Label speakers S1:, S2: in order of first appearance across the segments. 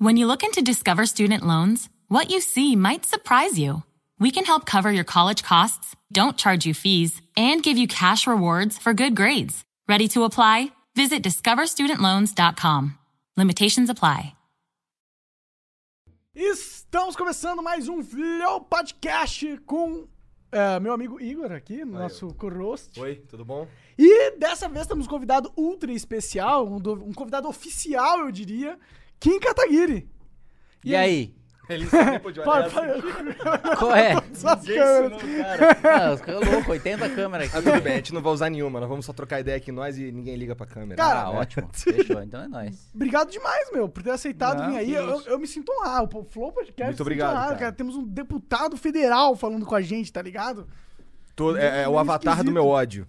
S1: When you look into Discover Student Loans, what you see might surprise you. We can help cover your college costs, don't charge you fees, and give you cash rewards for good grades. Ready to apply? Visit discoverstudentloans.com. Limitations apply.
S2: Estamos começando mais um Flow Podcast com eh, meu amigo Igor aqui, nosso co-host.
S3: Oi, tudo bom?
S2: E dessa vez temos um convidado ultra especial, um, do- um convidado oficial, eu diria, Kim Kataguiri.
S4: E aí?
S3: Ele sempre pode olhar
S2: Para,
S3: assim,
S2: para,
S4: Qual é?
S2: só as
S3: ninguém
S2: câmeras.
S3: ensinou o cara.
S4: Ah, os caras loucos, 80 câmeras
S3: Ah,
S4: aqui.
S3: tudo bem, a gente não vai usar nenhuma, nós vamos só trocar ideia aqui nós e ninguém liga pra câmera.
S2: Cara,
S4: Ah,
S3: né?
S4: ótimo. Fechou, então é nóis.
S2: Obrigado demais, meu, por ter aceitado
S4: Não,
S2: vir aí.
S4: que
S2: Eu,
S4: isso.
S2: eu me sinto um honrado. O Flow Podcast.
S3: Muito
S2: se sente
S3: obrigado,
S2: honrado,
S3: cara.
S2: Temos um deputado federal falando com a gente, tá ligado?
S3: Tô- é, é o
S2: Meio
S3: avatar
S2: esquisito.
S3: do meu ódio.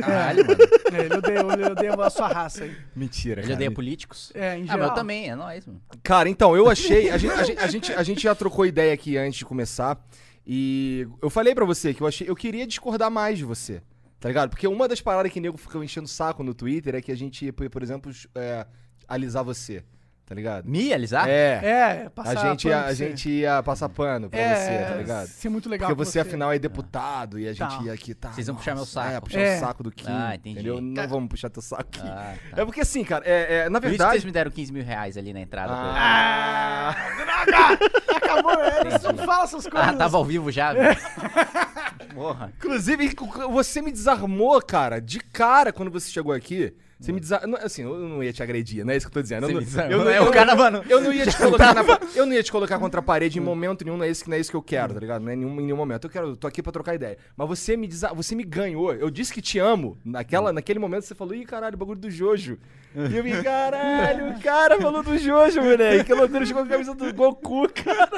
S4: Caralho, mano.
S2: É, ele odeia, ele odeia a sua raça aí.
S3: Mentira,
S4: Ele
S3: cara.
S4: odeia políticos?
S2: É, em
S4: Ah, mas
S2: geral.
S4: eu também, é nóis, mano.
S3: Cara, então, eu achei. A gente, a, gente, a, gente, a gente já trocou ideia aqui antes de começar. E eu falei pra você que eu achei. Eu queria discordar mais de você. Tá ligado? Porque uma das paradas que nego ficou enchendo o saco no Twitter é que a gente, por por exemplo, é, alisar você. Tá ligado?
S4: Me alisar?
S3: É.
S2: É,
S3: A
S2: passar
S3: gente,
S2: pano
S3: ia,
S2: pra
S3: a
S2: você.
S3: gente ia passar pano pra você, tá ligado?
S2: É, Ser muito legal.
S3: Porque
S2: pra
S3: você, afinal, é deputado e a gente
S2: Tá.
S3: ia aqui, tá?
S4: Vocês vão puxar meu
S3: nossa,
S4: saco.
S3: É, puxar
S2: É.
S3: o saco do Kim.
S4: Ah, entendi.
S3: Entendeu? Não vamos puxar teu saco aqui.
S4: Ah, tá.
S3: É porque assim, cara, é, é, na
S4: Por isso que vocês
S3: verdade.
S4: me né? deram 15 mil reais ali na entrada. pra eu-
S3: Ah,
S2: Acabou, é, não fala essas
S3: tá
S2: coisas.
S4: Ah, tava ao vivo já, velho. Porra.
S3: Inclusive, você me desarmou, cara, de cara quando você chegou aqui. Você me desarmou. Assim, eu não ia te agredir, não é isso que eu tô dizendo.
S4: Você
S3: eu não,
S4: me desarmou.
S3: eu não-
S4: É, o
S3: eu-
S4: cara, mano,
S3: Eu não ia te colocar na- eu não ia te colocar contra a parede em momento nenhum, não é isso, que- não é isso que eu quero, tá ligado? Não é nenhum, em nenhum momento. Eu quero, eu tô aqui pra trocar ideia. Mas você me desa- você me ganhou. Eu disse que te amo. Naquela, naquele momento você falou, ih, caralho, bagulho do Jojo. E eu me, caralho, o cara falou do Jojo, moleque. Que loucura, chegou com a camisa do Goku, cara.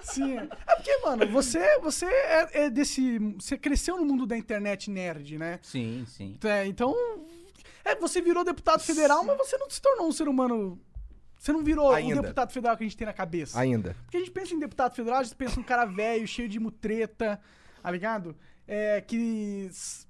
S2: Sim. É porque, mano, você, você é, é desse. Você cresceu no mundo da internet nerd, né?
S4: Sim, sim.
S2: É, então. É, você virou deputado federal, mas você não se tornou um ser humano. Você não virou
S3: Ainda.
S2: o deputado federal que a gente tem na cabeça.
S3: Ainda.
S2: Porque a gente pensa em deputado federal, a gente pensa em um cara velho, cheio de mutreta, tá ligado? É, que s-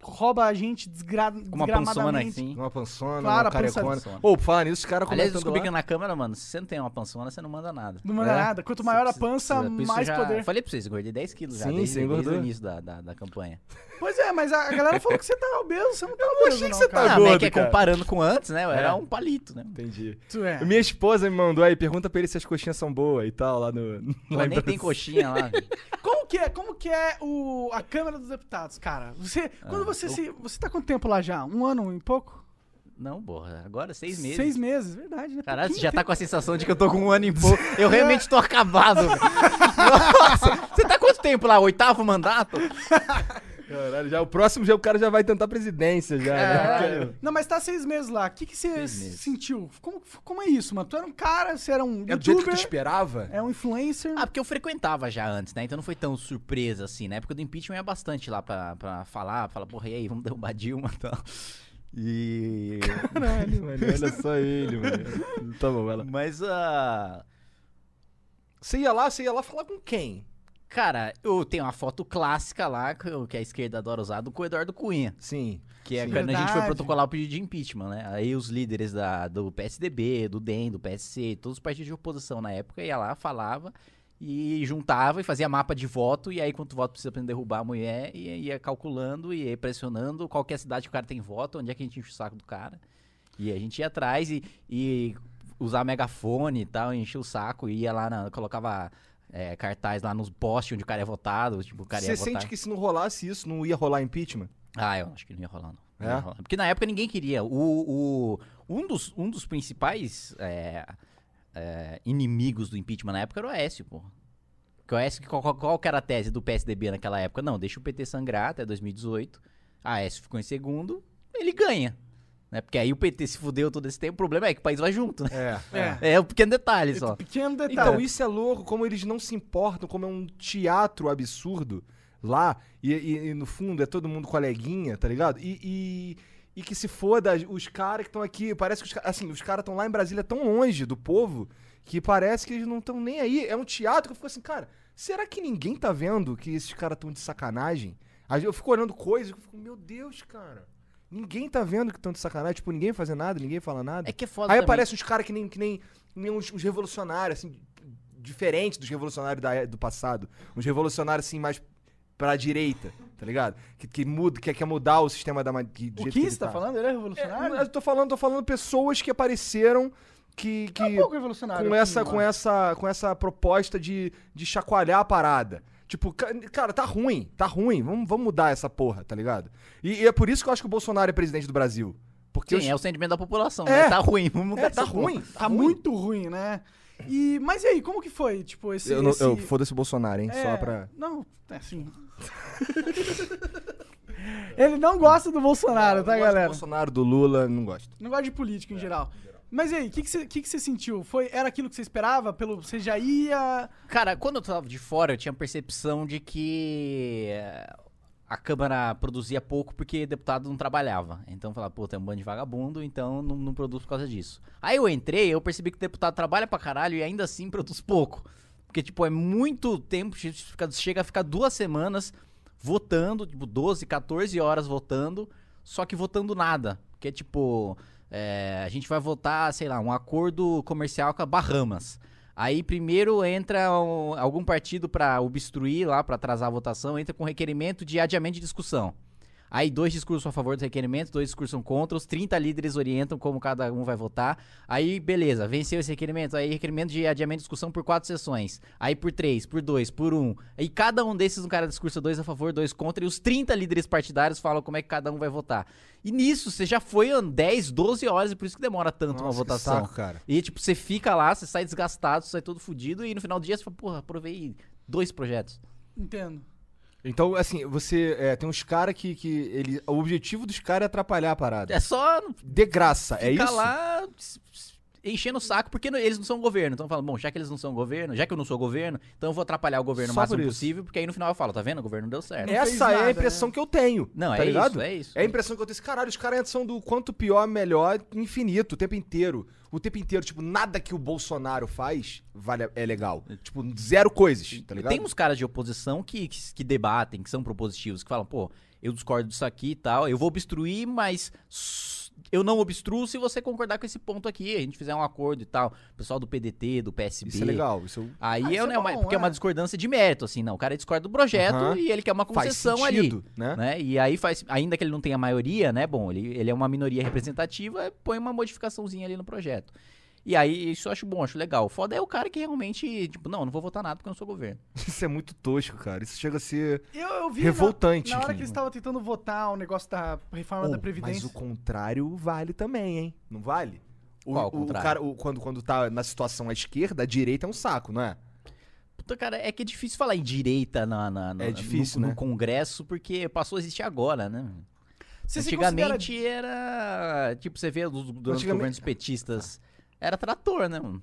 S2: rouba a gente desgra
S4: Com uma pançona
S2: desgramadamente.
S4: assim.
S3: Uma pançona,
S2: Claro,
S3: uma
S2: a pança-
S3: carecona.
S4: pançona.
S3: Ô, por falar nisso, os caras
S4: Aliás, eu
S3: comentando
S4: descobri
S3: né, lá-
S4: que na câmera, mano, se você não tem uma pançona, você não manda nada.
S2: Não manda
S3: É.
S2: nada. Quanto maior a pança,
S4: Por isso
S2: mais
S4: já-
S2: poder.
S4: Falei pra vocês, engordei 10 quilos já
S3: Sim,
S4: desde,
S3: você
S4: desde o
S3: engordou.
S4: início da, da, da campanha.
S2: Pois é, mas a a galera falou que você tá obeso, você não tá obeso.
S3: achei que
S2: não,
S3: você
S2: cara.
S3: Tá
S4: ah, mas é
S3: gordo,
S4: que é
S3: cara.
S4: comparando com antes, né? Eu
S3: É.
S4: Era um palito, né?
S3: Entendi.
S2: Tu é.
S3: Minha esposa me mandou aí, pergunta pra ele se as coxinhas são boas e tal, lá no. lá
S4: Mas
S3: em
S4: nem tem
S3: Brasília.
S4: coxinha lá. velho.
S2: Como que é, como que é o, a Câmara dos Deputados, cara? Você,
S3: Ah,
S2: quando você se, você tá quanto tempo lá já? Um ano e pouco?
S4: Não, porra. Agora é seis meses.
S2: Seis meses, verdade, né?
S4: Caralho, você
S2: Pouquinho
S4: já tá
S2: tempo.
S4: com a sensação de que eu tô com um ano e pouco. Eu realmente tô acabado. velho. Nossa, você tá quanto tempo lá? Oitavo mandato?
S3: Caralho, já, o próximo já o cara já vai tentar a presidência já. Né?
S2: Não, mas tá seis meses lá. O que, que você
S4: meses.
S2: sentiu? Como, como é isso, mano? Tu era um cara, você era um
S3: É do jeito que
S2: youtuber,
S3: tu esperava?
S2: é um influencer.
S4: Ah, porque eu frequentava já antes, né? Então não foi tão surpresa assim. Na época do impeachment eu ia bastante lá pra, pra falar. Falar, porra, e aí, vamos derrubar Dilma e tal. E...
S3: Caralho, mano, olha só ele, mano. Tá bom, vai lá.
S4: Mas, ah...
S3: Você ia lá, você ia lá falar com quem?
S4: Cara, eu tenho uma foto clássica lá, que eu- que a esquerda adora usar, do corredor do Cunha.
S3: Sim.
S4: Que é
S3: Sim.
S4: quando a gente foi
S2: Verdade.
S4: protocolar o pedido de impeachment, né? Aí os líderes da, do PSDB, do DEM, do PSC, todos os partidos de oposição na época ia lá, falava e juntava e fazia mapa de voto. E aí, quanto voto precisa pra derrubar a mulher, e aí ia calculando e ia pressionando qual que é a cidade que o cara tem voto, onde é que a gente enche o saco do cara. E a gente ia atrás e, e usar megafone e tal, enchia o saco, e ia lá, na- colocava. é, cartaz lá nos postes onde o cara é votado, tipo, o cara ia
S3: Você
S4: votar.
S3: sente que se não rolasse isso, não ia rolar impeachment?
S4: Ah, eu acho que não ia rolar, não. Não
S3: É?
S4: ia rolar. Porque na época ninguém queria. O, o- um, dos, um dos principais é, é, inimigos do impeachment na época era o Aécio, pô. Porque o Aécio, qual, qual- qual que era a tese do PSDB naquela época? Não, deixa o PT sangrar até 2018. A Ah, Aécio ficou em segundo, ele ganha. Né? Porque aí o PT se fudeu todo esse tempo, o problema é que o país vai junto, né?
S2: É.
S3: É.
S4: É um pequeno detalhe
S2: Esse
S4: só.
S2: Pequeno um detalhe.
S3: Então, isso é louco, como eles não se importam, como é um teatro absurdo lá, e, e- e no fundo é todo mundo coleguinha, tá ligado? E, e- e que se foda os caras que estão aqui, parece que os, ca- assim, os caras estão lá em Brasília tão longe do povo que parece que eles não estão nem aí. É um teatro que eu fico assim, cara, será que ninguém tá vendo que esses caras estão de sacanagem? Aí Eu fico olhando coisas e eu fico, meu Deus, cara. Ninguém tá vendo que estão de sacanagem, tipo, ninguém fazendo nada, ninguém fala nada.
S4: É que é
S3: Aí
S4: foda também.
S3: aparecem uns caras que nem, que nem, que nem uns, uns revolucionários, assim, diferente dos revolucionários da- é, do passado. Uns revolucionários, assim, mais pra direita, tá ligado? Que, que muda, que quer mudar o sistema da... ma- que- do
S2: O
S3: jeito
S2: que
S3: ele
S2: você tá
S3: tá.
S2: falando? Ele é
S3: É,
S2: revolucionário?
S3: eu tô falando, tô falando pessoas que apareceram que... que
S2: É um pouco revolucionário.
S3: com
S2: assim,
S3: essa,
S2: eu
S3: com
S2: acho.
S3: essa, com essa proposta de, de chacoalhar a parada. Tipo, ca- cara, tá ruim, tá ruim, vamos, vamos mudar essa porra, tá ligado? E, e é por isso que eu acho que o Bolsonaro é presidente do Brasil. Porque
S4: Sim,
S3: os-
S4: é o sentimento da população,
S3: É.
S4: né? Tá ruim, vamos mudar
S3: é, tá
S4: essa porra.
S3: ruim,
S2: Tá muito ruim, né? E, mas e aí, como que foi? Tipo, esse.
S3: Eu, não-
S2: esse...
S3: eu foda-se o Bolsonaro, hein? Só
S2: É,
S3: pra.
S2: Não, é assim. Ele não gosta do Bolsonaro, tá,
S3: Eu gosto Do
S2: galera?
S3: Bolsonaro É. do Lula, não gosto.
S2: Não gosta de política em geral. Mas e aí, o que que você que que você sentiu? Foi, era aquilo que você esperava? Pelo, você já ia.
S4: Cara, quando eu tava de fora, eu tinha a percepção de que eh, a Câmara produzia pouco porque deputado não trabalhava. Então eu falava, pô, tem um bando de vagabundo, então não, não produz por causa disso. Aí eu entrei, eu percebi que o deputado trabalha pra caralho e ainda assim produz pouco. Porque, tipo, é muito tempo, che- fica- chega a ficar duas semanas votando, tipo, 12, 14 horas votando, só que votando nada. Porque, tipo, eh, a gente vai votar, sei lá, um acordo comercial com a Bahamas. Aí primeiro entra um- algum partido pra obstruir lá, pra atrasar a votação, entra com requerimento de adiamento de discussão. Aí dois discursos a favor do requerimento, dois discursos contra, os 30 líderes orientam como cada um vai votar. Aí, beleza, venceu esse requerimento. Aí, requerimento de adiamento de discussão por quatro sessões. Aí, por três, por dois, por um. E cada um desses, um cara discursa dois a favor, dois contra. E os 30 líderes partidários falam como é que cada um vai votar. E nisso, você já foi an- 10, 12 horas, e por isso que demora tanto uma
S3: Nossa, que
S4: votação.
S3: saco, cara.
S4: E, tipo, você fica lá, você sai desgastado, você sai todo fudido, e no final do dia você fala, porra, aprovei dois projetos.
S2: Entendo.
S3: Então, assim, você. é, tem uns caras que. que ele, o objetivo dos caras é atrapalhar a parada.
S4: É só
S3: De graça, é
S4: ficar
S3: isso?
S4: lá s- s- enchendo o saco, porque não- eles não são governo. Então eu falo, bom, já que eles não são governo, já que eu não sou governo, então eu vou atrapalhar o governo o
S3: Só
S4: máximo
S3: por isso.
S4: possível, porque aí no final eu falo, tá vendo? O governo deu certo.
S2: É. fez
S3: Essa é
S2: nada,
S3: a impressão
S2: né?
S3: que eu tenho.
S4: Não,
S3: tá
S4: é isso,
S3: ligado?
S4: é isso.
S3: É a impressão que eu tenho. Esse Caralho, os caras são do quanto pior, melhor, infinito, o tempo inteiro. O tempo inteiro, tipo, nada que o Bolsonaro faz vale, a- é legal. Tipo, zero coisas, tá ligado?
S4: Tem um uns caras de oposição que, que, que debatem, que são propositivos, que falam, pô, eu discordo disso aqui e tal, eu vou obstruir, mas s- eu não obstruo se você concordar com esse ponto aqui, a gente fizer um acordo e tal. Pessoal do PDT, do PSB.
S3: Isso é legal. Isso eu-
S4: Aí
S2: Ah,
S4: é,
S2: isso é
S4: né, uma-
S2: bom,
S4: porque é.
S2: é.
S4: uma discordância de mérito, assim, não. O cara discorda do projeto
S3: Aham.
S4: e ele quer uma
S3: faz
S4: concessão
S3: sentido,
S4: ali.
S3: né?
S4: Né? E aí faz. Ainda que ele não tenha maioria, né? Bom, ele, ele é uma minoria representativa, põe uma modificaçãozinha ali no projeto. E aí, isso eu acho bom, acho legal. O foda é o cara que realmente, tipo, não, não vou votar nada porque eu não sou governo.
S3: Isso é muito tosco, cara. Isso chega a ser
S2: Eu, eu vi. na-
S3: revoltante.
S2: Na, hora que eles estavam tentando votar o negócio da reforma
S3: Oh,
S2: da Previdência.
S3: Mas o contrário vale também, hein? Não vale? O,
S4: Qual o
S3: o
S4: contrário?
S3: cara, o- quando, quando tá na situação à esquerda, a direita é um saco, não é?
S4: Puta, cara, é que é difícil falar em direita na, na- na-
S3: É difícil,
S4: no,
S3: né?
S4: no Congresso, porque passou a existir agora, né?
S2: Você se considera
S4: Antigamente era. Tipo, você vê dos, dos
S3: Antigamente-
S4: governos petistas. Era trator, né, mano?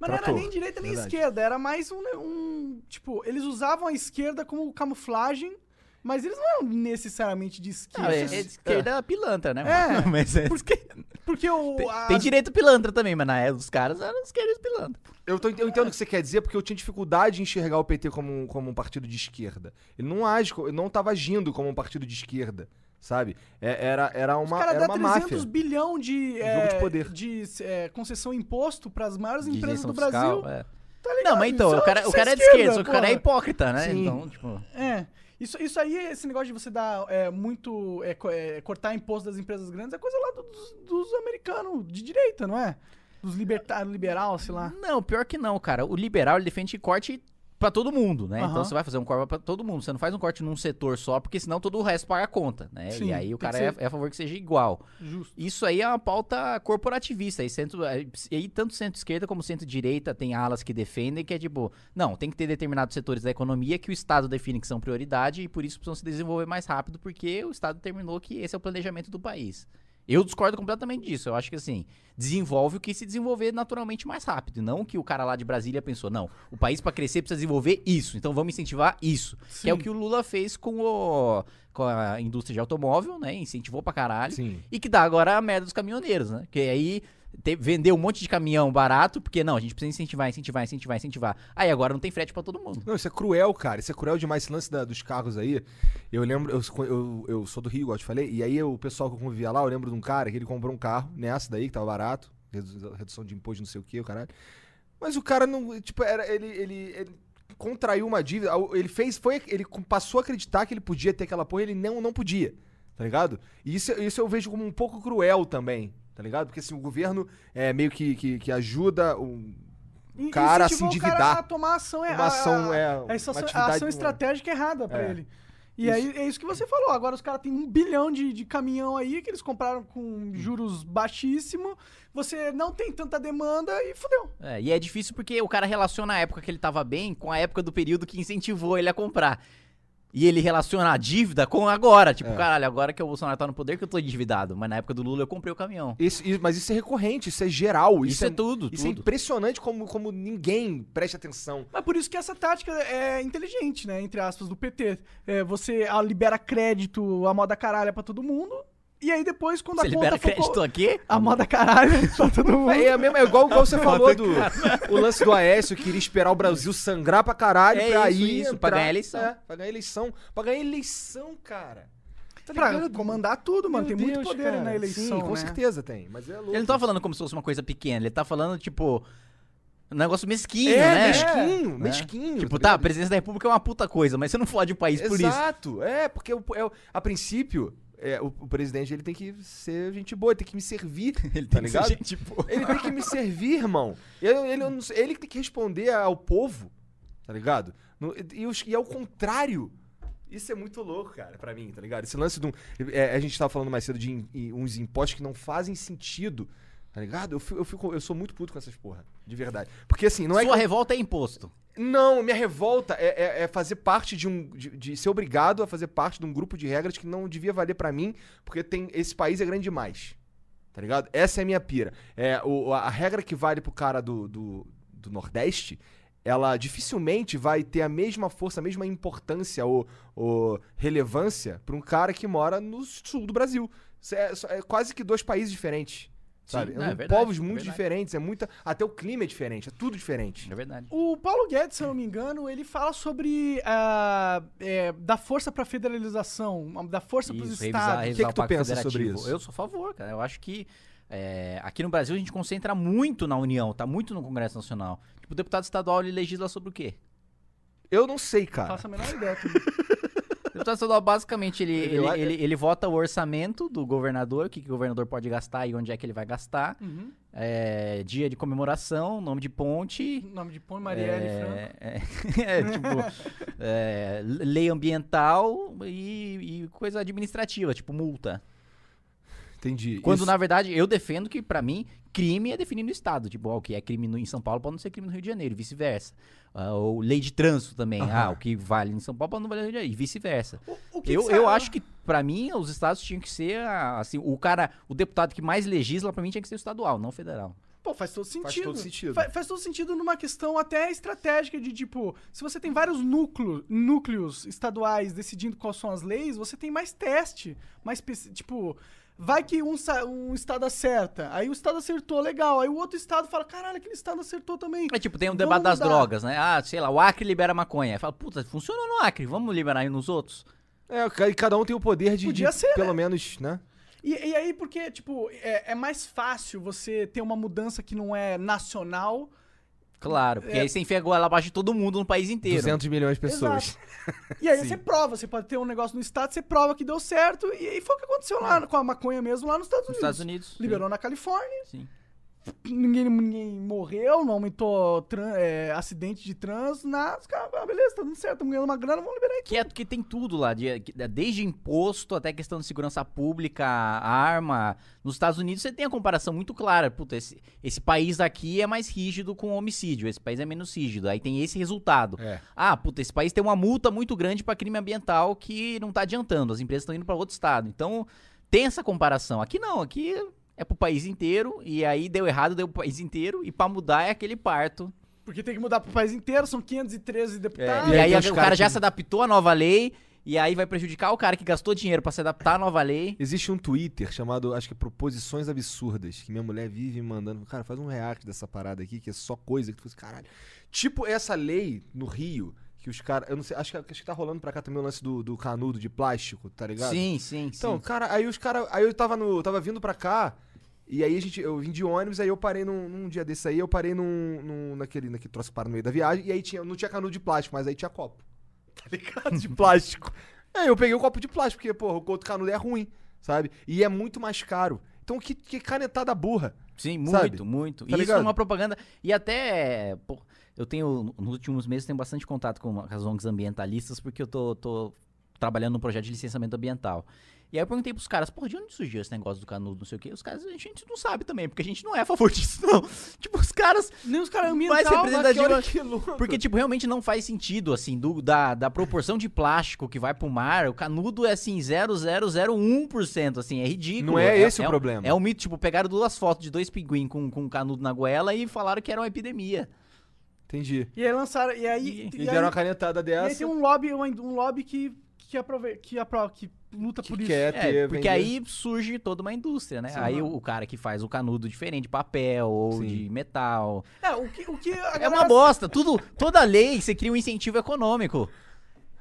S2: Mas não era
S3: Trator,
S2: nem direita nem
S3: verdade.
S2: esquerda, era mais um, um- Tipo, eles usavam a esquerda como camuflagem, mas eles não eram necessariamente de esquerda.
S4: Ah, é, é de esquerda pilantra, né?
S2: É,
S4: mano? mas é,
S2: Porque, porque o.
S4: tem,
S2: a-
S4: tem direito pilantra também, mas na época dos caras era esquerda pilantra.
S3: Eu, tô ent- eu entendo o que você quer dizer, porque eu tinha dificuldade em enxergar o PT como um, como um partido de esquerda. Ele não age, co- ele não tava agindo como um partido de esquerda, sabe? É- era, era
S2: os
S3: uma,
S2: caras
S3: era
S2: dão
S3: uma
S2: 300
S3: máfia. Um
S2: bilhão de,
S3: jogo
S2: é,
S3: de poder.
S2: de, é, concessão e imposto para as maiores
S4: de
S2: empresas
S4: isenção
S2: do Brasil.
S4: fiscal, é.
S2: Tá ligado?
S4: Não, mas então,
S2: Isso
S4: o cara, o
S2: isso
S4: cara é de esquerda, só que o cara é
S2: porra.
S4: hipócrita, né?
S3: Sim.
S4: Então, tipo.
S2: É. Isso, isso aí, esse negócio de você dar é, muito. é, co- é, cortar imposto das empresas grandes é coisa lá do- dos, dos americanos de direita, não é? Dos libertários, liberal, sei lá.
S4: Não, pior que não, cara. O liberal ele defende corte pra todo mundo, né?
S2: Aham.
S4: Então você vai fazer um corte pra todo mundo. Você não faz um corte num setor só, porque senão todo o resto paga a conta, né?
S2: Sim,
S4: e aí
S2: tem
S4: o
S2: que
S4: cara
S2: ser-
S4: é, é a favor que seja igual.
S2: Justo.
S4: Isso aí é uma pauta corporativista. E, centro, e aí tanto centro-esquerda como centro-direita tem alas que defendem que é tipo, não, tem que ter determinados setores da economia que o Estado define que são prioridade e por isso precisam se desenvolver mais rápido, porque o Estado determinou que esse é o planejamento do país. Eu discordo completamente disso. Eu acho que assim, desenvolve o que se desenvolver naturalmente mais rápido. e Não que o cara lá de Brasília pensou, não, o país pra crescer precisa desenvolver isso, então vamos incentivar isso. Que é o que o Lula fez com, o, com a indústria de automóvel, né? Incentivou pra caralho.
S3: Sim.
S4: E que dá agora a merda dos caminhoneiros, né? Que aí te- vendeu um monte de caminhão barato, porque não, a gente precisa incentivar, incentivar, incentivar, incentivar. Aí agora não tem frete pra todo mundo.
S3: Não, isso é cruel, cara. Isso é cruel demais, esse lance da- dos carros aí. Eu lembro, eu, eu, eu sou do Rio, igual eu te falei, e aí o pessoal que eu convivia lá, eu lembro de um cara que ele comprou um carro nessa daí, que tava barato, redu- redução de imposto, não sei o que, o caralho. Mas o cara não, tipo, era, ele, ele, ele contraiu uma dívida, ao- ele fez, foi, ele passou a acreditar que ele podia ter aquela porra, ele não, não podia, tá ligado? E isso, isso eu vejo como um pouco cruel também, tá ligado? Porque assim, o governo é meio que, que, que ajuda o
S2: E-
S3: Cara,
S2: incentivou
S3: se
S2: o cara
S3: endividar.
S2: a tomar ação é
S3: uma ação, é, uma
S2: essa ação- a
S3: atividade
S2: ação
S3: do-
S2: estratégica errada pra
S3: É.
S2: ele. E aí é isso que você falou. Agora os caras têm um bilhão de, de caminhão aí que eles compraram com juros baixíssimos. Você não tem tanta demanda e fudeu.
S4: É, e é difícil porque o cara relaciona a época que ele tava bem com a época do período que incentivou ele a comprar. E ele relaciona a dívida com agora. Tipo,
S3: É.
S4: caralho, agora que o Bolsonaro tá no poder que eu tô endividado. Mas na época do Lula eu comprei o caminhão.
S3: Isso- isso- mas isso é recorrente, isso é geral.
S4: Isso,
S3: Isso,
S4: é, tudo,
S3: isso é
S4: tudo.
S3: impressionante como, como ninguém presta atenção.
S2: Mas por isso que essa tática é inteligente, né? Entre aspas, do PT. É, você ah, libera crédito, a moda caralha pra todo mundo. E aí depois, quando
S4: Você
S2: a conta
S4: libera
S2: for co-
S4: crédito aqui?
S2: A moda caralho pra todo
S4: Uhum.
S2: mundo.
S3: É, é, mesmo, é igual, igual você falou do o lance do Aécio, que iria esperar o Brasil sangrar pra caralho
S4: É
S3: pra
S4: isso,
S3: ir
S4: isso,
S3: entrar,
S4: pra ganhar eleição.
S3: É, pra ganhar eleição. Pra ganhar eleição, cara. Tá
S2: Pra
S3: ligado?
S2: comandar tudo, mano.
S3: Meu
S2: tem muito
S3: Deus,
S2: poder
S3: cara.
S2: aí na eleição.
S3: Sim, com
S2: né?
S3: certeza tem. Mas é louco.
S4: Ele não tá falando como se fosse uma coisa pequena, ele tá falando, tipo, um negócio mesquinho,
S3: É,
S4: né?
S3: mesquinho,
S4: Né?
S3: mesquinho.
S4: Tipo,
S3: ligado?
S4: tá, a presidência da república é uma puta coisa, mas você não fode o país por isso.
S3: Exato. É, porque o- é o- a princípio, é, o, o presidente ele tem que ser gente boa, ele tem que me servir.
S4: Ele
S3: tá
S4: tem que ser
S3: ligado?
S4: gente boa.
S3: Ele tem que me servir, irmão. Eu- ele, eu não sei- ele que tem que responder ao povo, tá ligado? No- e, e os- e ao contrário. Isso é muito louco, cara, pra mim, tá ligado? Esse lance de um. é, a gente tava falando mais cedo de in- e uns impostos que não fazem sentido, tá ligado? Eu, fi- eu fico, eu sou muito puto com essas porra, de verdade. Porque assim, não é que.
S4: Sua revolta é imposto.
S3: Não, minha revolta é, é- é fazer parte de um. De, de ser obrigado a fazer parte de um grupo de regras que não devia valer pra mim, porque tem, esse país é grande demais. Tá ligado? Essa é a minha pira. É, o- a a regra que vale pro cara do, do, do Nordeste, ela dificilmente vai ter a mesma força, a mesma importância ou, ou relevância pra um cara que mora no sul do Brasil. Isso É, isso é quase que dois países diferentes.
S4: Sim,
S3: Sabe?
S4: não, é
S3: Um-
S4: verdade,
S3: povos
S4: é
S3: muito
S4: verdade.
S3: diferentes, é muita. Até o clima é diferente, é tudo diferente.
S4: É verdade.
S2: O Paulo Guedes, se eu não me engano, ele fala sobre ah, é, dar força pra federalização, dar força pros
S4: Isso, revisar,
S2: estados.
S4: revisar
S3: O que que
S4: o
S3: tu
S4: Pacto
S3: pensa sobre
S4: Federativo.
S3: isso?
S4: Eu sou a favor, cara. Eu acho que é, aqui no Brasil a gente concentra muito na União, tá muito no Congresso Nacional. Tipo, o deputado estadual ele legisla sobre o quê?
S3: Eu não sei, cara.
S2: Faça a menor ideia. tudo.
S4: O deputado estadual, basicamente, ele,
S3: Ele
S4: ele,
S3: olha-
S4: ele- ele vota o orçamento do governador, o que, que o governador pode gastar e onde é que ele vai gastar.
S2: Uhum.
S4: É, dia de comemoração, nome de ponte.
S2: Nome de Põe Marielle
S4: é,
S2: Franco.
S4: é, é, tipo, é, lei ambiental e, e coisa administrativa, tipo multa.
S3: Entendi.
S4: Quando,
S3: Isso-
S4: na verdade, eu defendo que, pra mim, crime é definido no Estado. Tipo, ó, o que é crime no- em São Paulo pode não ser crime no Rio de Janeiro, e vice-versa. Ah, ou lei de trânsito também. Ah, o que vale em São Paulo pode não valer no Rio de Janeiro, e vice-versa.
S2: O- o que
S4: Eu,
S2: que
S4: eu
S2: sa-
S4: acho que, pra mim, os estados tinham que ser, ah, assim, o cara, o deputado que mais legisla, pra mim, tinha que ser o estadual, não o federal.
S2: Pô, faz todo sentido.
S3: todo sentido.
S2: Fa- faz todo sentido numa questão até estratégica de tipo, se você tem vários núcleo, núcleos estaduais decidindo quais são as leis, você tem mais teste, mais pes- tipo, vai que um, sa- um estado acerta, aí o estado acertou, legal, aí o outro estado fala, caralho, aquele estado acertou também.
S4: É tipo, tem um
S2: Vamos
S4: debate das
S2: mudar.
S4: drogas, né? Ah, sei lá, o Acre libera maconha. Aí fala, puta, funcionou no Acre, vamos liberar aí nos outros?
S3: É, ca- e cada um tem o poder de,
S2: Podia
S3: de
S2: ser,
S3: pelo menos, né?
S2: E, e aí, porque, tipo, é, é mais fácil você ter uma mudança que não é nacional.
S4: Claro,
S2: É.
S4: porque aí você enfia a goela abaixo de todo mundo no país inteiro.
S3: 200 milhões de pessoas.
S2: E aí você prova, você pode ter um negócio no estado, você prova que deu certo, e, e foi o que aconteceu lá com a maconha mesmo lá nos Estados
S4: É. Nos
S2: Unidos.
S4: Estados Unidos. sim,
S2: Liberou na Califórnia,
S4: Sim.
S2: ninguém, ninguém morreu, não aumentou tran- é, acidente de trânsito, nada. Os caras, ah, beleza, tá dando certo, estamos ganhando uma grana, vamos liberar aí.
S4: Quieto é que tem tudo lá, de- desde imposto até questão de segurança pública, arma. Nos Estados Unidos você tem a comparação muito clara. Puta, esse, esse país aqui é mais rígido com homicídio, esse país é menos rígido. Aí tem esse resultado.
S3: É.
S4: Ah, puta, esse país tem uma multa muito grande pra crime ambiental que não tá adiantando, as empresas estão indo pra outro estado. Então tem essa comparação. Aqui não, aqui é pro país inteiro e aí deu errado, deu pro país inteiro e pra mudar é aquele parto.
S2: Porque tem que mudar pro país inteiro, são 513
S4: É,
S2: deputados.
S4: e aí,
S3: tem
S4: a-
S3: os
S4: o
S3: cara
S4: cara já
S3: que-
S4: se adaptou à nova lei E aí vai prejudicar o cara que gastou dinheiro pra se adaptar à nova lei.
S3: Existe um Twitter chamado, acho que é Proposições Absurdas, que minha mulher vive me mandando. Cara, faz um react dessa parada aqui, que é só coisa que tu faz, caralho. Tipo essa lei no Rio, que os caras. Eu não sei, acho que, acho que tá rolando pra cá também o lance do, do canudo de plástico, tá ligado?
S4: Sim, sim,
S3: Então,
S4: sim.
S3: cara, aí os caras. Aí eu tava no. Tava vindo pra cá. E aí a gente, eu vim de ônibus, aí eu parei num, num dia desse aí, eu parei num. num- naquele, naquele troço que para no meio da viagem, e aí tinha, não tinha canudo de plástico, mas aí tinha copo. Tá ligado? De plástico. aí eu peguei o copo de plástico, porque, porra, o outro canudo é ruim, sabe? E é muito mais caro. Então, que, que canetada burra.
S4: Sim,
S3: Sabe?
S4: muito,
S3: Tá
S4: muito. e isso é
S3: ligado?
S4: uma propaganda. E até. pô, eu tenho. Nos últimos meses tenho bastante contato com as ONGs ambientalistas, porque eu tô, tô trabalhando num projeto de licenciamento ambiental. E aí eu perguntei pros caras, pô, de onde surgiu esse negócio do canudo, não sei o quê? Os caras, a gente não sabe também, porque a gente não é a favor disso, não. Tipo, os caras
S2: Nem os caras é um ambiental, mas
S4: representativo-
S2: que olha que louco.
S4: Porque, tipo, realmente não faz sentido, assim, do- da, da proporção de plástico que vai pro mar, o canudo é, assim, 0,001%, assim, é ridículo.
S3: Não é esse o
S4: um-
S3: problema.
S4: É um mito, tipo, pegaram duas fotos de dois pinguim com, com canudo na goela e falaram que era uma epidemia.
S3: Entendi.
S2: E aí lançaram. E aí.
S4: E-
S3: E,
S2: e aí-
S3: deram uma canetada
S2: e aí
S3: dessa.
S2: tem um lobby, um, um lobby que, que, aprove, que, apro- que luta
S3: que
S2: por isso.
S3: quer
S4: É,
S3: ter,
S4: porque
S3: vender.
S4: aí surge toda uma indústria, né?
S2: Sim.
S4: aí o, o cara que faz o canudo diferente, de papel ou
S3: Sim.
S4: de metal.
S2: É, o que, o que a
S4: É
S2: galera-
S4: uma bosta, tudo, toda lei você cria um incentivo econômico.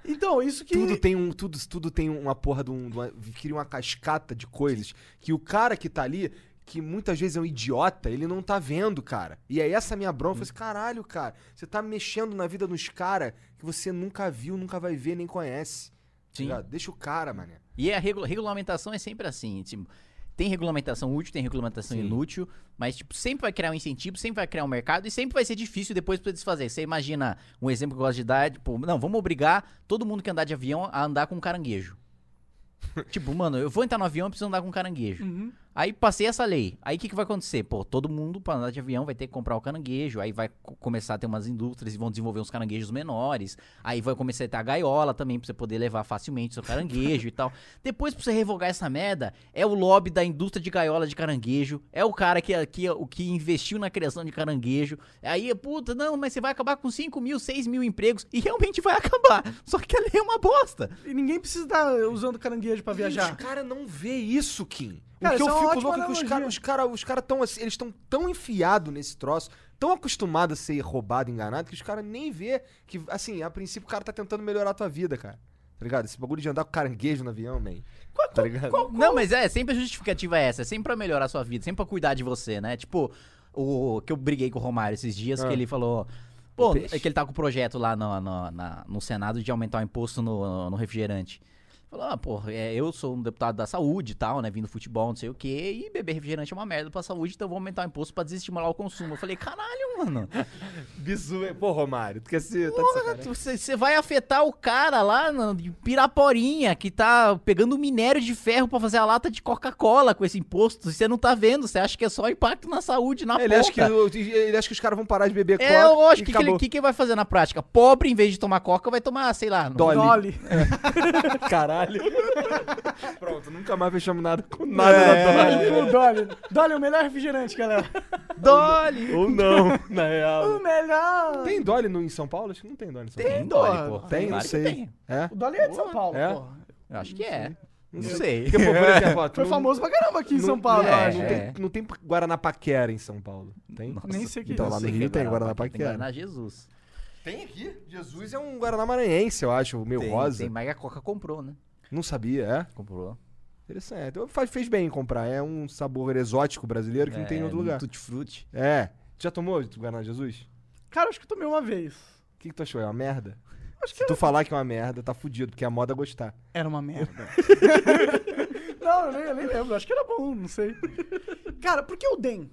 S2: Então, isso que.
S3: Tudo tem um. Tudo, tudo tem uma porra de, um, de uma. Cria uma cascata de coisas. Que o cara que tá ali, que muitas vezes é um idiota, ele não tá vendo, cara. E é essa a minha bronca. Eu falei assim, caralho, cara, você tá mexendo na vida dos caras que você nunca viu, nunca vai ver, nem conhece. Tá
S4: Sim.
S3: ligado? Deixa o cara, mané.
S4: E a regu- regulamentação é sempre assim, tipo, tem regulamentação útil, tem regulamentação
S3: Sim.
S4: inútil, mas tipo, sempre vai criar um incentivo, sempre vai criar um mercado e sempre vai ser difícil depois pra desfazer. Você imagina um exemplo que eu gosto de dar, é, tipo, não, vamos obrigar todo mundo que andar de avião a andar com um caranguejo. tipo, mano, eu vou entrar no avião, eu preciso andar com um caranguejo.
S2: Uhum.
S4: Aí passei essa lei. Aí o que, que vai acontecer? Pô, todo mundo pra andar de avião vai ter que comprar o caranguejo. Aí vai co- começar a ter umas indústrias e vão desenvolver uns caranguejos menores. Aí vai começar a ter a gaiola também pra você poder levar facilmente seu caranguejo e tal. Depois pra você revogar essa merda, é o lobby da indústria de gaiola de caranguejo. É o cara que, que, o que investiu na criação de caranguejo. Aí, puta, não, mas você vai acabar com 5 mil, 6 mil empregos. E realmente vai acabar. Só que a lei é uma bosta.
S2: E ninguém precisa estar usando caranguejo pra
S3: E os
S2: viajar.
S3: caras não vê isso, Kim.
S2: Cara,
S3: o que eu
S2: isso é uma
S3: fico
S2: ótima
S3: louco é que os caras
S2: analogia.
S3: os cara, os cara tão assim, eles estão tão enfiados nesse troço, tão acostumados a ser roubado, enganado, que os caras nem vê que, assim, a princípio o cara tá tentando melhorar a tua vida, cara. Tá ligado? Esse bagulho de andar com caranguejo no avião, man. tá ligado?
S4: Não, mas é, sempre a justificativa é essa. É sempre pra melhorar a sua vida, sempre pra cuidar de você, né? Tipo, o que eu briguei com o Romário esses dias,
S3: Ah.
S4: que ele falou. Pô,
S3: peixe.
S4: é que ele tá com o projeto lá no, no, na- no Senado de aumentar o imposto no, no refrigerante. Falou, ah, porra, é, eu sou um deputado da saúde e tal, né? Vindo do futebol, não sei o quê, e beber refrigerante é uma merda pra saúde, então eu vou aumentar o imposto pra desestimular o consumo. Eu falei, caralho, mano.
S3: Bizu, é- pô, Romário, tu quer ser. Tá de
S4: Porra,
S3: sacanagem.
S4: tu- você você vai afetar o cara lá na- de Piraporinha que tá pegando minério de ferro pra fazer a lata de Coca-Cola com esse imposto. Você não tá vendo, você acha que é só impacto na saúde,
S2: tá
S4: na
S3: ele, acha que,
S4: ponta.
S3: o- ele acha que os caras vão parar de beber
S4: É, eu
S3: coca
S4: acho
S3: e
S4: que, que, ele-
S3: acabou.
S4: que que ele vai fazer na prática? Pobre, em vez de tomar coca, vai tomar, sei lá, não-
S3: Dolly.
S2: Dolly.
S3: Caralho. Pronto, nunca mais fechamos nada com nada
S2: É.
S3: da Dolly.
S2: O Dolly. Dolly é o melhor refrigerante, galera.
S4: Dolly.
S3: Ou não, na real.
S2: O melhor.
S3: Tem Dolly no, em São Paulo? Acho que não tem Dolly em São Paulo.
S4: Tem Dolly, pô.
S3: Tem, não
S4: Claro que
S3: sei.
S4: tem.
S3: É?
S2: O Dolly é de São Paulo,
S3: É?
S2: porra.
S4: Eu acho que é. Não sei.
S3: Porque, pô, por exemplo, ó, tu
S2: Foi
S3: não-
S2: famoso pra caramba aqui em São Paulo,
S3: não,
S2: eu
S4: é,
S2: acho.
S3: Ah, não,
S4: é.
S3: tem, não tem Guaranapaquera em São Paulo. Tem?
S2: Nem sei o que é
S3: Então,
S2: isso.
S3: lá no
S4: Sei que
S3: Rio
S4: é
S3: tem
S4: Tem
S3: Guaranapaquera.
S4: Guaraná Jesus.
S3: Tem aqui? Jesus é um Guaraná maranhense, eu acho, meio
S4: tem,
S3: rosa.
S4: Tem, mas a Coca comprou, né?
S3: Não sabia, é?
S4: Comprou.
S3: Interessante. Então, faz- Fez bem em comprar. É um sabor exótico brasileiro que não tem em outro lugar.
S4: É, Tutti Frutti.
S3: É. Já tomou do Guaraná Jesus?
S2: Cara, acho que eu tomei uma vez.
S3: O que, que tu achou? É uma merda?
S2: Acho que
S3: Se tu falar que é uma merda, tá fudido, porque a moda é gostar.
S2: Era uma merda. não, eu nem, eu nem lembro. Acho que era bom, não sei. Cara, por que o DEM?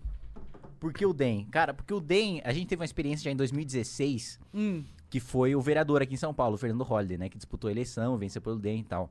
S4: Por que o DEM? Cara, porque o DEM, a gente teve uma experiência já em 2016,
S2: Hum.
S4: que foi o vereador aqui em São Paulo, o Fernando Holliday, né? Que disputou a eleição, venceu pelo DEM e tal.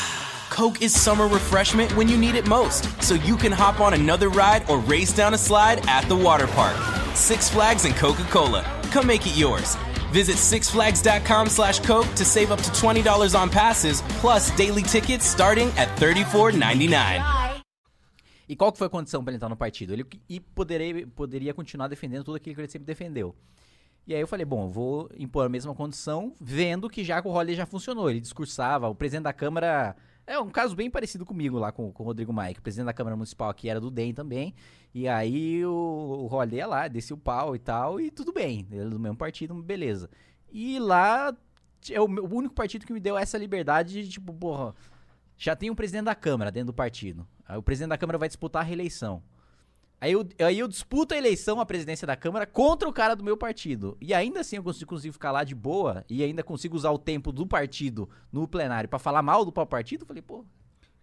S5: Coke is summer refreshment when you need it most, so you can hop on another ride or race down a slide at the water park. Six Flags and Coca Cola. Come make it yours. Visit sixflags.com slash Coke to save up to $20 on passes, plus daily tickets starting at $34.99.
S4: E qual que foi a condição para ele entrar no partido? Ele e poderei, poderia continuar defendendo tudo aquilo que ele sempre defendeu. E aí eu falei, bom, eu vou impor a mesma condição, vendo que já com o Holly já funcionou. Ele discursava, o presidente da Câmara. É um caso bem parecido comigo lá com, com o Rodrigo Maia, que O presidente da Câmara Municipal aqui era do DEM também. E aí o, o Holly ia lá, descia o pau e tal, e tudo bem. Ele é do mesmo partido, beleza. E lá é o, meu- o único partido que me deu essa liberdade de, tipo, porra, já tem um presidente da Câmara dentro do partido. Aí o presidente da Câmara vai disputar a reeleição. Aí eu, aí eu disputo a eleição à presidência da Câmara contra o cara do meu partido. E ainda assim eu consigo, consigo ficar lá de boa e ainda consigo usar o tempo do partido no plenário pra falar mal do próprio partido. eu Falei, pô,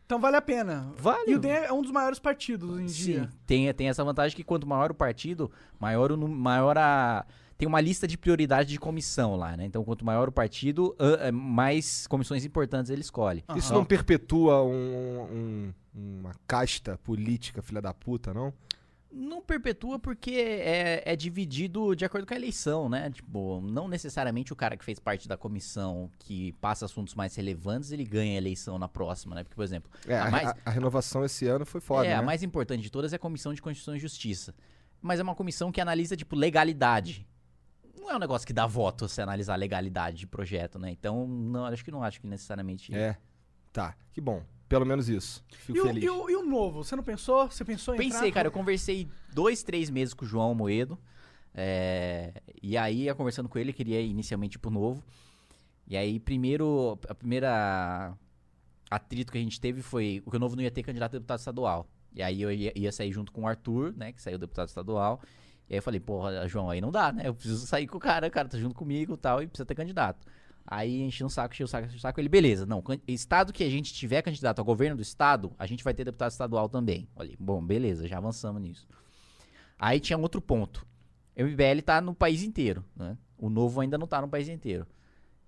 S2: Então vale a pena.
S4: Vale.
S2: E o DEM é um dos maiores partidos hoje em
S4: sim.
S2: dia.
S4: Tem, tem essa vantagem que quanto maior o partido, maior, o, nu- maior a. Tem uma lista de prioridade de comissão lá, né? Então quanto maior o partido, ah, eh, mais comissões importantes ele escolhe.
S3: Isso não perpetua um- um- uma casta política, filha da puta, não?
S4: Não perpetua porque é, é dividido de acordo com a eleição, né? Tipo, não necessariamente o cara que fez parte da comissão que passa assuntos mais relevantes, ele ganha a eleição na próxima, né? Porque, por exemplo,
S3: É,
S4: a
S3: a,
S4: mais,
S3: a- a renovação esse ano foi foda,
S4: é,
S3: né?
S4: a mais importante de todas é a Comissão de Constituição e Justiça. Mas é uma comissão que analisa, tipo, legalidade. Não é um negócio que dá voto se analisar a legalidade de projeto, né? Então, não, acho que não acho que necessariamente.
S3: É. Tá, que bom. Pelo menos isso. Fico
S2: E o,
S3: feliz.
S2: e o- e o novo? Você não pensou? Você pensou em
S4: Pensei,
S2: entrar?
S4: cara, eu conversei dois, três meses com o João Moedo. é, e aí, eu conversando com ele, queria inicialmente ir pro novo. E aí, primeiro, a primeira atrito que a gente teve foi o que o novo não ia ter candidato a deputado estadual. E aí eu ia, ia sair junto com o Arthur, né, que saiu deputado estadual. E aí eu falei, porra, João, aí não dá, né? Eu preciso sair com o cara, o cara tá junto comigo e tal, e precisa ter candidato. Aí enchi um saco, enchi o saco, enchi o saco. Ele, beleza, não, can- estado que a gente tiver candidato ao governo do estado, a gente vai ter deputado estadual também. Olha, bom, beleza, já avançamos nisso. Aí tinha um outro ponto. O MBL tá no país inteiro, né? O novo ainda não tá no país inteiro.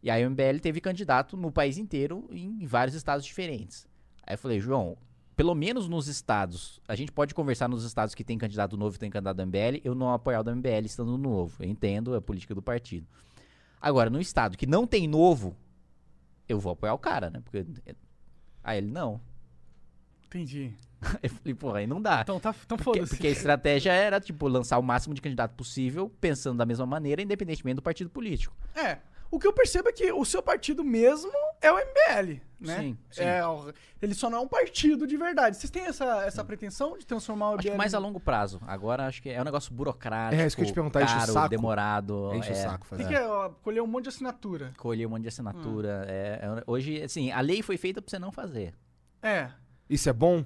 S4: E aí o MBL teve candidato no país inteiro em vários estados diferentes. Aí eu falei, João, pelo menos nos estados, a gente pode conversar nos estados que tem candidato novo e tem candidato do MBL, eu não apoiar o do MBL estando no novo. Eu entendo é a política do partido. Agora, no estado que não tem novo, eu vou apoiar o cara, né? Porque. Aí ele não.
S2: Entendi.
S4: Eu falei, porra, aí não dá.
S2: Então tá, então
S4: Porque,
S2: foda-se.
S4: porque a estratégia era, tipo, lançar o máximo de candidato possível, pensando da mesma maneira, independentemente do partido político.
S2: É. O que eu percebo é que o seu partido mesmo é o MBL, né?
S4: Sim, sim.
S2: É, o- ele só não é um partido de verdade. Vocês têm essa, essa pretensão de transformar o
S4: Acho
S2: MBL?
S4: que mais a longo prazo. Agora acho que é um negócio burocrático.
S3: É, isso que eu ia te perguntar, enche o
S4: caro,
S3: saco?
S4: demorado.
S3: Enche
S4: é,
S3: o saco, fazer.
S2: Tem que ó, colher um monte de assinatura.
S4: Colher um monte de assinatura.
S3: Hum.
S4: é, é um- hoje, assim, a lei foi feita pra você não fazer.
S2: É.
S3: Isso é bom?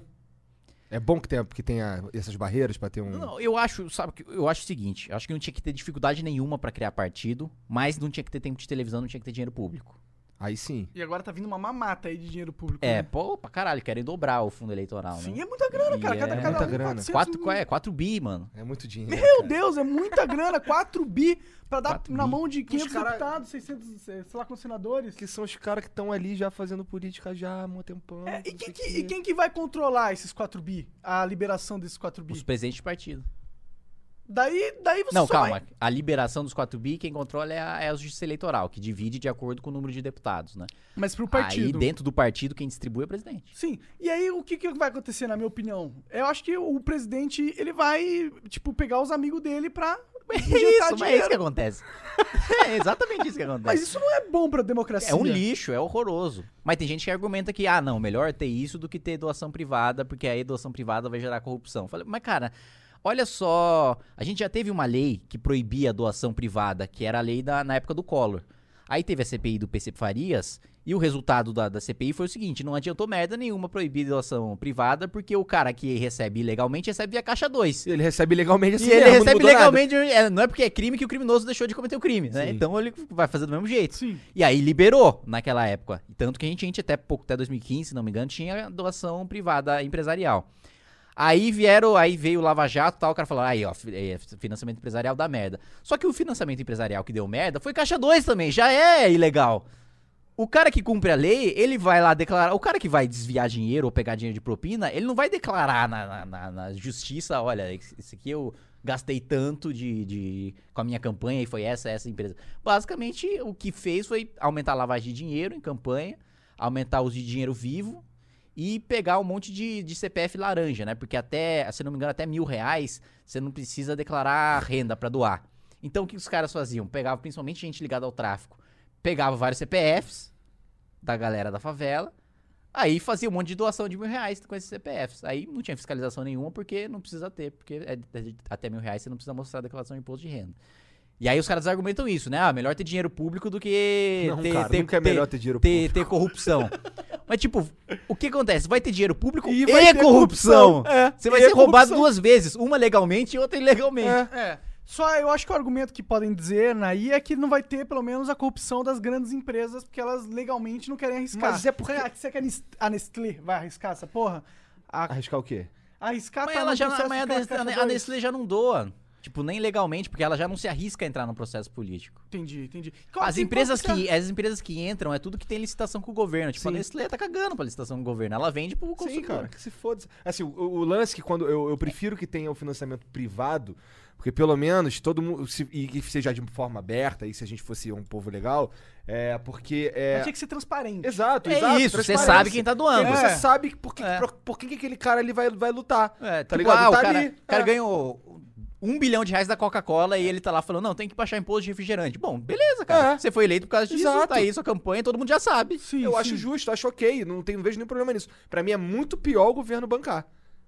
S3: É bom que tenha, que tenha essas barreiras pra ter
S2: Hum.
S3: um.
S4: Não, eu acho, sabe, o que- eu acho o seguinte: eu acho que não tinha que ter dificuldade nenhuma pra criar partido, mas não tinha que ter tempo de televisão, não tinha que ter dinheiro público.
S2: Hum.
S3: Aí sim.
S2: E agora tá vindo uma mamata aí de dinheiro público.
S4: É,
S2: né?
S4: pô, pra caralho, querem dobrar o fundo eleitoral,
S2: Sim,
S4: né?
S2: é muita grana,
S4: E
S2: cara. Cada,
S4: é
S2: cada
S3: muita
S2: um,
S3: grana.
S2: 400
S4: Quatro-
S2: mil.
S4: é 4 bi, mano.
S3: É muito dinheiro.
S2: Meu Deus, é muita grana. 4 bi pra dar
S4: Quatro
S2: na
S4: bi.
S2: mão de 500
S3: cara-
S2: deputados, 600, sei lá, com senadores.
S3: Que são os caras que estão ali já fazendo política já há um tempão.
S2: É, e, quem
S3: não sei
S2: que,
S3: o
S2: e
S3: quê.
S2: quem que vai controlar esses 4 bi? A liberação desses 4 bi?
S4: Os presidentes de partido.
S2: Daí, daí você
S4: Não,
S2: só
S4: calma.
S2: vai-
S4: A liberação dos 4 bi, quem controla é a, é a justiça eleitoral, que divide de acordo com o número de deputados, né?
S2: Mas pro
S4: Aí,
S2: partido.
S4: dentro do partido, quem distribui é o presidente.
S2: Sim. E aí, o que, que vai acontecer, na minha opinião? Eu acho que o presidente, ele vai, tipo, pegar os amigos dele pra injetar
S4: É isso, mas é
S2: dinheiro.
S4: isso que acontece. é exatamente isso que acontece.
S2: Mas isso não é bom pra democracia.
S4: É um lixo, é horroroso. Mas tem gente que argumenta que, ah, não, melhor ter isso do que ter doação privada, porque aí doação privada vai gerar corrupção. Falei, mas cara, olha só, a gente já teve uma lei que proibia a doação privada, que era a lei da, na época do Collor. Aí teve a CPI do PC Farias, e o resultado da, da CPI foi o seguinte: não adiantou merda nenhuma proibir doação privada, porque o cara que recebe ilegalmente recebe via caixa 2.
S3: Ele recebe legalmente assim
S4: e ele
S3: mesmo, não
S4: recebe
S3: mudou nada.
S4: legalmente, é, não é porque é crime que o criminoso deixou de cometer o crime, né? Então ele vai fazer do mesmo jeito.
S2: Sim.
S4: E aí liberou naquela época. Tanto que a gente, a gente até pouco, até 2015, se não me engano, tinha doação privada empresarial. Aí vieram, aí veio o Lava Jato e tal, o cara falou, aí ó, fi- é, financiamento empresarial dá merda. Só que o financiamento empresarial que deu merda foi caixa 2 também, já é ilegal. O cara que cumpre a lei, ele vai lá declarar. O cara que vai desviar dinheiro ou pegar dinheiro de propina, ele não vai declarar na, na- na- na justiça, olha, esse esse aqui eu gastei tanto de, de- com a minha campanha e foi essa, essa empresa. Basicamente, o que fez foi aumentar a lavagem de dinheiro em campanha, aumentar o uso de dinheiro vivo e pegar um monte de, de CPF laranja, né? Porque até, se não me engano, até mil reais você não precisa declarar renda pra doar. Então o que os caras faziam? Pegava principalmente gente ligada ao tráfico. Pegava vários CPFs da galera da favela. Aí fazia um monte de doação de mil reais com esses CPFs. Aí não tinha fiscalização nenhuma porque não precisa ter, porque é de- até mil reais você não precisa mostrar a declaração de imposto de renda. E aí os caras argumentam isso, né? Ah, melhor ter dinheiro público do que
S3: Não,
S4: ter,
S3: cara,
S4: ter,
S3: nunca é melhor ter dinheiro
S4: ter, ter corrupção. Mas, tipo, o que acontece? Vai ter dinheiro público e,
S3: E vai ter
S4: corrupção.
S3: corrupção. É,
S4: Você vai
S3: e
S4: ser
S3: é
S4: roubado
S3: corrupção.
S4: duas vezes, uma legalmente e outra ilegalmente.
S2: É. Só eu acho que o argumento que podem dizer aí é que não vai ter, pelo menos, a corrupção das grandes empresas, porque elas legalmente não querem arriscar.
S3: Mas é porque-
S2: Será que será que a Nis- a Nestlé vai arriscar essa porra? A-
S3: Arriscar o quê?
S2: Arriscar
S4: Mas
S2: tá
S4: ela
S2: no
S4: já, é,
S2: processo
S4: mas a,
S2: de ca-
S4: Nes- a
S2: caixa
S4: Ne- a
S2: dois.
S4: Nestlé já não doa. Tipo, nem legalmente, porque ela já não se arrisca a entrar no processo político.
S2: Entendi, entendi. Qual-
S4: As
S2: tem
S4: empresas,
S2: quantos
S4: que, as empresas que entram é tudo que tem licitação com o governo. Tipo, a Nestlé tá cagando pra licitação com o governo. Ela vende pro
S3: Sim,
S4: consumidor.
S3: cara, que se foda. Assim, o, o lance que quando eu, eu prefiro que tenha o financiamento privado, porque pelo menos todo mundo se- e que seja de forma aberta, e se a gente fosse um povo legal, é porque é
S2: Mas tinha que ser transparente.
S3: Exato,
S4: É
S3: exato.
S4: isso, você
S3: transparência.
S4: sabe quem tá doando.
S3: Porque
S2: É.
S3: Você sabe por que,
S4: É.
S3: por, por que que aquele cara ali vai, vai lutar.
S4: É,
S3: tá
S4: tipo,
S3: ligado?
S4: ah,
S3: tá
S4: o cara,
S3: ali.
S4: o cara
S3: é.
S4: ganhou um bilhão de reais da Coca-Cola e ele tá lá falando, não, tem que baixar imposto de refrigerante. Bom, beleza, cara.
S3: É.
S4: Você foi eleito por causa disso,
S3: Exato.
S4: tá aí sua campanha, todo mundo já sabe.
S2: Sim,
S3: Eu
S2: sim.
S3: acho justo, acho ok. Não, tem, não vejo nenhum problema nisso. Pra mim é muito pior o governo bancar.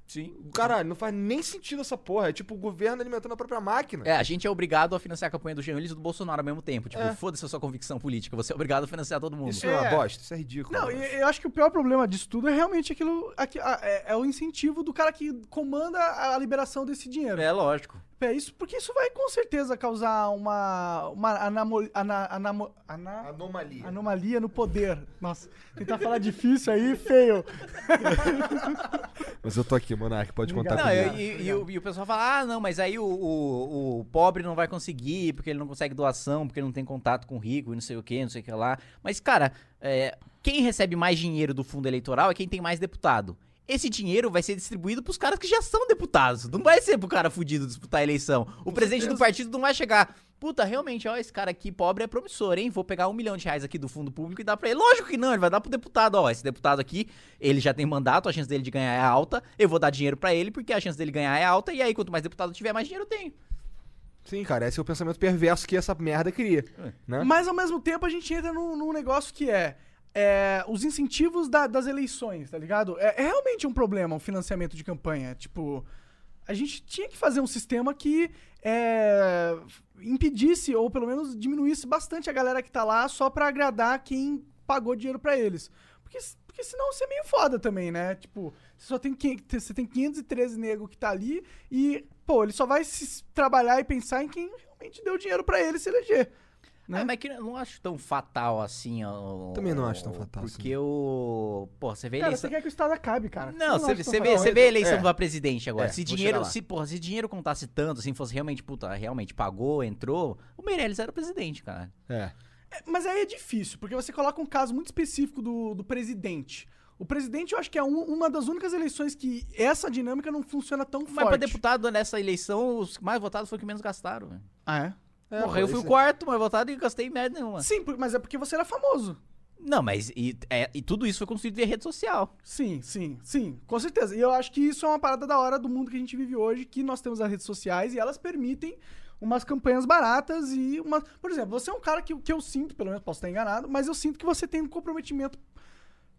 S4: Sim.
S3: Caralho, não faz nem sentido essa porra. É tipo o governo alimentando a própria máquina.
S4: É, a gente é obrigado a financiar a campanha do Jean Willis e do Bolsonaro ao mesmo tempo. Tipo,
S3: É.
S4: foda-se a sua convicção política, você é obrigado a financiar todo mundo.
S3: Isso é. uma
S2: É.
S3: bosta, isso é ridículo.
S2: Não,
S3: Nossa.
S2: e- eu acho que o pior problema disso tudo é realmente aquilo. aqui- a- é, é o incentivo do cara que comanda a, a liberação desse dinheiro. É.
S4: É lógico.
S2: isso, porque isso vai com certeza causar uma. uma anamo, ana, anamo, ana-
S3: Anomalia.
S2: anomalia no poder. Nossa, tentar falar difícil aí, feio.
S3: Mas eu tô aqui, Monark, pode contar
S4: Não,
S3: comigo.
S4: e, e- e o, e o pessoal fala, ah, não, mas aí o, o- o pobre não vai conseguir, porque ele não consegue doação, porque ele não tem contato com o rico e não sei o que, não sei o que lá. Mas, cara, é, quem recebe mais dinheiro do fundo eleitoral é quem tem mais deputado. Esse dinheiro vai ser distribuído pros caras que já são deputados. Não vai ser pro cara fudido disputar a eleição. O presidente do partido não vai chegar. Puta, realmente, ó, esse cara aqui pobre é promissor, hein? Vou pegar um milhão de reais aqui do fundo público e dar pra ele. Lógico que não, ele vai dar pro deputado, ó. Esse deputado aqui, ele já tem mandato, a chance dele de ganhar é alta. Eu vou dar dinheiro pra ele, porque a chance dele ganhar é alta. E aí, quanto mais deputado tiver, mais dinheiro eu tenho.
S3: Sim, cara, esse é o pensamento perverso que essa merda cria.
S4: É.
S3: Né?
S2: Mas ao mesmo tempo a gente entra num, num negócio que é, é, os incentivos da- das eleições, tá ligado? É, é realmente um problema o financiamento de campanha. Tipo, a gente tinha que fazer um sistema que é, impedisse ou pelo menos diminuísse bastante a galera que tá lá só pra agradar quem pagou dinheiro pra eles. Porque, porque senão você é meio foda também, né? Tipo, você só tem, quin- você tem 513 nego que tá ali e, pô, ele só vai se trabalhar e pensar em quem realmente deu dinheiro pra ele se eleger. Né?
S4: Ah, mas que eu não acho tão fatal assim, ó.
S3: Também não acho tão
S4: ó,
S3: fatal
S4: Porque o. Pô, você vê
S2: Cara,
S4: eleição.
S2: você quer que o Estado acabe, cara.
S4: Não, você
S2: acho
S4: vê,
S2: que
S4: você
S2: eu
S4: vê,
S2: falo.
S4: você vê a eleição
S3: é.
S4: pra presidente agora.
S3: É,
S4: se
S3: vou
S4: dinheiro,
S3: chegar lá.
S4: se, porra, se dinheiro contasse tanto, assim, fosse realmente, puta, realmente pagou, entrou, o Meirelles era o presidente, cara.
S3: É.
S2: É, Mas aí é difícil, porque você coloca um caso muito específico do, do presidente. O presidente, eu acho que é um- uma das únicas eleições que essa dinâmica não funciona tão
S4: Mas
S2: forte.
S4: pra deputado nessa eleição, os mais votados foram os que menos gastaram. velho.
S2: Ah, é?
S3: É,
S4: porra,
S3: pô,
S4: eu fui o
S3: esse-
S4: quarto mais votado e gastei merda nenhuma.
S2: Sim, por- mas é porque você era famoso.
S4: Não, mas e, é, e tudo isso foi construído via rede social.
S2: Sim, sim, sim, com certeza. E eu acho que isso é uma parada da hora do mundo que a gente vive hoje, que nós temos as redes sociais e elas permitem umas campanhas baratas e uma. Por exemplo, você é um cara que, que eu sinto, pelo menos posso estar enganado, mas eu sinto que você tem um comprometimento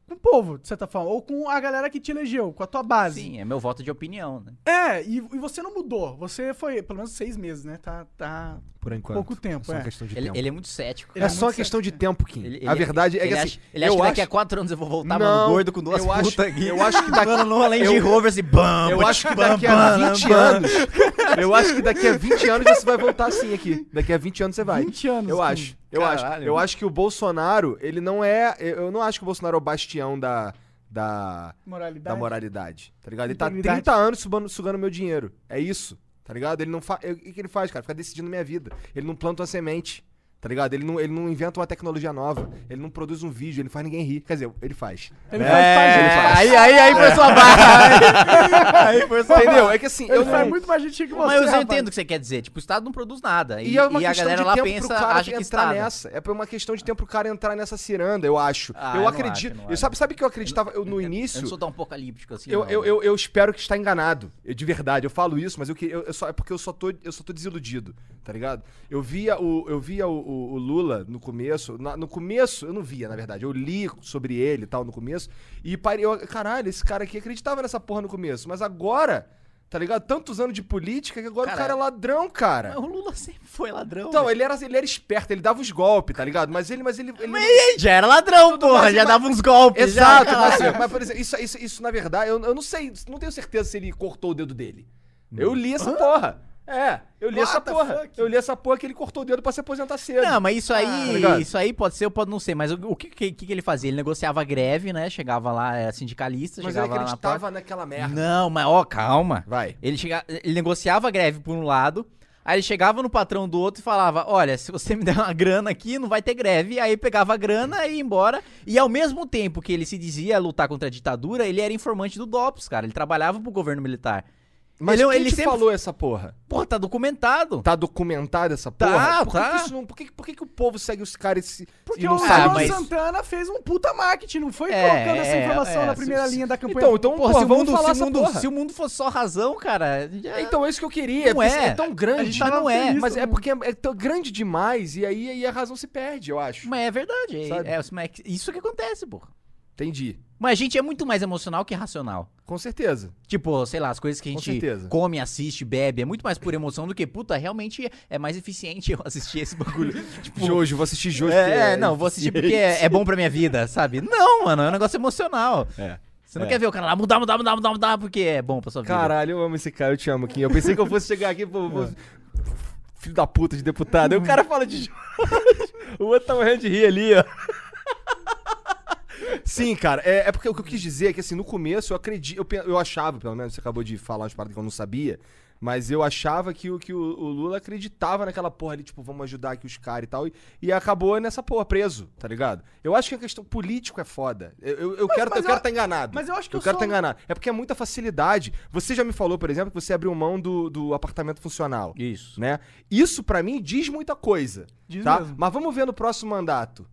S2: com o povo, de certa forma, ou com a galera que te elegeu, com a tua base.
S4: Sim, é meu voto de opinião, né?
S2: É, e, e você não mudou. Você foi, pelo menos, seis meses, né? Tá, tá
S3: Por enquanto.
S2: pouco tempo,
S3: É só
S2: é.
S3: uma questão de
S4: Ele,
S3: tempo.
S4: ele é muito cético.
S2: Ele
S3: É
S4: cara.
S3: só
S2: muito
S3: questão de
S2: certo,
S3: tempo, Kim.
S4: Ele-
S3: a
S4: ele-
S3: verdade é
S4: ele
S3: que
S4: acha,
S3: assim,
S4: ele acha
S3: eu
S4: que
S3: acho,
S4: daqui a quatro anos eu vou voltar,
S3: Não,
S4: mano, gordo com duas
S3: eu acho-
S4: putas aqui.
S3: eu acho que daqui-
S4: Mano, num Land
S3: eu-
S4: Rover assim, bam,
S3: Eu
S4: bam,
S3: acho que
S4: bam,
S3: daqui a
S4: bam,
S3: 20
S4: bam.
S3: anos. Eu acho que daqui a 20 anos você vai voltar assim aqui. Daqui a 20 anos você vai.
S2: 20 anos,
S3: Eu
S2: Kim.
S3: acho. Eu acho.
S4: Caralho.
S3: Eu acho que o Bolsonaro, ele não é. Eu eu não acho que o Bolsonaro é o bastião da. Da,
S2: Moralidade.
S3: da moralidade, tá ligado? Ele tá
S2: Integridade.
S3: 30 anos subando- sugando meu dinheiro. É isso, tá ligado? Ele não faz. O que que ele faz, cara? Fica decidindo minha vida. Ele não planta uma semente, tá ligado? Ele não, ele não inventa uma tecnologia nova. Ele não produz um vídeo, ele não faz ninguém rir. Quer dizer, ele faz.
S2: Ele
S3: né?
S2: faz pra gente.
S3: Ele
S4: É,
S3: faz.
S4: aí, aí, aí foi sua barra. aí foi sua barra.
S3: Entendeu? É que assim,
S2: Ele
S3: eu
S2: faz
S3: não.
S2: muito mais gente que você,
S4: Mas eu
S2: rapaz.
S4: entendo o que você quer dizer. Tipo, o Estado não produz nada. E,
S3: é E é uma
S4: e a
S3: questão
S4: galera
S3: de
S4: lá
S3: tempo
S4: pensa,
S3: pro cara
S4: acha que
S3: entrar
S4: está. né?
S3: nessa. É uma questão de tempo pro cara entrar nessa ciranda, eu acho.
S4: Ah,
S3: eu
S4: eu não
S3: acredito.
S4: acho, não
S3: eu
S4: acho.
S3: sabe, sabe que eu acreditava eu, no
S4: Eu não sou
S3: início?
S4: tão apocalíptico assim.
S3: Eu,
S4: não.
S3: eu, eu, eu espero que está enganado. Eu, de verdade, eu falo isso, mas eu, que- eu, eu só, é porque eu só, tô, eu só tô desiludido, tá ligado? Eu via o, eu via o, o- o Lula no começo. na- no começo, eu não via, na verdade. Eu li sobre ele e tal no começo. E pare, eu, caralho, esse cara aqui acreditava nessa porra no começo. Mas agora, tá ligado? Tantos anos de política que agora
S4: Cara,
S3: o cara é ladrão, cara.
S4: Mas o Lula sempre foi ladrão.
S3: Então,
S4: velho.
S3: ele era, ele era esperto, ele dava os golpes, tá ligado? Mas ele. Mas ele, ele-
S4: Mas ele já era ladrão, porra.
S3: mais,
S4: já
S3: mas-
S4: dava uns golpes.
S3: Exato,
S4: já, tá
S3: mas, assim,
S4: caralho.
S3: mas, por exemplo, isso, isso, isso na verdade, eu, eu não sei, não tenho certeza se ele cortou o dedo dele. Eu li essa porra. É, eu li
S2: What
S3: essa
S2: the
S3: porra.
S2: fuck?
S3: Eu li essa porra que ele cortou o dedo pra se aposentar cedo.
S4: Não, mas isso
S3: tá
S4: aí,
S3: ligado?
S4: isso aí pode ser ou pode não ser. Mas o, o que, que, que ele fazia? Ele negociava greve, né? Chegava lá, era sindicalista,
S3: mas ele
S4: chegava lá na porta.
S3: acreditava naquela merda.
S4: Não, mas ó, calma.
S3: Vai.
S4: Ele, chega, ele negociava a greve por um lado, aí ele chegava no patrão do outro e falava: Olha, se você me der uma grana aqui, não vai ter greve. Aí pegava a grana e ia embora. E ao mesmo tempo que ele se dizia lutar contra a ditadura, ele era informante do DOPS, cara. Ele trabalhava pro governo militar.
S3: Mas
S4: ele,
S3: ele, quem
S4: ele
S3: te
S4: sempre.
S3: falou essa porra?
S4: Pô, tá documentado.
S3: Tá documentada essa
S4: Tá,
S3: porra? por que
S4: tá.
S3: Que isso não, por que, por que, que o povo segue os caras e, se-
S2: Porque
S3: e não
S2: o
S3: sabe
S2: Luan
S4: mas-
S3: disso?
S2: Santana fez um puta marketing, não foi
S4: É,
S2: colocando essa
S4: é,
S2: informação
S4: é,
S2: na primeira
S4: se-
S2: linha da campanha.
S3: Então, então,
S4: Porra,
S3: porra,
S4: se, o
S3: vamos
S4: mundo,
S3: falar
S4: se,
S3: essa
S4: o mundo,
S3: porra.
S4: se o mundo fosse só razão, cara. já-
S3: Então é isso que eu queria.
S4: Não
S3: porque isso
S4: é.
S3: é tão grande.
S4: A gente tá- não é.
S2: falando
S3: Mas é
S2: não-
S3: porque é é tão grande demais e aí, aí a razão se perde, eu acho.
S4: Mas é verdade. é-
S3: Sabe?
S4: É, mas é isso que acontece, porra.
S3: Entendi.
S4: Mas a gente é muito mais emocional que racional.
S3: Com certeza.
S4: Tipo, sei lá, as coisas que a
S3: Com
S4: gente
S3: certeza.
S4: come, assiste, bebe, é muito mais por emoção do que, puta, realmente é mais eficiente eu assistir esse bagulho. tipo,
S3: Jojo, vou assistir Jojo. porque
S4: é, é, não, vou assistir porque é, é bom pra minha vida, sabe? Não, mano, é um negócio emocional.
S3: É.
S4: Você não quer ver o cara lá mudar, mudar, mudar, mudar, mudar, porque é bom pra sua vida.
S3: Caralho, eu amo esse cara, eu te amo, Kim. Eu pensei que eu fosse chegar aqui, pô,
S2: Ah.
S3: pô, filho da puta de deputado. Aí o cara fala de Jojo. O outro tá morrendo de rir ali, ó. Sim, cara, é, é porque o que eu quis dizer é que assim, no começo eu acredito, eu, pe- eu achava, pelo menos, você acabou de falar umas paradas que eu não sabia, mas eu achava que, o, que o, o Lula acreditava naquela porra ali, tipo, vamos ajudar aqui os caras e tal, e, e acabou nessa porra, preso, tá ligado? Eu acho que a quesão político é foda. Eu, eu, eu quero
S2: mas
S3: estar
S2: eu-
S3: tá enganado.
S2: mas eu acho que
S3: eu
S2: eu
S3: quero
S2: sou
S3: tá
S2: um-
S3: enganado. É porque é muita facilidade. Você já me falou, por exemplo, que você abriu mão do, do apartamento funcional.
S4: Isso.
S3: Né? Isso pra mim diz muita coisa.
S2: Diz
S3: tá?
S2: mesmo.
S3: Mas vamos ver no próximo mandato.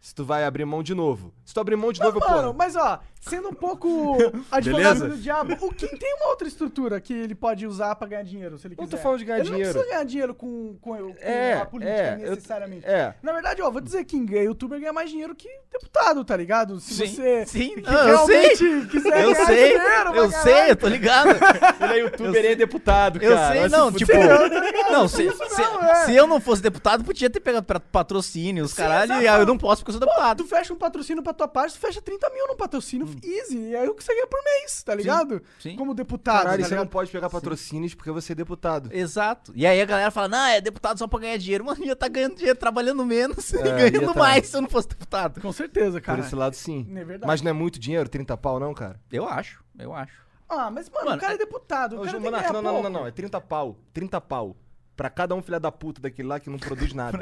S3: Se tu vai abrir mão de novo. Se tu abrir mão de novo, eu
S2: Mano,
S3: ponho.
S2: mas ó, sendo um pouco advogado
S3: Beleza?
S2: do diabo, o Kim tem uma outra estrutura que ele pode usar pra ganhar dinheiro, se ele
S3: Não
S2: quiser.
S3: tô falando de ganhar
S2: ele
S3: dinheiro.
S2: não precisa ganhar dinheiro com, com, com
S3: É,
S2: a política,
S3: é, eu-
S2: necessariamente.
S3: é.
S2: Na verdade, ó, vou dizer que youtuber ganha mais dinheiro que deputado, tá ligado? Se
S4: Sim,
S2: você
S4: sim,
S2: que
S3: Ah,
S4: não, eu
S2: realmente
S4: sei.
S2: quiser
S4: eu
S2: ganhar
S4: sei,
S2: dinheiro, pra
S4: eu sei, eu tô ligado.
S3: Ele é
S4: eu
S3: youtuber,
S4: sei.
S3: ele é deputado,
S4: Eu
S3: cara.
S4: sei,
S3: Vai se
S4: não,
S3: fuder. tá
S4: tipo. Não, se, se-
S2: é.
S4: se eu não fosse deputado, podia ter pegado pra- patrocínio, os caralho, e ah, eu não posso porque eu sou deputado.
S2: Tu fecha um patrocínio pra tua parte, tu fecha 30 mil num patrocínio
S3: Hum.
S2: easy. E aí o que você ganha por mês, tá ligado?
S4: sim.
S2: Como deputado.
S3: Caralho, é um
S2: tá
S3: você não
S2: ligado?
S3: pode pegar patrocínios porque você é deputado.
S4: Exato. E aí a galera fala, não, é deputado só pra ganhar dinheiro. Mano, ia tá ganhando dinheiro trabalhando menos e ganhando
S3: ia tá.
S4: mais se eu não fosse deputado.
S2: Com certeza,
S3: Por
S2: cara.
S3: esse lado, sim.
S2: É verdade.
S3: Mas não é muito dinheiro? 30 pau, não, cara?
S4: Eu acho, eu acho.
S2: Ah, mas mano,
S4: Mano,
S2: o cara é
S4: é-
S2: deputado. O
S3: Ô,
S2: cara
S3: Ju,
S2: tem que
S3: Monark,
S2: ganhar
S3: não, não, não,
S2: pouco.
S3: não, não. É 30 pau. 30 pau. Pra cada um filha da puta daquele lá que não produz nada.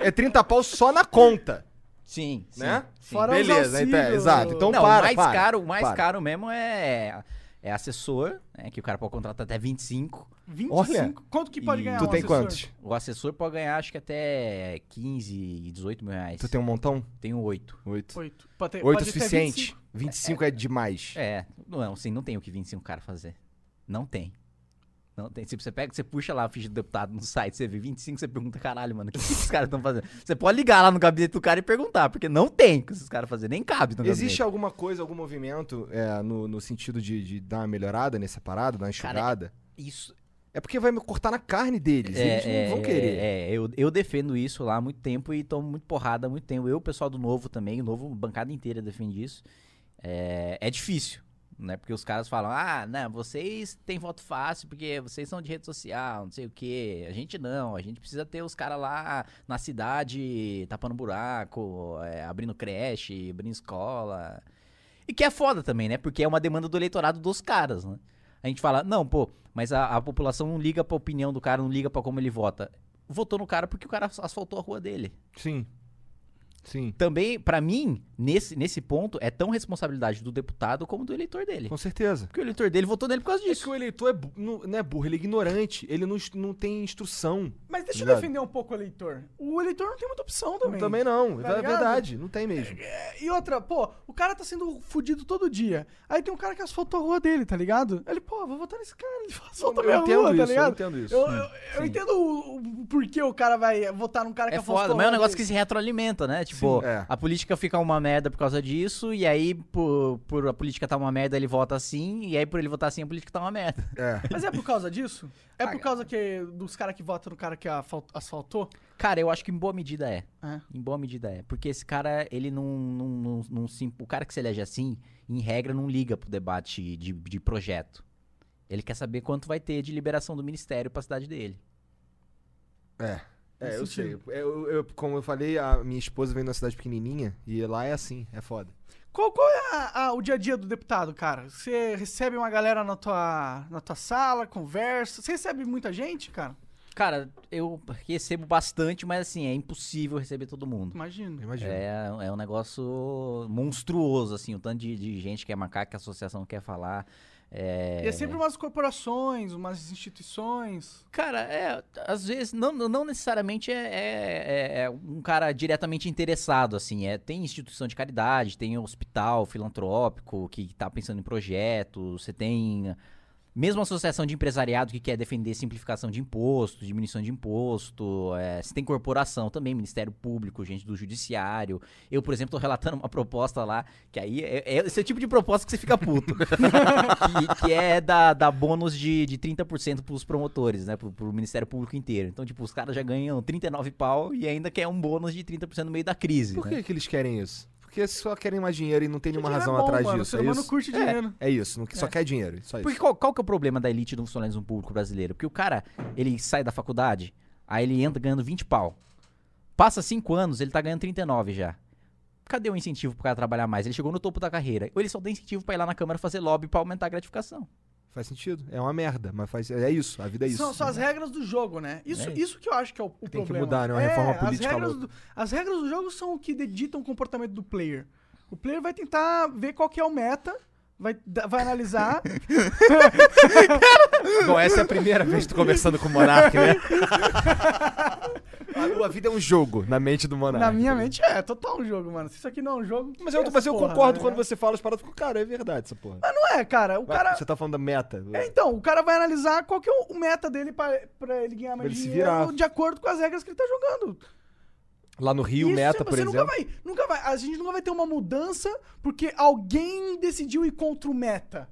S3: É 30 pau só na conta,
S4: Sim, sim.
S3: né?
S2: Fora os
S3: Beleza, então,
S2: auxílios.
S3: exato. Então
S4: não,
S3: para,
S4: o mais
S3: para,
S4: caro, o mais
S3: para.
S4: caro mesmo é é assessor, né, que o cara pode contratar até 25.
S2: 25? Quanto que pode
S4: E
S2: ganhar
S3: Tu
S2: um
S3: tem
S2: assessor?
S3: quantos?
S4: O assessor pode ganhar acho que até 15, 18 mil reais.
S3: Tu tem um montão?
S4: Tenho 8.
S3: Oito.
S2: Oito. Pode ter-
S3: Oito
S2: pode
S3: é
S2: ter
S3: suficiente.
S2: 25.
S3: 25 é demais.
S4: um É, não, assim, não tem o que 25 cara fazer. Não tem. Não tem. Tipo, você pega, você puxa lá a ficha do deputado no site, você vê 25, você pergunta, caralho, mano, o que, que esses caras estão fazendo? Você pode ligar lá no gabinete do cara e perguntar, porque não tem o que esses caras fazerem, nem cabe no gabinete.
S3: Existe alguma coisa, algum movimento é, no, no sentido de, de dar uma melhorada nessa parada, dar uma
S4: Cara,
S3: enxugada?
S4: Isso,
S3: é porque vai me cortar na carne deles. eles não vão querer.
S4: É, eu, eu defendo isso lá há muito tempo e tomo muito porrada há muito tempo. Eu, o pessoal do Novo também, o Novo, bancada inteira defende isso. É, é difícil, né? Porque os caras falam, ah, né, vocês têm voto fácil porque vocês são de rede social, não sei o quê. A gente não, a gente precisa ter os caras lá na cidade tapando buraco, é, abrindo creche, abrindo escola. E que é foda também, né? Porque é uma demanda do eleitorado dos caras, né? A gente fala, não, pô, mas a, a população não liga pra opinião do cara, não liga pra como ele vota. Votou no cara porque o cara asfaltou a rua dele.
S3: Sim. Sim.
S4: Também, pra mim, nesse, nesse ponto, é tão responsabilidade do deputado como do eleitor dele.
S3: Com certeza.
S4: Porque o eleitor dele votou nele por causa
S3: É que
S4: disso.
S3: o eleitor é bu- não, não é burro, ele é ignorante. Ele não, est- não tem instrução.
S2: Mas deixa eu
S3: Verdade.
S2: defender um pouco o eleitor. O eleitor não tem muita opção também.
S3: Também não.
S2: Tá
S3: é
S2: ligado? É,
S3: verdade, não tem mesmo.
S2: E outra, pô, o cara tá sendo fudido todo dia. Aí tem um cara que asfaltou a rua dele, tá ligado? Ele, pô, vou votar nesse cara, ele asfalta a
S3: Eu
S2: minha
S3: entendo
S2: rua, tá
S3: isso, eu
S2: ligado?
S3: entendo isso.
S2: Eu,
S3: Sim,
S2: eu- eu entendo o, o porquê o cara vai votar num cara que
S4: É
S2: asfaltou
S4: foda,
S2: a
S4: mas é um
S2: rua
S4: negócio que
S2: dele.
S4: se retroalimenta, né? Tipo,
S3: Sim, é.
S4: a política fica uma merda por causa disso, e aí por, por a política tá uma merda, ele vota assim, e aí por ele votar assim, a política tá uma merda.
S3: É.
S2: Mas é por causa disso? É por causa que dos caras que votam no cara que afal- asfaltou?
S4: Cara, eu acho que em boa medida é.
S2: É.
S4: Em boa medida é. Porque esse cara, ele não, não, não, não se. imp- O cara que se elege assim, em regra, não liga pro debate de, de projeto. Ele quer saber quanto vai ter de liberação do ministério pra cidade dele.
S3: É. É, eu
S2: Nesse
S3: sei. Eu- eu- como eu falei, a minha esposa vem de uma cidade pequenininha e lá é assim, é foda.
S2: Qual, qual é a- a- o dia a dia do deputado, cara? Você recebe uma galera na tua, na tua sala, conversa? Você recebe muita gente, cara?
S4: Cara, eu recebo bastante, mas assim, é impossível receber todo mundo.
S2: Imagino.
S3: Imagina.
S4: É, é um negócio monstruoso, assim, o tanto de, de gente que é macaco, que a associação quer falar. É...
S2: E é sempre umas corporações, umas instituições.
S4: Cara, é, às vezes, não, não não necessariamente é, é- é- é um cara diretamente interessado, assim, é, tem instituição de caridade, tem hospital filantrópico que tá pensando em projetos, você tem mesmo associação de empresariado que quer defender simplificação de imposto, diminuição de imposto, é, você tem corporação também, Ministério Público, gente do Judiciário. Eu, por exemplo, tô relatando uma proposta lá, que aí é, é esse é o tipo de proposta que você fica puto. que, que é dar dar bônus de, de 30% pros promotores, né? Pro, pro Ministério Público inteiro. Então, tipo, os caras já ganham 39 pau e ainda quer um bônus de 30% no meio da crise.
S3: Por
S4: né?
S3: que, que eles querem isso? Porque só querem mais dinheiro e não tem nenhuma
S2: Dinheiro é
S3: razão
S2: bom,
S3: atrás
S2: mano,
S3: disso.
S2: O ser
S3: é
S2: humano
S3: isso?
S2: curte dinheiro.
S3: É isso, não- só quer dinheiro. Só isso.
S4: Porque qual, qual que é o problema da elite do funcionalismo público brasileiro? Porque o cara, ele sai da faculdade, aí ele entra ganhando 20 pau. Passa 5 anos, ele tá ganhando 39 já. Cadê o incentivo pro cara trabalhar mais? Ele chegou no topo da carreira. Ou ele só tem incentivo pra ir lá na Câmara fazer lobby pra aumentar a gratificação.
S3: Faz sentido. É uma merda, mas faz... é isso. A vida é isso.
S2: São, são as regras do jogo, né? Isso,
S4: É.
S2: isso que eu acho que é o, o
S3: Tem que
S2: problema.
S3: mudar, né? Uma
S2: É,
S3: reforma
S2: As
S3: política né?
S2: regras,
S3: louca.
S2: do, as regras do jogo são o que ditam o comportamento do player. O player vai tentar ver qual que é o meta, vai, da- vai analisar.
S3: Bom, essa é a primeira vez que tu conversando com o Monark, né? a, a vida é um jogo na mente do Monark.
S2: Na minha mente é total um jogo, mano. Se isso aqui não é um jogo.
S3: Mas eu,
S2: que é
S3: mas eu
S2: essa porra,
S3: concordo
S2: né?
S3: quando você fala as paradas. eu fico, Cara, é verdade essa porra.
S2: Mas não é, cara. O
S3: Vai,
S2: cara.
S3: Você tá falando da meta.
S2: É, então, o cara vai analisar qual que é o meta dele pra, pra ele ganhar mais
S3: Pra ele se
S2: dinheiro
S3: virar.
S2: de acordo com as regras que ele tá jogando.
S3: Lá no Rio,
S2: Isso,
S3: meta, por
S2: você
S3: exemplo.
S2: Nunca vai, nunca vai. A gente nunca vai ter uma mudança porque alguém decidiu ir contra o meta.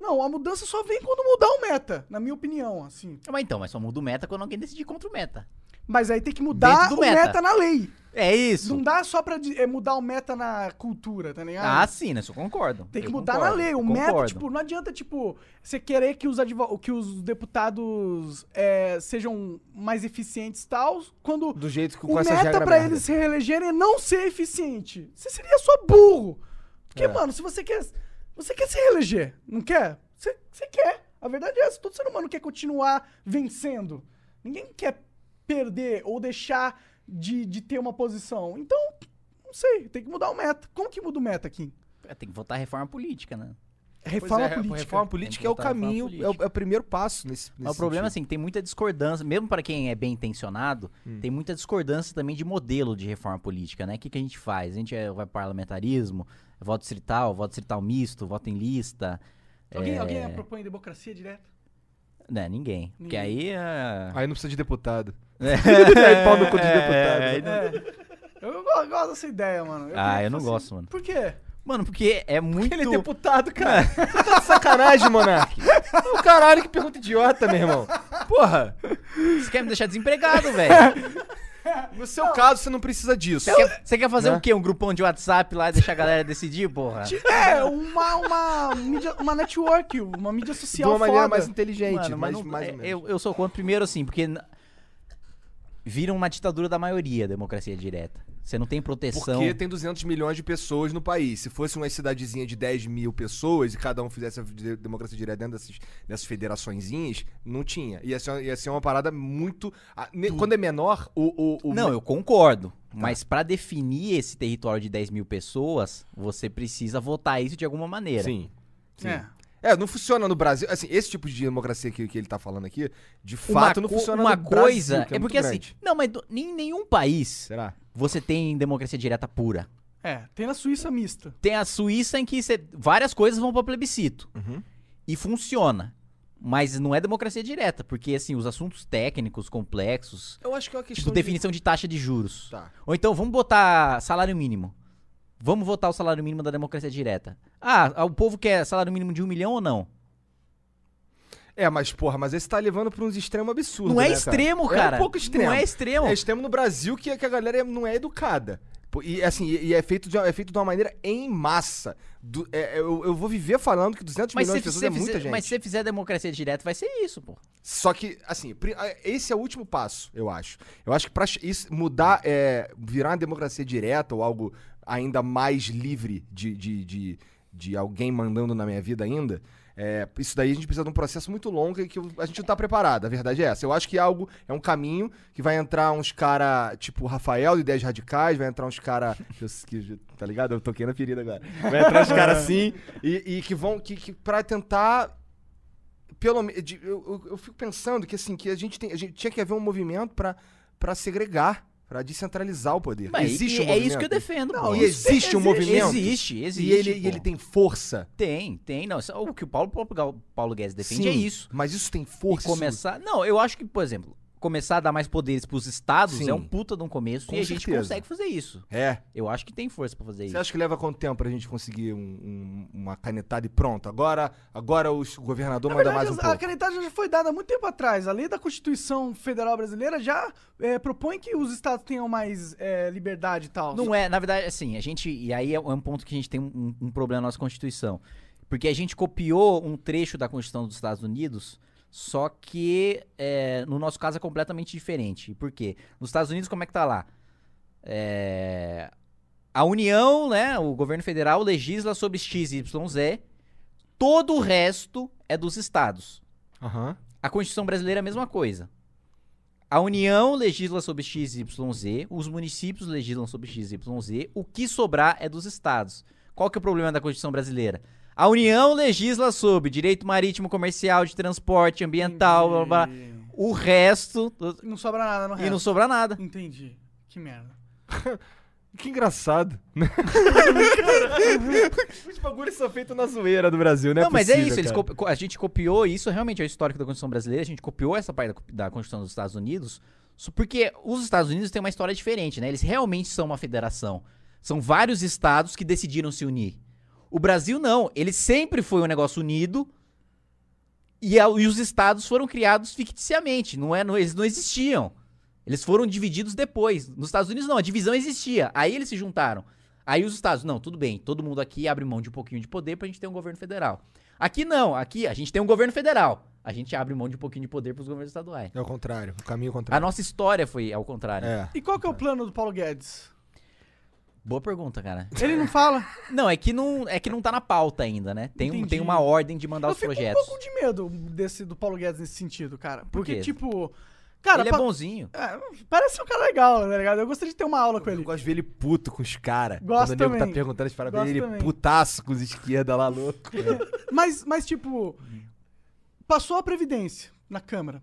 S2: Não, a mudança só vem quando mudar o meta, na minha opinião, assim.
S4: Mas então, mas só muda o meta quando alguém decidir contra o meta.
S2: Mas aí tem que mudar
S4: Dentro
S2: o
S4: do
S2: meta.
S4: meta.
S2: na lei.
S4: É
S2: Não
S4: isso.
S2: dá só pra de- é, mudar o meta na cultura, tá ligado?
S4: Ah, sim, né? Isso eu concordo.
S2: Tem que
S4: Eu
S2: mudar
S4: concordo,
S2: na lei. O
S4: eu
S2: meta,
S4: concordo.
S2: tipo, não adianta, tipo, você querer que os, advo- que os deputados é, sejam mais eficientes e tal, quando
S3: Do jeito que
S2: o
S3: com essas
S2: meta
S3: regras
S2: pra
S3: merda.
S2: eles se reelegerem é não ser eficiente. Você seria só burro. Porque,
S3: É.
S2: mano, se você quer. Você quer se reeleger, não quer? Você, você quer. A verdade é essa. Todo ser humano quer continuar vencendo. Ninguém quer perder ou deixar de, de ter uma posição. Então, não sei, tem que mudar o meta. Como que muda o meta, Kim?
S4: É, Tem que votar reforma política, né?
S3: Pois
S2: Reforma
S3: é,
S2: política.
S3: Reforma política é o
S4: Tem que botar reforma
S3: caminho, é o,
S4: política.
S3: é o primeiro passo nesse,
S4: Mas
S3: nesse
S4: o problema
S3: sentido. Hum.
S4: é assim, que tem muita discordância, mesmo para quem é bem intencionado, tem muita discordância também de modelo de reforma política, né? O que, que a gente faz? A gente é, vai parlamentarismo, voto distrital, voto distrital misto, voto em lista.
S3: É.
S2: Alguém, alguém propõe democracia direta?
S4: Né, ninguém. Porque aí. ah,
S3: Aí não precisa de deputado.
S4: É,
S3: Aí pau no cu de deputado. né?
S4: aí não-
S2: Eu go- gosto dessa ideia, mano. Eu
S4: Ah,
S2: queria
S4: eu não
S2: que fosse-
S4: gosto, mano.
S2: Por quê?
S4: Mano, porque é muito.
S3: Assim. Ele é deputado, cara. Você tá de sacanagem, Monark.
S2: É
S3: O caralho, que pergunta idiota, meu irmão. Porra,
S4: Você quer me deixar desempregado, velho?
S3: no seu caso, você não precisa disso.
S4: Você quer- Você quer fazer
S3: Né?
S4: o quê? Um grupão de WhatsApp lá e deixar a galera decidir, porra?
S2: É, uma, uma, mídia, uma network, uma mídia
S3: De
S2: social
S3: uma maneira
S2: é foda.
S3: mais inteligente,
S4: Mano, mas
S3: mais,
S4: não-
S3: mais
S4: é,
S3: ou menos.
S4: Eu, eu sou contra primeiro, assim, porque n- vira uma ditadura da maioria a democracia direta. Você não tem proteção.
S3: Porque tem 200 milhões de pessoas no país. Se fosse uma cidadezinha de 10 mil pessoas e cada um fizesse a de- democracia direta dentro dessas, dessas federaçõezinhas, não tinha. Ia ser, ia ser uma parada muito. a- ne- Quando é menor, o. o, Tá. o
S4: Não, eu concordo. Mas pra definir esse território de 10 mil pessoas, você precisa votar isso de alguma maneira.
S3: Sim. sim.
S2: É.
S3: É. não funciona no Brasil. Assim, esse tipo de democracia que, que ele tá falando aqui, de
S4: Uma,
S3: fato, não
S4: co-
S3: funciona
S4: uma
S3: no
S4: coisa
S3: Brasil, que é,
S4: é
S3: muito
S4: porque assim,
S3: grande.
S4: não, mas do- em nenhum país
S3: Será?
S4: você tem democracia direta pura.
S2: É, tem na Suíça mista.
S4: Tem a Suíça em que cê- várias coisas vão pra plebiscito.
S3: Uhum.
S4: E funciona. Mas não é democracia direta, porque assim, os assuntos técnicos complexos,
S3: Eu acho que é uma
S4: tipo definição de taxa de juros.
S3: Tá.
S4: Ou então vamos botar salário mínimo. Vamos votar o salário mínimo da democracia direta. Ah, o povo quer salário mínimo de um milhão ou não?
S3: É, mas porra, mas esse tá levando pra uns extremos absurdos.
S4: Não é
S3: né,
S4: extremo,
S3: É
S4: cara.
S3: um pouco extremo.
S4: Não é extremo.
S3: É extremo no Brasil que, que a galera é- não é educada. Pô, E assim, e e é feito de, é feito de uma maneira em massa. Du- é- é- eu, eu vou viver falando que 200
S4: Mas
S3: milhões
S4: se
S3: de pessoas
S4: você
S3: é muita
S4: fizer,
S3: gente.
S4: mas se você fizer democracia direta, vai ser isso, pô.
S3: Só que, assim, pri- a- esse é o último passo, eu acho. Eu acho que pra ch- isso mudar, é, virar uma democracia direta ou algo ainda mais livre de, de, de, de alguém mandando na minha vida ainda, é, isso daí a gente precisa de um processo muito longo e que eu- a gente não tá preparado. A verdade é essa. Eu acho que algo é um caminho que vai entrar uns cara tipo Rafael de Ideias Radicais, vai entrar uns cara que eu- que- tá ligado? Eu toquei na ferida agora. Vai entrar uns caras assim e, e que vão que, que para tentar pelo me- de- eu, eu- eu fico pensando que assim que a gente tem a gente tinha que haver um movimento pra para segregar pra descentralizar o poder
S4: Mas
S3: existe
S4: e-
S3: um
S4: é
S3: movimento
S4: isso que eu defendo,
S3: não
S4: pô.
S3: e existe um movimento
S4: Existe, existe.
S3: e ele e
S4: pô.
S3: ele tem força
S4: Tem, tem, não. isso- é O que o Paulo, Paulo, Paulo Guedes defende
S3: Sim,
S4: é isso.
S3: mas isso tem
S4: E
S3: força isso-
S4: começar. Não, eu acho que, por exemplo, começar a dar mais poderes pros estados
S3: Sim.
S4: é um puta de um começo
S3: Com
S4: e a gente
S3: certeza.
S4: consegue fazer isso.
S3: é
S4: Eu acho que tem força pra fazer
S3: você
S4: isso.
S3: acha que leva quanto tempo pra gente conseguir um- um- uma canetada e pronto? Agora, agora os- o governador
S2: Na
S3: manda
S2: verdade,
S3: mais um
S2: as-
S3: pouco.
S2: a canetada já foi dada há muito tempo atrás. A lei da Constituição Federal Brasileira já eh, propõe que os estados tenham mais eh, liberdade e tal.
S4: Não é, na verdade, assim, a gente. E aí é um ponto que a gente tem um, um problema na nossa Constituição. Porque a gente copiou um trecho da Constituição dos Estados Unidos, só que é, no nosso caso é completamente diferente. E Por quê? Nos Estados Unidos, como é que tá lá? É, a União, né? O governo federal legisla sobre XYZ, todo o resto é dos estados.
S3: Aham.
S4: A Constituição brasileira é a mesma coisa. A União legisla sobre XYZ, os municípios legislam sobre XYZ, o que sobrar é dos estados. Qual que é o problema da Constituição brasileira? A União legisla sobre direito marítimo, comercial, de transporte, ambiental, blá, blá, blá. o resto
S2: Não sobra nada no
S4: e
S2: resto.
S4: não sobra nada.
S2: Entendi. Que merda.
S3: Que engraçado. né? Os bagulhos são feitos na zoeira do Brasil, né?
S4: Não, mas é isso. Eles copi- a gente copiou isso, realmente é o histórico da Constituição brasileira. A gente copiou essa parte da co- da Constituição dos Estados Unidos, só porque os Estados Unidos têm uma história diferente, né? Eles realmente são uma federação. São vários estados que decidiram se unir. O Brasil não. Ele sempre foi um negócio unido. E, a- e os estados foram criados ficticiamente. Não é, não- eles não existiam. Eles foram divididos depois. Nos Estados Unidos, não. A divisão existia. Aí eles se juntaram. Aí os estados, não, tudo bem. Todo mundo aqui abre mão de um pouquinho de poder pra gente ter um governo federal. Aqui não. Aqui a gente tem um governo federal. A gente abre mão de um pouquinho de poder pros governos estaduais.
S3: É o contrário, o caminho
S4: A
S3: contrário.
S4: nossa história foi ao contrário.
S3: É.
S2: E qual que é o plano do Paulo Guedes?
S4: Boa pergunta, cara.
S2: Ele não fala?
S4: Não, é que não, é que não tá na pauta ainda, né? Tem, um, tem
S2: Entendi.
S4: uma ordem de mandar
S2: Eu
S4: os
S2: fico
S4: projetos.
S2: um pouco de medo desse, do Paulo Guedes nesse sentido, cara. Porque,
S4: quê?
S2: tipo... Cara,
S4: Ele é
S2: pa-
S4: bonzinho.
S2: é, parece um cara legal, tá ligado? Eu gostaria de ter uma
S4: é
S2: aula com
S3: Eu
S2: ele.
S3: gosto de ver ele puto com os caras.
S2: Gosto
S3: Quando o nego tá
S2: também.
S3: perguntando as paradas
S2: Gosto
S3: dele, ele
S2: também.
S3: putaço com os esquerda lá, louco.
S2: Mas, mas tipo, passou a Previdência na Câmara.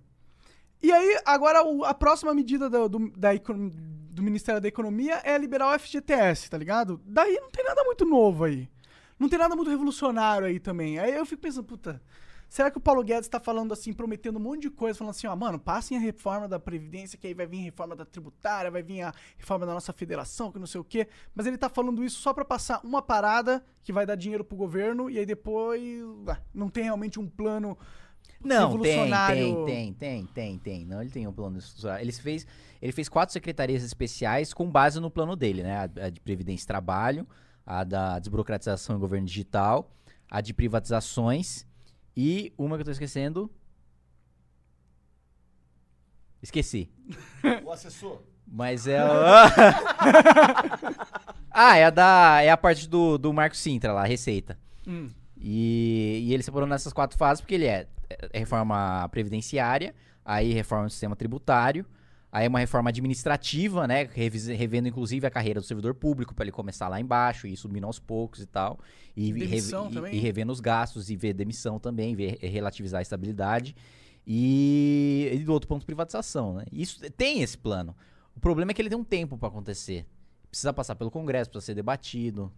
S2: E aí, agora o- a próxima medida do, do- da econo- do Ministério da Economia é liberar o FGTS, tá ligado? Daí não tem nada muito novo aí. Não tem nada muito revolucionário aí também. Aí eu fico pensando, puta, Será que o Paulo Guedes tá falando assim, prometendo um monte de coisa, falando assim, ó, mano, passem a reforma da Previdência, que aí vai vir a reforma da tributária, vai vir a reforma da nossa federação, que não sei o quê. Mas ele tá falando isso só pra passar uma parada que vai dar dinheiro pro governo, e aí depois ah, não tem realmente um plano
S4: Não, tem,
S2: revolucionário.
S4: tem, tem, tem, tem, tem. Não, ele tem um plano estrutural. Ele fez, ele fez quatro secretarias especiais com base no plano dele, né? A, a de Previdência e Trabalho, a da desburocratização e governo digital, a de privatizações e uma que eu tô esquecendo. Esqueci.
S3: O assessor.
S4: Mas é. o- ah, é a da. É a parte do, do Marco Sintra lá, a Receita.
S2: Hum.
S4: E, e ele separou nessas quatro fases, porque ele é, é reforma previdenciária, aí reforma do sistema tributário, aí é uma reforma administrativa, né? revis- Revendo, inclusive, a carreira do servidor público para ele começar lá embaixo e ir subindo aos poucos e tal. E, re-
S2: Demissão
S4: e-
S2: também?
S4: e revendo os gastos e ver demissão também, ver relativizar a estabilidade. E, e do outro ponto, privatização, né? Isso tem esse plano. O problema é que ele tem um tempo para acontecer. Precisa passar pelo Congresso, precisa ser debatido.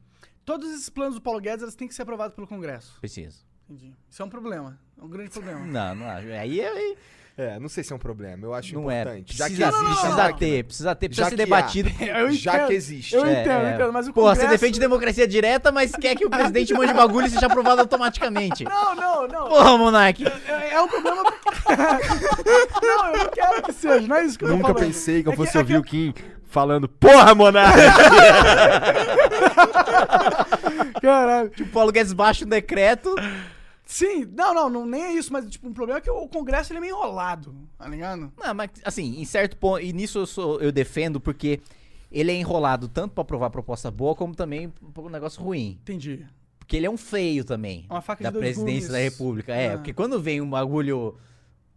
S2: Todos esses planos do Paulo Guedes, eles têm que ser aprovados pelo Congresso.
S4: Precisa.
S2: Entendi. Isso é um problema. É um grande problema.
S4: Não, não acho. Aí, aí
S3: É, não sei se é um problema, eu acho
S4: não é.
S3: importante.
S4: Precisa,
S3: já que existe,
S4: precisa ter, precisa ter, precisa
S3: Já
S4: ser
S3: que há.
S4: debatido.
S2: Eu
S3: já
S2: entendo.
S3: que existe.
S2: Eu
S4: É,
S2: entendo,
S4: é.
S2: eu entendo, mas o
S4: Pô,
S2: Congresso...
S4: você defende democracia direta, mas quer que o presidente mande bagulho e seja aprovado automaticamente.
S2: Não, não, não.
S4: Porra, Monark.
S2: É, é um problema porque... não, eu não quero que seja, não é isso que eu tô
S6: Nunca
S2: falando.
S6: pensei que eu
S2: É
S6: fosse
S2: é
S6: ouvir o Kim falando, porra, Monark!
S2: Caralho.
S4: O Paulo Guedes baixa um decreto.
S2: Sim, não, não, não, nem é isso, mas tipo, um problema é que o Congresso ele é meio enrolado, tá ligado?
S4: Não, mas assim, em certo ponto, e nisso eu, sou- eu defendo porque ele é enrolado tanto pra aprovar proposta boa como também pra um negócio ruim.
S2: Entendi.
S4: Porque ele é um feio também.
S2: Uma faca de
S4: da
S2: dois
S4: presidência
S2: gumes.
S4: da república. É,
S2: Ah.
S4: porque quando vem um bagulho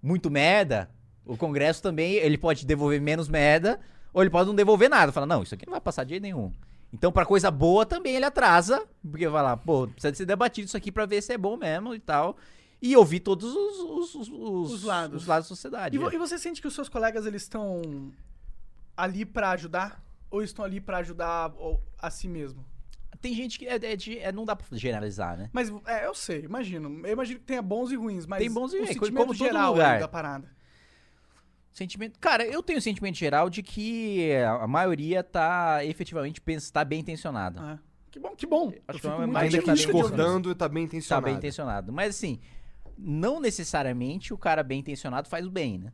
S4: muito merda, o Congresso também ele pode devolver menos merda, ou ele pode não devolver nada. Fala, não, isso aqui não vai passar de jeito nenhum. Então, pra coisa boa também ele atrasa, porque vai lá, pô, precisa de ser debatido isso aqui pra ver se é bom mesmo e tal. E ouvir todos os, os, os, os-
S2: Os lados.
S4: os lados da sociedade.
S2: E, vo-
S4: é.
S2: e você sente que os seus colegas eles estão ali pra ajudar ou estão ali pra ajudar o- a si mesmo?
S4: Tem gente que é, é de- é- não dá pra generalizar, né?
S2: Mas é, eu sei, imagino. Eu imagino que tenha bons e ruins, mas
S4: Tem bons e
S2: o
S4: ruins, como
S2: sentimento
S4: todo
S2: geral
S4: lugar.
S2: aí da parada.
S4: Sentimento. Cara, eu tenho o sentimento geral de que a maioria tá efetivamente pens- tá bem intencionada.
S2: Ah, que bom, que bom. Eu
S4: que
S2: fico
S4: é
S2: muito
S4: mais
S3: Ainda que
S4: Tá bem
S2: feliz de ouvir.
S3: discordando, tá bem
S4: tá
S3: intencionado.
S4: bem intencionado. Mas assim, não necessariamente o cara bem intencionado faz o bem, né?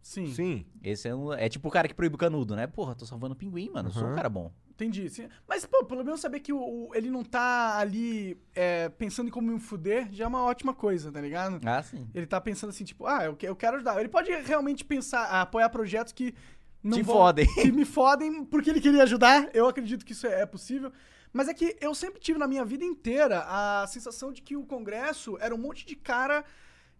S2: Sim,
S3: Sim.
S4: Esse é, um- é tipo o cara que proíbe o canudo, né? Porra, tô salvando o pinguim, mano. eu Sou um cara bom.
S2: entendi. sim. Mas, pô, pelo menos saber que o, o- ele não tá ali é, pensando em como me fuder já é uma ótima coisa, tá ligado?
S4: Ah, sim.
S2: Ele tá pensando assim, tipo, ah, eu, que- eu quero ajudar. Ele pode realmente pensar, apoiar projetos que não
S4: Te
S2: vão-
S4: fodem.
S2: Que me fodem porque ele queria ajudar. Eu acredito que isso é é possível. Mas é que eu sempre tive na minha vida inteira a sensação de que o Congresso era um monte de cara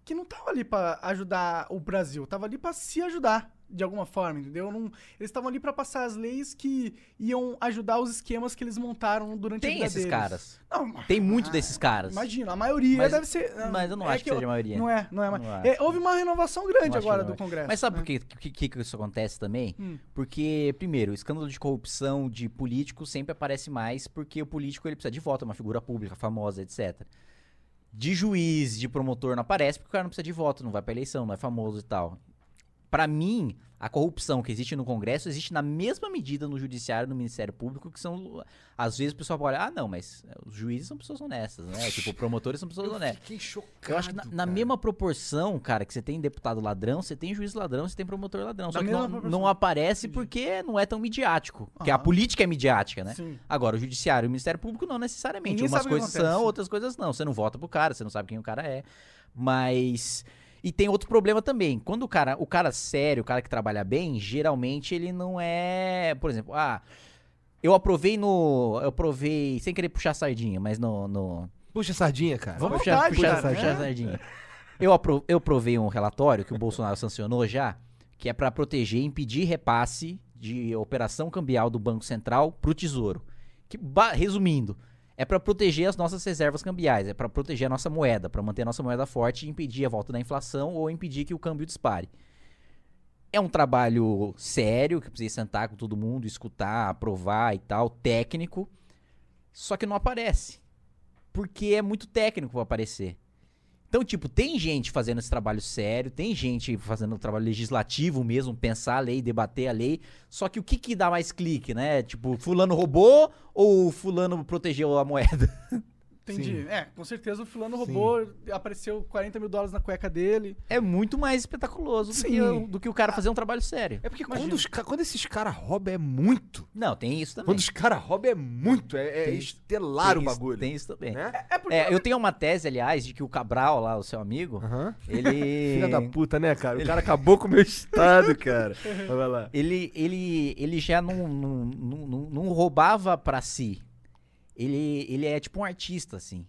S2: que não tava ali pra ajudar o Brasil, tava ali pra se ajudar de alguma forma, entendeu? Não- eles estavam ali pra passar as leis que iam ajudar os esquemas que eles montaram durante a
S4: Tem
S2: vida
S4: esses
S2: deles.
S4: caras.
S2: Não,
S4: Tem muito desses caras.
S2: Imagino, a maioria
S4: Mas-
S2: deve ser. é
S4: mas eu não acho que seja a maioria.
S2: Não é, não é. mas-
S4: Não acho.
S2: é, houve uma renovação
S4: Eu
S2: grande
S4: acho que
S2: agora
S4: não
S2: do
S4: é.
S2: Congresso.
S4: Mas sabe
S2: né?
S4: por que, que, que- que isso acontece também?
S2: Hum.
S4: Porque, primeiro, o escândalo de corrupção de político sempre aparece mais porque o político ele precisa de voto, é uma figura pública, famosa, etc. De juiz, de promotor não aparece porque o cara não precisa de voto, não vai pra eleição, não é famoso e tal. Pra mim, a corrupção que existe no Congresso existe na mesma medida no Judiciário, no Ministério Público, que são. Às vezes o pessoal olha, ah, não, mas os juízes são pessoas honestas, né? Tipo, promotores são pessoas honestas.
S3: Fiquei chocado.
S4: Eu acho que na, na
S3: cara.
S4: mesma proporção, cara, que você tem deputado ladrão, você tem juiz ladrão, você tem promotor ladrão. Só
S2: Na
S4: que não,
S2: mesma proporção.
S4: não aparece porque não é tão midiático. Porque a
S2: Aham.
S4: política é midiática, né?
S2: Sim.
S4: Agora, o judiciário e o Ministério Público não necessariamente.
S2: Ninguém
S4: Umas
S2: sabe o que
S4: coisas
S2: acontece.
S4: são, outras coisas não. Você não vota pro cara, você não sabe quem o cara é. Mas. E tem outro problema também. Quando o cara, o cara sério, o cara que trabalha bem, geralmente ele não é. Por exemplo, ah, eu aprovei no. Eu aprovei. Sem querer puxar sardinha, mas no- no
S3: Puxa sardinha, cara.
S4: Vamos
S2: À
S4: puxar,
S2: vontade,
S4: puxar,
S2: cara,
S4: puxar
S2: né?
S4: a sardinha. Eu, apro eu provei um relatório que o Bolsonaro sancionou já, que é para proteger e impedir repasse de operação cambial do Banco Central pro Tesouro. Que, ba- resumindo, é para proteger as nossas reservas cambiais, é para proteger a nossa moeda, para manter a nossa moeda forte e impedir a volta da inflação ou impedir que o câmbio dispare. É um trabalho sério, que precisa sentar com todo mundo, escutar, aprovar e tal, técnico, só que não aparece porque é muito técnico pra aparecer. Então, tipo, tem gente fazendo esse trabalho sério, tem gente fazendo um trabalho legislativo mesmo, pensar a lei, debater a lei. Só que o que que dá mais clique, né? Tipo, fulano roubou ou fulano protegeu a moeda?
S2: Entendi. É, com certeza o fulano roubou, apareceu 40 mil dólares na cueca dele.
S4: É muito mais espetaculoso do que,
S2: Sim.
S4: o- do que o cara fazer um trabalho sério.
S3: É porque quando, os ca- quando esses caras roubam é muito.
S4: Não, tem isso também.
S3: Quando os caras roubam é muito. É, é
S4: Tem isso.
S3: estelar
S4: tem
S3: o
S4: isso-
S3: bagulho.
S4: Tem isso também.
S3: né?
S2: É porque
S4: É, eu tenho uma tese, aliás, de que o Cabral lá, o seu amigo,
S3: Aham.
S4: ele...
S6: Filha da puta, né, cara? O cara acabou com o meu estado, cara. Mas Vai lá.
S4: ele, ele, ele já não, não, não, não- não roubava pra si. Ele, ele é tipo um artista, assim.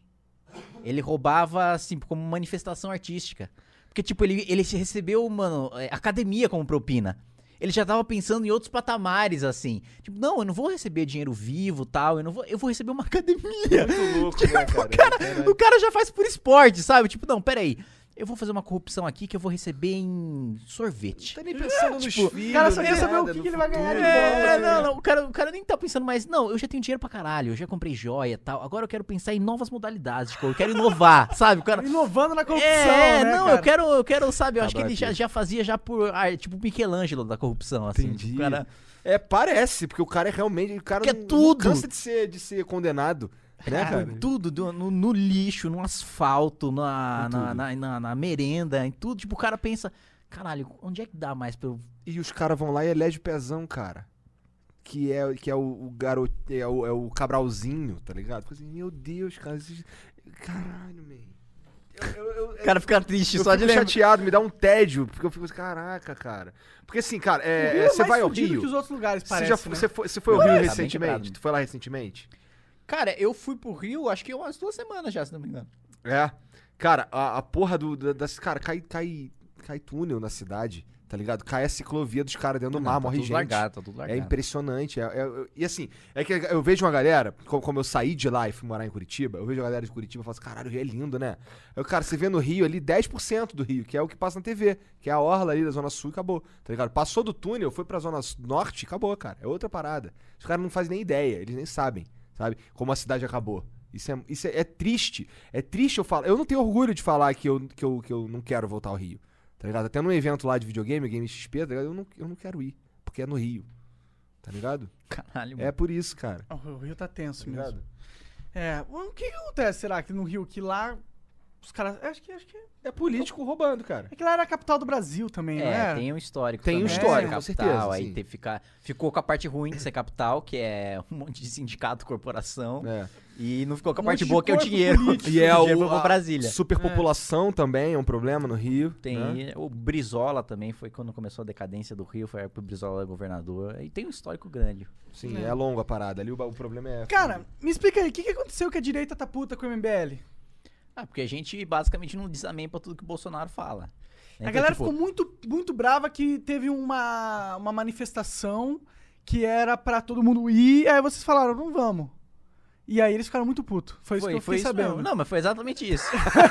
S4: Ele roubava, assim, como manifestação artística. Porque, tipo, ele, ele se recebeu, mano, eh, academia como propina. Ele já tava pensando em outros patamares, assim. Tipo, não, eu não vou receber dinheiro vivo tal, eu não vou. Eu vou receber uma academia.
S6: Muito louco, né, cara?
S4: O cara já faz por esporte, sabe? Tipo, não, peraí. Eu vou fazer uma corrupção aqui que eu vou receber em sorvete.
S3: Tá nem pensando nos filhos.
S2: o cara só quer
S3: nada,
S2: saber o
S3: no
S2: que, que ele vai ganhar de
S3: futuro.
S2: bola.
S4: É, não, não, o cara, o cara nem tá pensando mais, não, eu já tenho dinheiro pra caralho, eu já comprei joia e tal, agora eu quero pensar em novas modalidades, tipo, eu quero inovar, sabe? O cara...
S2: Inovando na corrupção,
S4: É,
S2: né,
S4: não,
S2: cara?
S4: eu quero, eu quero, sabe, eu acho que
S6: Cabra
S4: ele já,
S6: aqui.
S4: já fazia já por, ah, tipo, Michelangelo da corrupção, assim,
S3: Entendi.
S4: tipo, o cara...
S3: É, parece, porque o cara é realmente. O cara
S4: Que é
S3: não- não
S4: tudo.
S3: cansa de ser, de ser condenado. Né,
S4: Cara,
S3: cara?
S4: em tudo, do- no, no lixo, no asfalto, na,
S3: Em
S4: na,
S3: tudo.
S4: na, na- na merenda, em tudo, tipo, o cara pensa, caralho, onde é que dá mais pra eu...
S3: E os caras vão lá e elege o pezão, cara. Que é, que é o, o garoto. É o, é o Cabralzinho, tá ligado? Fica assim, meu Deus, cara. esses- Caralho, man. Eu, eu, eu,
S4: O cara fica triste
S3: eu
S4: só de
S3: fico
S4: lembrar.
S3: chateado, me dá um tédio, porque eu fico assim, caraca, cara. Porque assim, cara,
S2: O
S3: é,
S2: Rio
S3: é,
S2: é
S3: você
S2: mais
S3: vai ao
S2: fudido
S3: Rio.
S2: que os outros lugares,
S3: Você,
S2: parece,
S3: já,
S2: né?
S3: você, foi, você foi ao
S4: Parece,
S3: Rio
S4: tá bem
S3: recentemente?
S4: quebrado.
S3: Tu foi lá recentemente?
S4: Cara, eu fui pro Rio, acho que umas duas semanas já, se não me engano.
S3: É. Cara, a, a porra do, da- das. Cara, cai, cai, cai túnel na cidade, tá ligado? Cai a ciclovia dos caras dentro do mar, morre gente.
S4: tá tudo
S3: É impressionante. é- é- e assim, é que eu vejo uma galera, co- como, eu saí de lá e fui morar em Curitiba, eu vejo a galera de Curitiba e falo assim, caralho, o Rio é lindo, né? Eu, cara, você vê no Rio ali 10% do Rio, que é o que passa na TV, que é a orla ali da Zona Sul e acabou, tá ligado? Passou do túnel, foi pra Zona Su- Norte e acabou, cara. É outra parada. Os caras não fazem nem ideia, eles nem sabem, sabe? Como a cidade acabou. Isso, é, isso é, é triste. É triste eu falar. Eu não tenho orgulho de falar que eu, que eu, que eu não quero voltar ao Rio. Tá ligado? Até num evento lá de videogame, Game XP, tá ligado? Eu, não, eu não quero ir. Porque é no Rio. Tá ligado?
S4: Caralho,
S3: É
S4: mano.
S3: por isso, cara.
S2: Ah, O Rio tá tenso
S3: Tá
S2: mesmo.
S3: ligado?
S2: É, o que que acontece, será, que no Rio, que lá os caras... Acho que, acho que...
S3: É político roubando, cara.
S2: É que lá era a capital do Brasil também, não
S4: É,
S2: era?
S4: tem um histórico.
S3: Tem um
S4: também,
S3: histórico,
S4: né?
S3: com
S4: Capital,
S3: certeza,
S4: Aí
S3: sim.
S4: teve ficar, ficou com a parte ruim de ser capital, que é um monte de sindicato, corporação.
S3: É.
S4: E não ficou com a
S2: Um
S4: parte
S2: monte de
S4: boa, que é o
S2: corpo
S4: dinheiro.
S2: político.
S3: E é o
S4: o dinheiro foi pra
S3: a
S4: Brasília.
S3: Superpopulação também é um problema no Rio.
S4: Tem
S3: né?
S4: o Brizola também, foi quando começou a decadência do Rio, foi pro Brizola é governador. E tem um histórico grande.
S3: Sim,
S4: né?
S3: é. longa a parada. Ali o, ba- o problema é.
S2: Cara, me explica aí, o que, que aconteceu que a direita tá puta com o MBL?
S4: Ah, porque a gente basicamente não desamém pra tudo que o Bolsonaro fala. né?
S2: a
S4: Então,
S2: galera
S4: tipo,
S2: ficou muito, muito brava que teve uma, uma manifestação que era pra todo mundo ir, aí vocês falaram, não vamos. E aí eles ficaram muito putos. Foi, isso que eu fiquei
S4: isso
S2: sabendo.
S4: mesmo. Não, mas foi exatamente isso.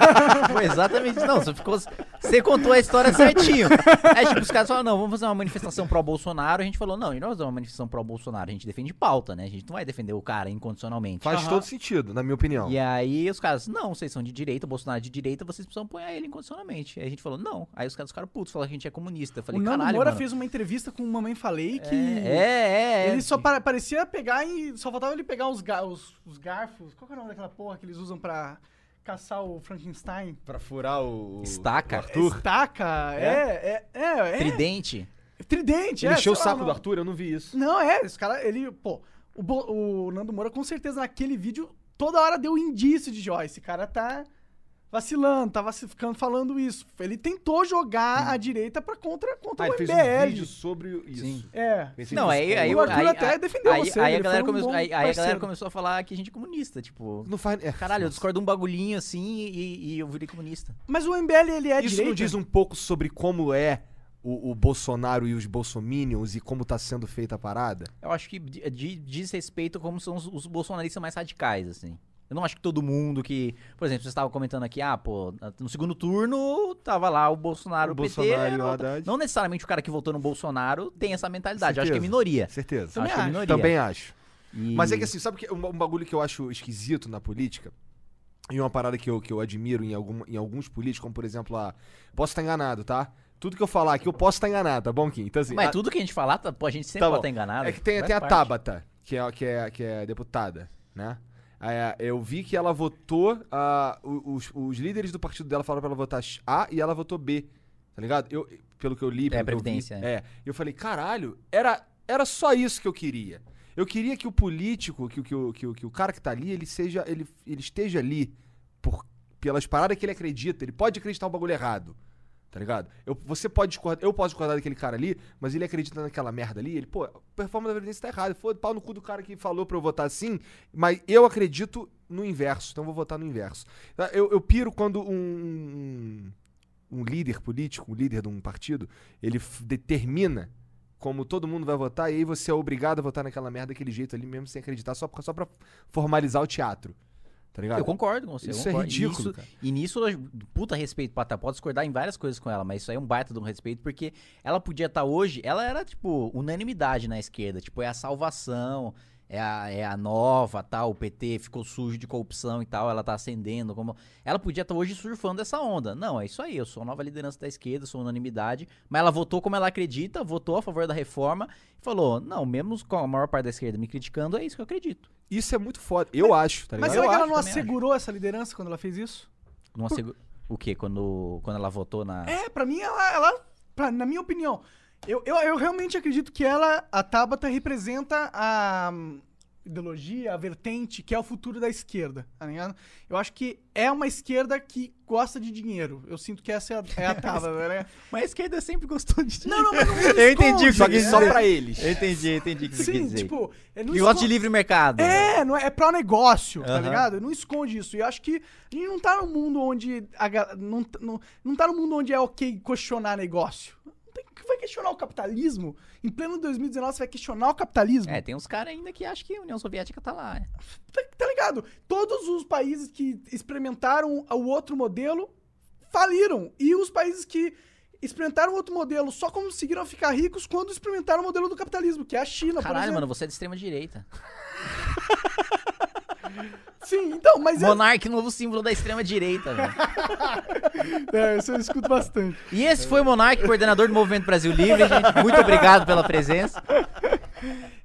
S4: foi exatamente isso. Não, você ficou. Você contou a história certinho. Aí, tipo, os caras falaram, não, vamos fazer uma manifestação pró-Bolsonaro. A gente falou, não, a gente não vai fazer uma manifestação pró-Bolsonaro. A gente defende pauta, né? A gente não vai defender o cara incondicionalmente.
S3: Faz todo sentido, na minha opinião.
S4: E é aí os caras, não, vocês são de direita, o Bolsonaro é de direita, vocês precisam apoiar ele incondicionalmente. Aí a gente falou, não. Aí os caras ficaram putos, falaram que a gente é comunista. Eu falei,
S2: o Nando
S4: caralho,
S2: Moura
S4: mano.
S2: fez uma entrevista com o Mamãe Falei que...
S4: É, é, é.
S2: Ele só
S4: que-
S2: pa- parecia pegar e. Só faltava ele pegar os, ga- os- os garfos. Qual que é o nome daquela porra que eles usam pra caçar o Frankenstein?
S3: Pra furar o.
S4: Estaca,
S2: Estaca? É, é, é. é,
S4: tridente.
S2: Tridente,
S3: Ele
S2: é,
S3: encheu o
S2: sei lá
S3: saco do
S2: nome.
S3: Arthur, eu não vi isso.
S2: Não, é, esse cara, ele, pô, o, Bo- o Nando Moura com certeza naquele vídeo toda hora deu indício de Joyce. Esse cara tá vacilando, tá vaci- ficando falando isso. Ele tentou jogar a direita pra contra, contra
S3: Ah,
S2: o
S3: ele
S2: MBL.
S3: fez um vídeo sobre isso.
S4: Sim.
S2: É.
S3: Esse
S4: Não, aí,
S3: um
S4: aí
S2: O Arthur
S4: aí-
S2: até
S4: aí-
S2: defendeu
S4: aí-
S2: você,
S4: aí a
S2: ele
S4: galera
S2: foi um
S4: começou,
S2: bom
S4: aí, aí a galera
S2: parceiro.
S4: começou a falar que a gente é comunista, tipo.
S3: Não faz. é,
S4: Caralho, eu
S3: nossa.
S4: discordo um bagulhinho assim e, e eu virei comunista.
S2: Mas o MBL, ele é
S3: Isso
S2: direita?
S3: não diz um pouco sobre como é o, o Bolsonaro e os Bolsominions e como tá sendo feita a parada?
S4: Eu acho que di- é di- diz respeito a como são os, os bolsonaristas mais radicais, assim. Eu não acho que todo mundo que. Por exemplo, vocês estavam comentando aqui, ah, pô, no segundo turno tava lá o Bolsonaro,
S3: O
S4: o, PT.
S3: Bolsonaro e o
S4: não,
S3: Haddad.
S4: não necessariamente o cara que votou no Bolsonaro tem essa mentalidade. Eu acho que é
S3: Certeza.
S4: minoria.
S3: Certeza.
S4: acho que é minoria.
S3: Também acho.
S4: E-
S3: assim, Mas é que assim, sabe que um, um bagulho que eu acho esquisito na política E uma parada que eu, que eu admiro em, algum, em alguns políticos, como por exemplo a. Posso estar enganado, tá? Tudo que eu falar aqui, eu posso estar enganado, tá bom, Kim? Então, assim,
S4: Mas
S3: a-
S4: tudo que a gente falar, tá- pô, a gente sempre
S3: Tá
S4: pode
S3: bom.
S4: estar enganado.
S3: É que tem,
S4: Faz
S3: tem a
S4: parte.
S3: Tabata, que é, que é, que é deputada, né? É, eu vi que ela votou. ah, o- os, os líderes do partido dela falaram pra ela votar A e ela votou B. Tá ligado? Eu, pelo que eu li, pelo que eu vi,
S4: Previdência, é.
S3: É. Eu falei, caralho, era, era só isso que eu queria. Eu queria que o político, que, o- que, o- que, o- que o cara que tá ali, ele seja. Ele, ele esteja ali por, pelas paradas que ele acredita. Ele pode acreditar um bagulho errado. Tá ligado? Eu, você pode discordar, eu posso discordar daquele cara ali, mas ele acredita naquela merda ali, ele, pô, a performance da Previdência tá errada. Foda, pau no cu do cara que falou pra eu votar assim, mas eu acredito no inverso, então eu vou votar no inverso. Tá? Eu, eu piro quando um, um líder político, um líder de um partido, ele f- determina como todo mundo vai votar, e aí você é obrigado a votar naquela merda daquele jeito ali, mesmo sem acreditar, só, pra- só pra formalizar o teatro. Tá ligado?
S4: Eu concordo com você. eu
S3: Isso é
S4: concordo.
S3: ridículo,
S4: E nisso,
S3: cara.
S4: e nisso eu, puta respeito pra Tatá. Posso discordar em várias coisas com ela, mas isso aí é um baita de um respeito, porque ela podia estar hoje. Ela era, tipo, unanimidade na esquerda. Tipo, é a salvação, é a, é a nova, tal. O PT ficou sujo de corrupção e tal. Ela tá ascendendo. Como... Ela podia estar hoje surfando essa onda. Não, é isso aí. Eu sou a nova liderança da esquerda, sou unanimidade. Mas ela votou como ela acredita, votou a favor da reforma e falou: não, mesmo com a maior parte da esquerda me criticando, é isso que eu acredito.
S3: Isso é muito foda. Eu acho, tá ligado?
S2: Mas
S3: eu
S2: será que ela
S3: acho.
S2: não
S4: também acho.
S2: assegurou essa liderança quando ela fez isso?
S4: Não assegu- O quê? Quando, quando ela votou na.
S2: É, pra mim, ela. ela pra- na minha opinião, eu, eu, eu realmente acredito que ela, a Tabata, representa a hum, ideologia, a vertente que é o futuro da esquerda, tá ligado? Eu acho que é uma esquerda que gosta de dinheiro. Eu sinto que essa é a, é a Tabata, né?
S4: Mas a esquerda sempre gostou de. Não, não,
S2: mas não
S6: Eu entendi o que
S2: esconde. É,
S6: você quis dizer.
S3: eles.
S6: Eu entendi, eu entendi o que você quis
S2: Sim,
S6: dizer.
S2: tipo, é, não
S4: E gosta de
S2: esconde-
S4: livre mercado.
S6: né?
S2: É, não é, é pra negócio, tá
S6: Aham.
S2: ligado? Não esconde isso. E eu acho que a gente não tá num mundo onde. a ga- não, t- não, não tá num mundo onde é ok questionar negócio. Não tem- Vai questionar o capitalismo? Em pleno 2019, você vai questionar o capitalismo?
S4: É, tem uns caras ainda que acham que a União Soviética tá lá. é.
S2: Tá, tá ligado? Todos os países que experimentaram o outro modelo faliram. E os países que experimentaram outro modelo só conseguiram ficar ricos quando experimentaram o modelo do capitalismo, que é a China, por
S4: Caralho,
S2: exemplo.
S4: mano, você é de extrema direita.
S2: Sim, então, mas é-
S4: Monark, novo símbolo da extrema direita, velho.
S2: é, isso eu escuto bastante.
S4: E esse
S2: É.
S4: foi o Monark, coordenador do Movimento Brasil Livre. Gente, muito obrigado pela presença.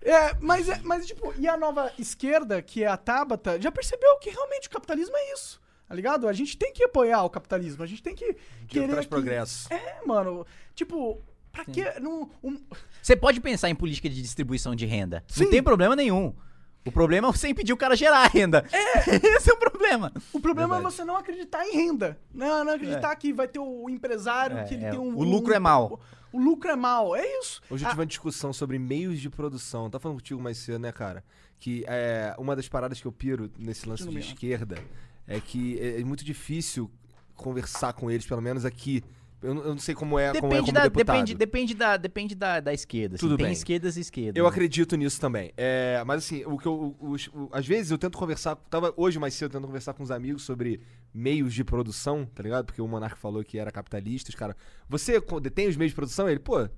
S2: É, mas, é- mas, tipo, e a nova esquerda, que é a Tabata, já percebeu que realmente o capitalismo é isso, tá ligado? A gente tem que apoiar o capitalismo, a gente tem que querer...
S3: traz
S2: que-
S3: progresso.
S2: É, mano, tipo, pra que... Não, um-
S4: Você pode pensar em política de distribuição de renda.
S2: Sim.
S4: Não tem problema nenhum. O problema é você impedir o cara gerar a renda. É. Esse é o problema.
S2: o problema é você não acreditar em renda, né? Não acreditar que vai ter o empresário,
S4: É,
S2: que ele
S4: é,
S2: tem um...
S4: o lucro é mau.
S2: O, lucro é mal, é isso.
S3: Hoje eu tive uma discussão sobre meios de produção. Tá falando contigo mais cedo, né, cara? Que é uma das paradas que eu piro nesse lance de esquerda é que é é muito difícil conversar com eles, pelo menos aqui. Eu, não- eu não sei como é, como é
S4: Depende
S3: como
S4: da,
S3: deputado.
S4: depende, depende da, depende da, da esquerda. assim.
S3: Tudo
S4: tem
S3: bem.
S4: esquerdas e esquerdas.
S3: Eu
S4: né?
S3: acredito nisso também. É, mas assim, o que eu, o- os- o- às vezes eu tento conversar. Tava hoje mais cedo tentando conversar com uns amigos sobre meios de produção, tá ligado? Porque o Monark falou que era capitalista. Os caras, você co- detém os meios de produção? Ele, pô,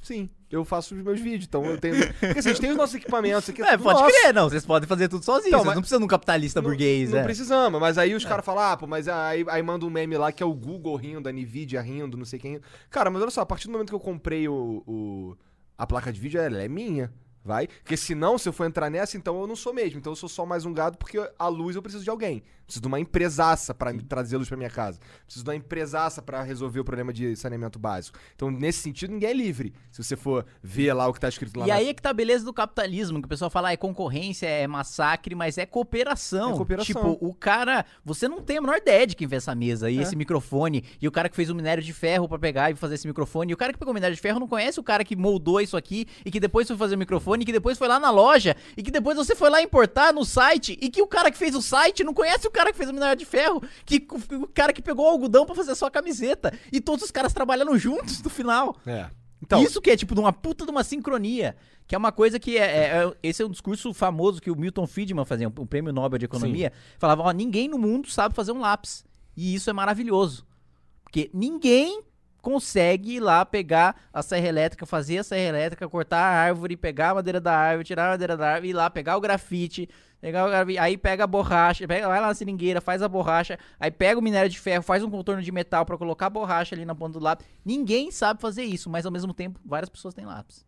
S3: sim, eu faço os meus vídeos. Então eu tenho. Porque assim, a gente tem os nossos equipamentos aqui.
S4: É,
S3: tudo
S4: pode
S3: nosso.
S4: crer, não. Vocês podem fazer tudo sozinhos.
S3: Então,
S4: vocês
S3: mas-
S4: não precisam de um capitalista burguês,
S3: não
S4: né?
S3: precisamos, mas aí os caras falam, ah, pô, mas aí, aí manda um meme lá que é o Google rindo, a Nvidia rindo, não sei quem. rindo. Cara, mas olha só, a partir do momento que eu comprei o, o- a placa de vídeo, ela é minha, vai? Porque senão, se eu for entrar nessa, então eu não sou mesmo. Então eu sou só mais um gado porque a luz eu preciso de alguém. Preciso de uma empresaça pra me trazer luz pra minha casa. Preciso de uma empresaça pra resolver o problema de saneamento básico. Então, nesse sentido, ninguém é livre. Se você for ver lá o que tá escrito lá
S4: E
S3: na
S4: aí é que tá a beleza do capitalismo, que o pessoal fala, ah, é concorrência, é massacre, mas é cooperação.
S3: É cooperação.
S4: Tipo, o cara, você não tem a menor ideia de quem fez essa mesa
S3: É.
S4: e esse microfone, e o cara que fez o minério de ferro pra pegar e fazer esse microfone, e o cara que pegou o minério de ferro não conhece o cara que moldou isso aqui, e que depois foi fazer o microfone, e que depois foi lá na loja, e que depois você foi lá importar no site, e que o cara que fez o site não conhece o cara que fez o minério de ferro, que o o cara que pegou o algodão pra fazer a sua camiseta, e todos os caras trabalhando juntos no final.
S3: É. Então,
S4: Isso que é tipo de uma puta de uma sincronia. Que é uma coisa que é, é- é- Esse é um discurso famoso que o Milton Friedman fazia, o prêmio Nobel de Economia. Falava: ó, ninguém no mundo sabe fazer um lápis. E isso é maravilhoso. Porque ninguém consegue ir lá pegar a serra elétrica, fazer a serra elétrica, cortar a árvore, pegar a madeira da árvore, tirar a madeira da árvore, ir lá pegar o grafite, pegar o grafite, aí pega a borracha, pega, vai lá na seringueira, faz a borracha, aí pega o minério de ferro, faz um contorno de metal pra colocar a borracha ali na ponta do lápis. Ninguém sabe fazer isso, mas ao mesmo tempo várias pessoas têm lápis.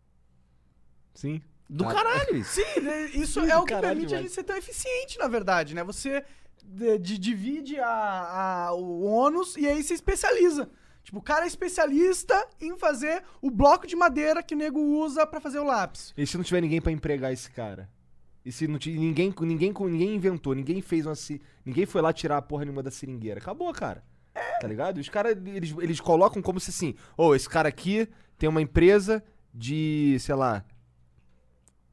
S3: Sim. Tá.
S4: Do
S6: Ah,
S4: caralho isso.
S2: Sim, né, isso
S3: Sim,
S2: é o que
S3: caralho,
S2: permite a
S3: demais.
S2: gente ser tão eficiente, na verdade, né? Você de- de- divide a- a- o ônus e aí se especializa. Tipo, o cara é especialista em fazer o bloco de madeira que o nego usa pra fazer o lápis.
S3: E se não tiver ninguém pra empregar esse cara? E se não tiver ninguém, ninguém, ninguém inventou, ninguém fez uma ci- ninguém foi lá tirar a porra nenhuma da seringueira. Acabou, cara.
S4: É.
S3: Tá ligado? Os caras eles, eles colocam como se assim, ô, esse cara aqui tem uma empresa de, sei lá,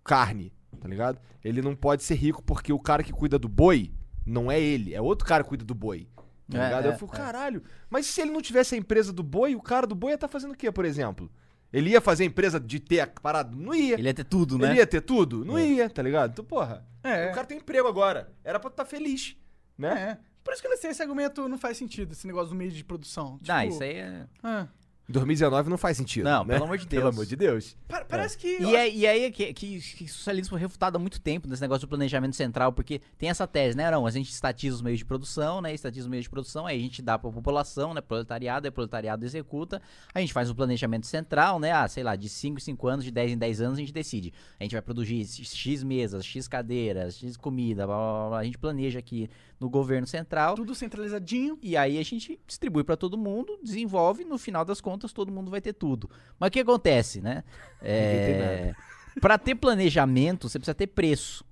S3: carne, tá ligado? Ele não pode ser rico porque o cara que cuida do boi não é ele, é outro cara que cuida do boi. Tá
S4: É,
S3: ligado?
S4: é,
S3: Eu fico,
S4: é.
S3: caralho. Mas se ele não tivesse a empresa do boi, o cara do boi ia estar fazendo o quê, por exemplo? Ele ia fazer a empresa de ter a parada? Não ia.
S4: Ele ia ter tudo,
S3: Ele é,
S4: né?
S3: ia ter tudo? Não ia, tá ligado? Então, porra.
S2: É.
S3: O cara tem emprego agora. Era pra tu tá feliz, né?
S2: É. Por isso que eu não sei, esse argumento não faz sentido, esse negócio do meio de produção.
S4: Ah,
S2: Tipo,
S4: isso aí é...
S2: ah,
S3: 2019 não faz sentido.
S4: Não,
S3: né?
S4: pelo amor de
S3: Pelo
S4: Deus.
S3: amor de Deus.
S2: pa- parece que.
S4: E, é, e aí é que, que, que o socialismo foi refutado há muito tempo nesse negócio do planejamento central, porque tem essa tese, né, não, a gente estatiza os meios de produção, né, estatiza os meios de produção, aí a gente dá pra população, né, proletariado, aí o proletariado executa, a gente faz um planejamento central, né, ah, sei lá, de 5 em 5 anos, de 10 em 10 anos a gente decide. A gente vai produzir X mesas, X cadeiras, X comida, blá, blá, blá, blá, a gente planeja aqui no governo central.
S2: Tudo centralizadinho.
S4: E aí a gente distribui pra todo mundo, desenvolve, no final das contas todo mundo vai ter tudo. Mas o que acontece, né? É... Para ter planejamento, você precisa ter preço.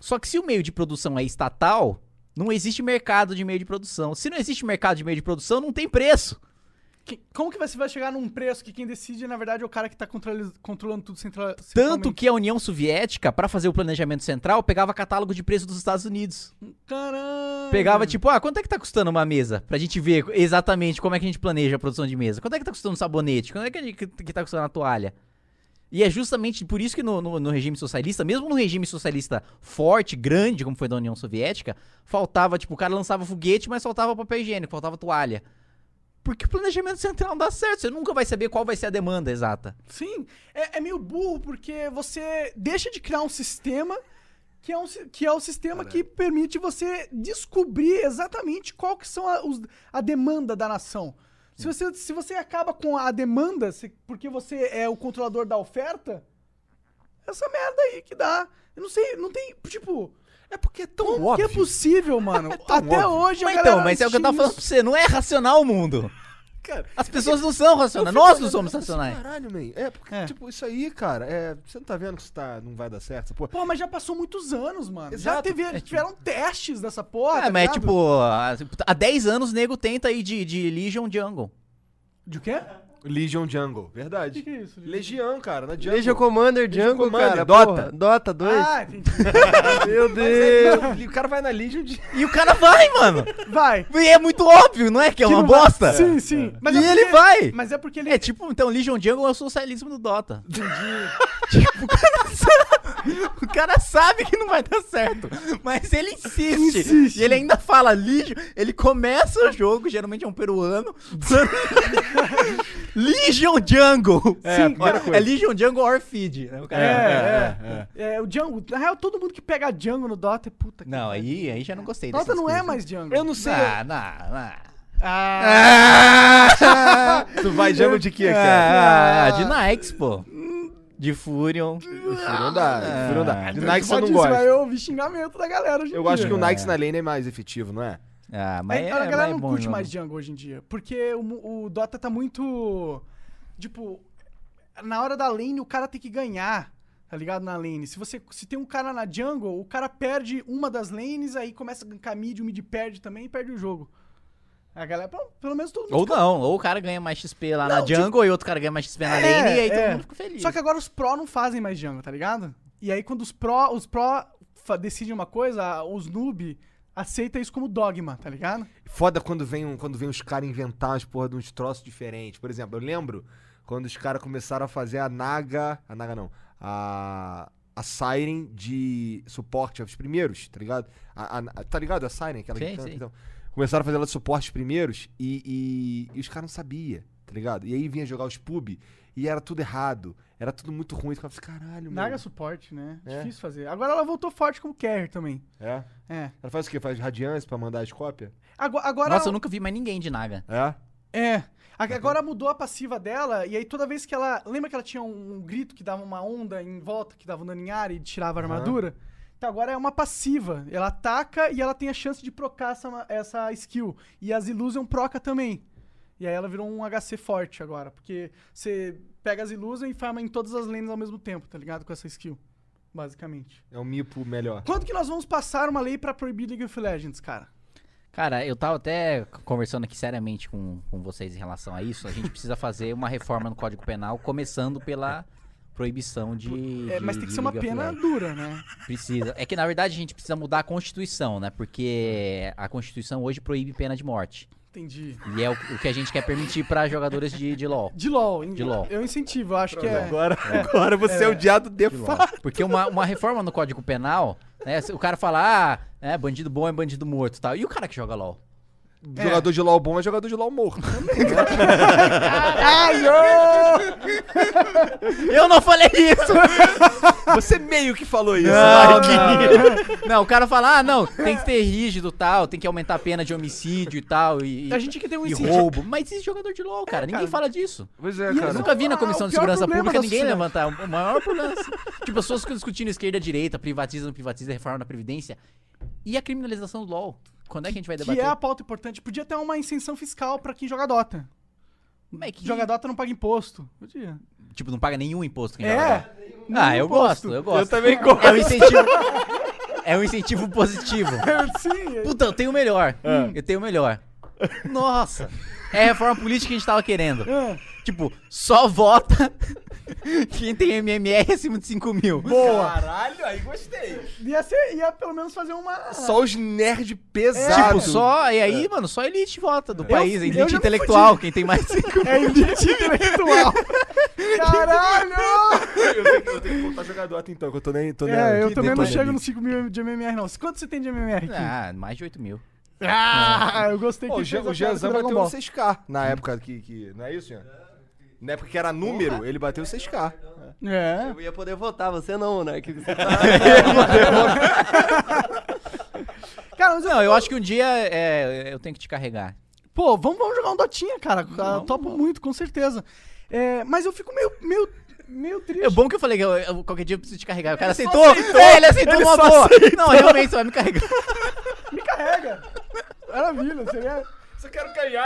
S4: Só que se o meio de produção é estatal, não existe mercado de meio de produção. Se não existe mercado de meio de produção, não tem preço.
S2: Que- como que você vai chegar num preço que quem decide, na verdade, é o cara que tá controli- controlando tudo central,
S4: Tanto que a União Soviética, pra fazer o planejamento central, pegava catálogo de preço dos Estados Unidos.
S2: Caramba!
S4: Pegava tipo, ah, quanto é que tá custando uma mesa? Pra gente ver exatamente como é que a gente planeja a produção de mesa. Quanto é que tá custando um sabonete? Quanto é que, a gente- que tá custando a toalha? E é justamente por isso que no, no- no regime socialista, mesmo no regime socialista forte, grande, como foi da União Soviética, faltava, tipo, o cara lançava foguete, mas faltava papel higiênico, faltava toalha. Porque o planejamento central não dá certo, você nunca vai saber qual vai ser a demanda exata.
S2: Sim, é, é meio burro porque você deixa de criar um sistema que é, um, si- que é o sistema que permite você descobrir exatamente qual que são a, os- a demanda da nação. Se você, se você acaba com a demanda se- porque você é o controlador da oferta, essa merda aí que dá. Eu não sei, não tem, tipo... É porque é tão Como
S3: óbvio.
S2: que é possível, mano?
S3: tão
S2: Até
S3: óbvio.
S2: hoje Tá a
S4: Mas
S2: galera
S4: então, mas é o que eu tava
S2: assiste
S4: falando pra você, não é racional o mundo. As pessoas não são racionais, nós não somos racionais.
S3: Caralho, man. É, porque,
S2: É.
S3: tipo, isso aí, cara, é, você não tá vendo que isso tá, não vai dar certo, essa porra.
S2: Pô, mas já passou muitos anos, mano. Já
S3: Exato.
S2: teve, tiveram testes dessa porra.
S4: É,
S2: tá
S4: mas é
S2: ligado?
S4: tipo, há- há 10 anos o nego tenta ir de, de Legion Jungle.
S2: De quê?
S3: Legion Jungle, verdade.
S2: que é isso, Legion?
S3: Legião, cara, na Jungle.
S6: Legion Commander,
S3: Legion
S6: Django,
S3: Commander,
S6: cara.
S3: Dota.
S6: porra. Dota 2.
S2: Ah, entendi.
S6: Meu
S3: Mas
S6: Deus.
S3: é Legion- o cara vai na Legion de...
S4: E o cara vai, mano.
S2: Vai.
S4: E é muito óbvio, não é que é uma bosta?
S2: Sim, sim. Mas
S4: E
S2: porque-
S4: ele vai.
S2: Mas é porque ele.
S4: É tipo, então, Legion Jungle é o socialismo do Dota. Tipo, O cara sabe que não vai dar certo, mas ele insiste.
S2: Insiste.
S4: E ele ainda fala Legion. Ele começa o jogo, geralmente é um peruano, falando Legion Jungle.
S3: É, a primeira
S4: é
S3: coisa.
S4: Legion Jungle Orfid. Né, o cara-
S2: É, é, é. o Django. Na real, todo mundo que pega Django no Dota é puta. que
S4: Não,
S2: pariu.
S4: aí, aí já não gostei
S2: Dota
S4: dessas
S2: não é
S4: coisas.
S2: mais Django.
S3: Eu não sei.
S4: Ah, não, não.
S2: Ah,
S3: Tu vai Jungle de quê, cara?
S4: Ah, de Nikes, pô. De Furion.
S3: Furo não dá, furo não dá.
S4: Ah.
S3: De
S2: tu
S3: Nike você
S2: pode-
S3: não
S2: Você vai
S3: gosta.
S2: ouvir xingamento da galera hoje em
S3: Eu
S2: dia.
S3: acho que o Nike na lane é mais efetivo, não é?
S4: Ah,
S2: É,
S4: mas é,
S2: a galera
S4: mas é
S2: não
S4: bom
S2: curte
S4: jogo.
S2: mais Django hoje em dia. Porque o, mu- o Dota tá muito. Tipo, na hora da lane o cara tem que ganhar, tá ligado? Na lane. Se você se tem um cara na jungle, o cara perde uma das lanes, aí começa a gankar mid, o mid perde também e perde o jogo. A galera, pelo, pelo menos todo mundo.
S4: Ou
S2: fica-
S4: não, ou o cara ganha mais XP lá na
S2: Não, tipo É,
S4: jungle e outro cara ganha mais XP na lane e aí todo mundo fica feliz.
S2: Só que agora os pró não fazem mais jungle, tá ligado? E aí quando os pró, os pró fa- decidem uma coisa, a- os noob aceita isso como dogma, tá ligado?
S3: Foda quando vem, um- quando vem os caras inventar umas porra de uns troços diferentes. Por exemplo, eu lembro quando os caras começaram a fazer a Naga. A Naga não. A. A Siren de suporte aos primeiros, tá ligado? A- a- tá ligado? A Siren, aquela que
S4: Sim,
S3: canta,
S4: sim.
S3: então. Começaram a fazer ela de suporte aos primeiros e, e- e os caras não sabiam, tá ligado? E aí vinha jogar os pub e era tudo errado. Era tudo muito ruim. Tu ficava assim, caralho, mano.
S2: Naga suporte, né? Difícil fazer. Agora ela voltou forte como carry também.
S3: É?
S2: É.
S3: Ela faz o quê? Faz radiância pra mandar as cópias?
S2: Agora, agora
S4: Nossa, eu nunca vi mais ninguém de Naga.
S3: É?
S2: É. A- Agora mudou a passiva dela, e aí toda vez que ela. Lembra que ela tinha um, um grito que dava uma onda em volta, que dava um dano em área e tirava a armadura? Então agora é uma passiva. Ela ataca e ela tem a chance de procar essa, ma- essa skill. E as Illusion proca também. E aí ela virou um HC forte agora, porque você pega as Illusion e farma em todas as lanes ao mesmo tempo, tá ligado? Com essa skill, basicamente.
S3: É um mipo melhor.
S2: Quando que nós vamos passar uma lei pra proibir League of Legends, cara?
S4: Cara, eu tava até conversando aqui seriamente com, com vocês em relação a isso. A gente precisa fazer uma reforma no Código Penal, começando pela proibição de.
S2: É,
S4: de-
S2: mas tem que
S4: de
S2: ser uma
S4: League of
S2: pena
S4: Legends.
S2: dura, né?
S4: Precisa. É que na verdade a gente precisa mudar a Constituição, né? Porque a Constituição hoje proíbe pena de morte.
S2: Entendi.
S4: E é o, o que a gente quer permitir pra jogadores de, de LoL.
S2: De LOL, hein?
S4: De LOL.
S2: Eu incentivo, eu acho que é.
S6: Agora, agora você é, odiado de fato.
S4: Porque uma, uma reforma no Código Penal, né? se O cara fala, ah, é, bandido bom é bandido morto e tal. E o cara que joga LoL?
S3: Jogador de LOL bom é jogador de LOL morto.
S4: Eu não falei isso!
S6: Você meio que falou isso.
S3: É.
S4: Não, o cara fala, ah, não, tem que ser rígido e tal, tem que aumentar a pena de homicídio e tal, e,
S2: A gente que tem um
S4: e
S2: incentivo.
S4: roubo. Mas esse jogador de LOL, cara, ninguém fala disso.
S3: Pois é,
S2: E
S4: Eu
S2: eles
S3: cara.
S4: nunca vi na
S2: Ah,
S4: Comissão
S2: o
S4: de
S2: pior
S4: Segurança
S2: problema
S4: Pública
S2: da
S4: ninguém
S2: sociedade.
S4: levantar o maior problema. tipo, as pessoas ficam discutindo esquerda, direita, privatiza, não privatiza, reforma na Previdência. E a criminalização do LOL? Quando é que a gente vai
S2: Que
S4: debater?
S2: é a pauta importante. Podia ter uma isenção fiscal pra quem joga Dota.
S4: Como é que...
S2: Joga Dota não paga imposto. Podia.
S4: Tipo, não paga nenhum imposto quem joga LOL.
S2: É.
S4: Ah, eu gosto, eu gosto. Eu também gosto. É um incentivo, é um incentivo positivo.
S2: É, Sim. Ah.
S4: Puta, eu tenho o melhor. Hum, Eu tenho o melhor. Nossa! É a reforma política que a gente tava querendo.
S2: Ah. é.
S4: Tipo, só vota quem tem MMR acima de 5 mil.
S6: Caralho, aí gostei.
S2: Ia, ser, ia pelo menos fazer uma.
S3: Só os
S2: É.
S3: nerd
S4: Tipo,
S3: pesados.
S4: só. E aí, mano, só a elite vota do país. A
S2: eu já
S4: elite
S2: me
S4: intelectual, quem tem mais 5 mil.
S2: É elite intelectual. Caralho!
S3: eu, tenho, que- eu tenho que voltar a jogar Dota então, que eu tô nem. Tô nem
S2: É, eu
S3: que
S2: também não
S3: detalhe
S2: chego
S3: ali.
S2: nos 5 mil de MMR, não. Quanto você tem de MMR aqui?
S4: Ah, mais de 8 mil.
S2: Ah, eu gostei que
S3: Pô, o
S2: ele fez
S3: Jean,
S2: a
S3: o Jean
S2: piada com
S3: Zan
S2: Dragon
S3: bateu
S2: Ball.
S3: um 6K na época que. que- não é isso, Jean? Na época que era número, ele bateu 6K.
S2: É.
S7: Eu ia poder votar, você não, né? Que você tá...
S2: Cara, mas eu,
S4: Não, eu acho que um dia é, eu tenho que te carregar.
S2: Pô, vamos, vamos jogar um Dotinha, cara. Eu topo muito, com certeza. É, mas eu fico meio, meio, meio triste.
S4: É bom que eu falei que eu- eu- qualquer dia eu preciso te carregar. O cara aceitou. É, ele aceitou uma
S6: só
S4: boa. Não, realmente, você vai me carregar.
S2: Me carrega. Maravilha, você quer...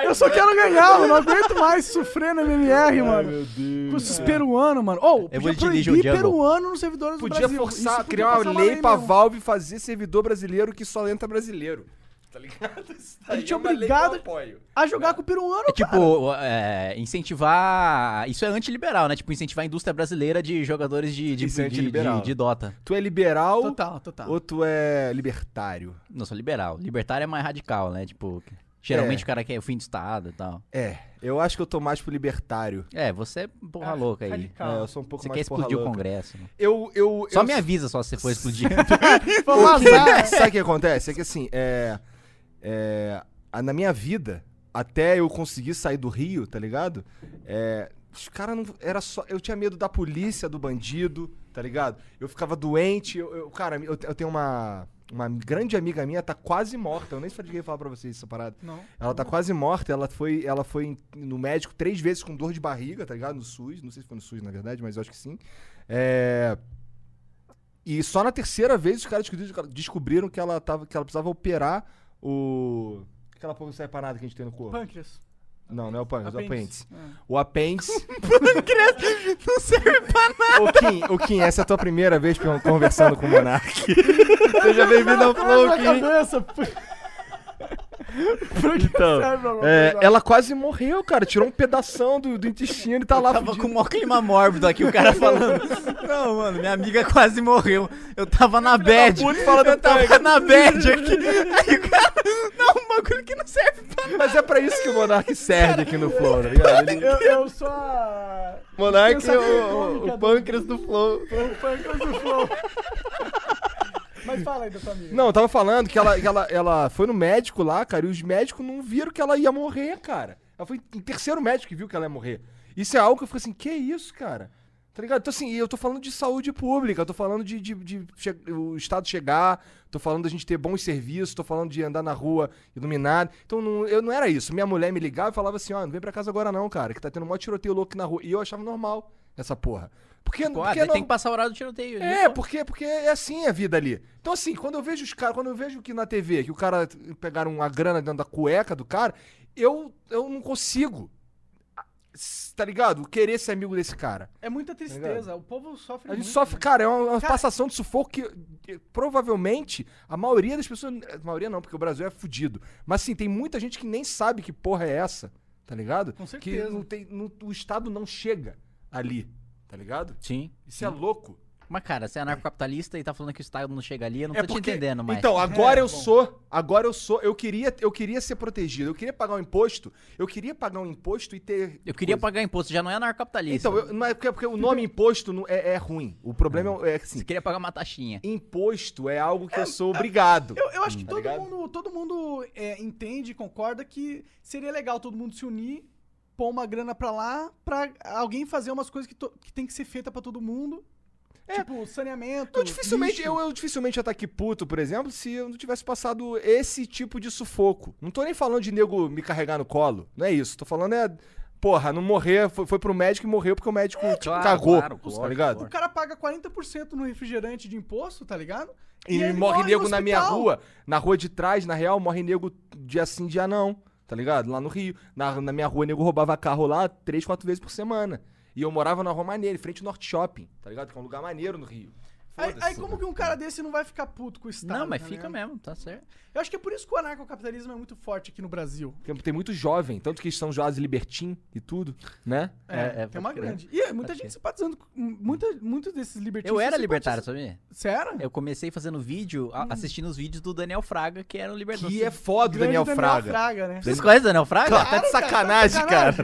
S2: Eu só quero ganhar, mano. Não aguento mais sofrer no MMR, mano. Meu Deus. Com esses peruanos, mano. Ou,
S4: Eu
S2: oh,
S4: vou
S2: podia
S4: te dirigir o
S2: proibir
S4: Jungle.
S2: peruano nos servidores do
S3: Podia
S2: Brasil.
S3: forçar,
S2: Isso podia
S3: criar uma
S2: passar
S3: lei, pra
S2: mesmo.
S3: Valve fazer servidor brasileiro que só entra brasileiro. Tá ligado? Isso
S2: A gente
S3: daí
S2: é
S3: uma lei que eu
S2: obrigado-
S3: apoio.
S2: A jogar com o peruano,
S4: É tipo, é, incentivar. Isso é antiliberal, né? Tipo, incentivar a indústria brasileira de jogadores de, de,
S3: Isso é
S4: de- de,
S3: antiliberal.
S4: de, de Dota.
S3: Tu é liberal
S2: Total, total.
S3: ou tu é libertário?
S4: Não, sou liberal. Libertário é mais radical, né? Tipo, geralmente
S3: É.
S4: o cara quer o fim do Estado e tal.
S3: É, eu acho que eu tô mais pro libertário.
S4: É, você é porra louca aí.
S2: radical.
S3: É, eu sou um pouco
S4: Você
S3: mais
S4: quer
S3: porra
S4: explodir o
S3: louca.
S4: Congresso. né?
S3: Eu, eu,
S4: Só
S3: eu
S4: me avisa só se você for explodir.
S2: Vamos
S3: O que-
S2: lá.
S3: Sabe o que acontece? É que assim, é, é, a- na minha vida, até eu conseguir sair do Rio, tá ligado? É, os caras não. Era só. Eu tinha medo da polícia, do bandido, tá ligado? Eu ficava doente. Eu, eu- cara, eu, te- eu tenho uma. Uma grande amiga minha tá quase morta. Eu nem falei falar pra vocês essa parada.
S2: Não.
S3: Ela tá quase morta. Ela foi, ela foi em- no médico três vezes com dor de barriga, tá ligado? No SUS. Não sei se foi no SUS, na verdade, mas eu acho que sim. É. E só na terceira vez os caras descobriram, descobriram que, ela tava, que ela precisava operar o. Aquela porra que sai parada que a gente tem no corpo.
S2: Pâncreas.
S3: Não, não é o pâncreas, é o
S2: Apêndice.
S3: apêndice. O apêndice.
S4: não serve pra nada.
S3: Ô Kim, ô, Kim, essa é a tua primeira vez per- conversando com o Monark.
S6: Seja bem-vindo ao Flow,
S2: Minha
S6: Kim.
S2: cabeça. pô. Pra que
S6: Então,
S2: serve alguma
S3: É,
S2: coisa?
S3: ela quase morreu, cara. Tirou um pedação do, do intestino e tá lá.
S4: Tava
S3: fudido.
S4: com o maior clima mórbido aqui, o cara falando. Não, mano, minha amiga quase morreu. Eu tava na bad. Eu tava na bad aqui. Aí o cara. Não, um bagulho que não serve pra
S3: Mas é pra isso que o Monark serve aqui no Flow, tá ligado? Ele-
S2: Eu, eu sou a...
S6: Monark é
S2: Pensamento
S6: o, o,
S2: cômica
S6: o
S2: do-
S6: pâncreas do Flow.
S2: O pâncreas do flow. Mas fala aí da sua amiga.
S3: Não, eu tava falando que ela, que ela, ela foi no médico lá, cara, e os médicos não viram que ela ia morrer, cara. Ela foi em terceiro médico que viu que ela ia morrer. Isso é algo que eu fico assim, que isso, cara? Tá ligado? Então, assim, eu tô falando de saúde pública, eu tô falando de, de- de che- o Estado chegar, tô falando da gente ter bons serviços, tô falando de andar na rua iluminado. Então, não, eu não era isso. Minha mulher me ligava e falava assim, ó, não vem pra casa agora não, cara, que tá tendo um maior tiroteio louco aqui na rua. E eu achava normal essa porra. Porque,
S4: Pô, ah,
S3: porque é
S4: daí
S3: não-
S4: tem que passar o horário do tiroteio.
S3: é, porque, porque é assim a vida ali. Então, assim, quando eu vejo os caras, quando eu vejo que na TV, que o cara pegaram uma grana dentro da cueca do cara, eu, eu não consigo. Tá ligado? Querer ser amigo desse cara.
S2: É muita tristeza. o povo sofre
S3: A gente
S2: muito.
S3: sofre, cara, é uma, uma
S2: Cara-
S3: passação de sufoco que eh, provavelmente a maioria das pessoas. eh, A maioria não, porque o Brasil é fudido. Mas assim, tem muita gente que nem sabe que porra é essa, tá ligado?
S2: Com
S3: Que
S2: certeza.
S3: não tem, não- o Estado não chega ali, tá ligado?
S4: Sim.
S3: Isso é louco.
S4: Mas, cara, você é anarcocapitalista e tá falando que o Estado não chega ali, eu não tô te entendendo
S3: É
S4: mais.
S3: Então, agora
S2: É,
S3: eu
S2: bom.
S3: sou, agora eu sou, eu queria, eu queria ser protegido, eu queria pagar um imposto, eu queria pagar um imposto e ter
S4: eu queria pagar imposto, já não é anarcocapitalista.
S3: Então, eu, não é porque, porque o nome imposto não- é, é ruim. O problema é, é que, assim,
S4: Você queria pagar uma taxinha.
S3: imposto é algo que eu sou obrigado.
S2: Eu, eu acho que todo
S3: Hum, tá ligado?
S2: mundo, todo mundo é, entende, concorda que seria legal todo mundo se unir, pôr uma grana pra lá, pra alguém fazer umas coisas que, to- que tem que ser feita pra todo mundo. Tipo, saneamento.
S3: É. Eu dificilmente,
S2: lixo.
S3: eu, eu dificilmente ia estar aqui puto, por exemplo, se eu não tivesse passado esse tipo de sufoco. Não tô nem falando de nego me carregar no colo. Não é isso. Tô falando é. Porra, não morrer, foi, foi pro médico e morreu porque o médico tipo,
S4: É, claro,
S3: cagou.
S4: claro,
S3: tá
S4: lógico,
S3: ligado?
S2: O cara paga 40% no refrigerante de imposto, tá ligado?
S3: E,
S2: aí ele
S3: morre
S2: no
S3: nego na minha
S2: hospital.
S3: rua, na rua de trás, na real, morre nego dia sim, dia não, tá ligado? Lá no Rio. Na, na minha rua, nego roubava carro lá três, quatro vezes por semana. E eu morava na Rua Maneira, em frente ao Norte Shopping, tá ligado? Que é um lugar maneiro no Rio.
S2: Aí,
S3: Foda-se.
S2: aí como que um cara desse não vai ficar puto com o Estado?
S4: não, mas
S2: tá
S4: fica
S3: é.
S2: ligado?
S4: mesmo, tá certo.
S2: Eu acho que é por isso que o anarcocapitalismo é muito forte aqui no Brasil.
S3: Porque tem muito jovem, tanto que são Joás e Libertim e tudo, né?
S4: É, é,
S2: tem uma
S4: pode crer.
S2: grande. E é, muita
S4: Pode
S2: gente
S4: crer.
S2: simpatizando. com- Muita, muitos desses libertários.
S4: Eu era
S2: são
S4: libertário,
S2: simpatiz-
S4: sabia?
S2: Você era?
S4: Eu comecei fazendo vídeo, a- assistindo os vídeos do Daniel Fraga, que era um libertário.
S3: Hum. Que é foda o
S2: Grande
S3: Daniel, Fraga.
S2: né?
S4: Vocês conhecem o Daniel Fraga?
S3: Claro, tá de sacanagem, cara.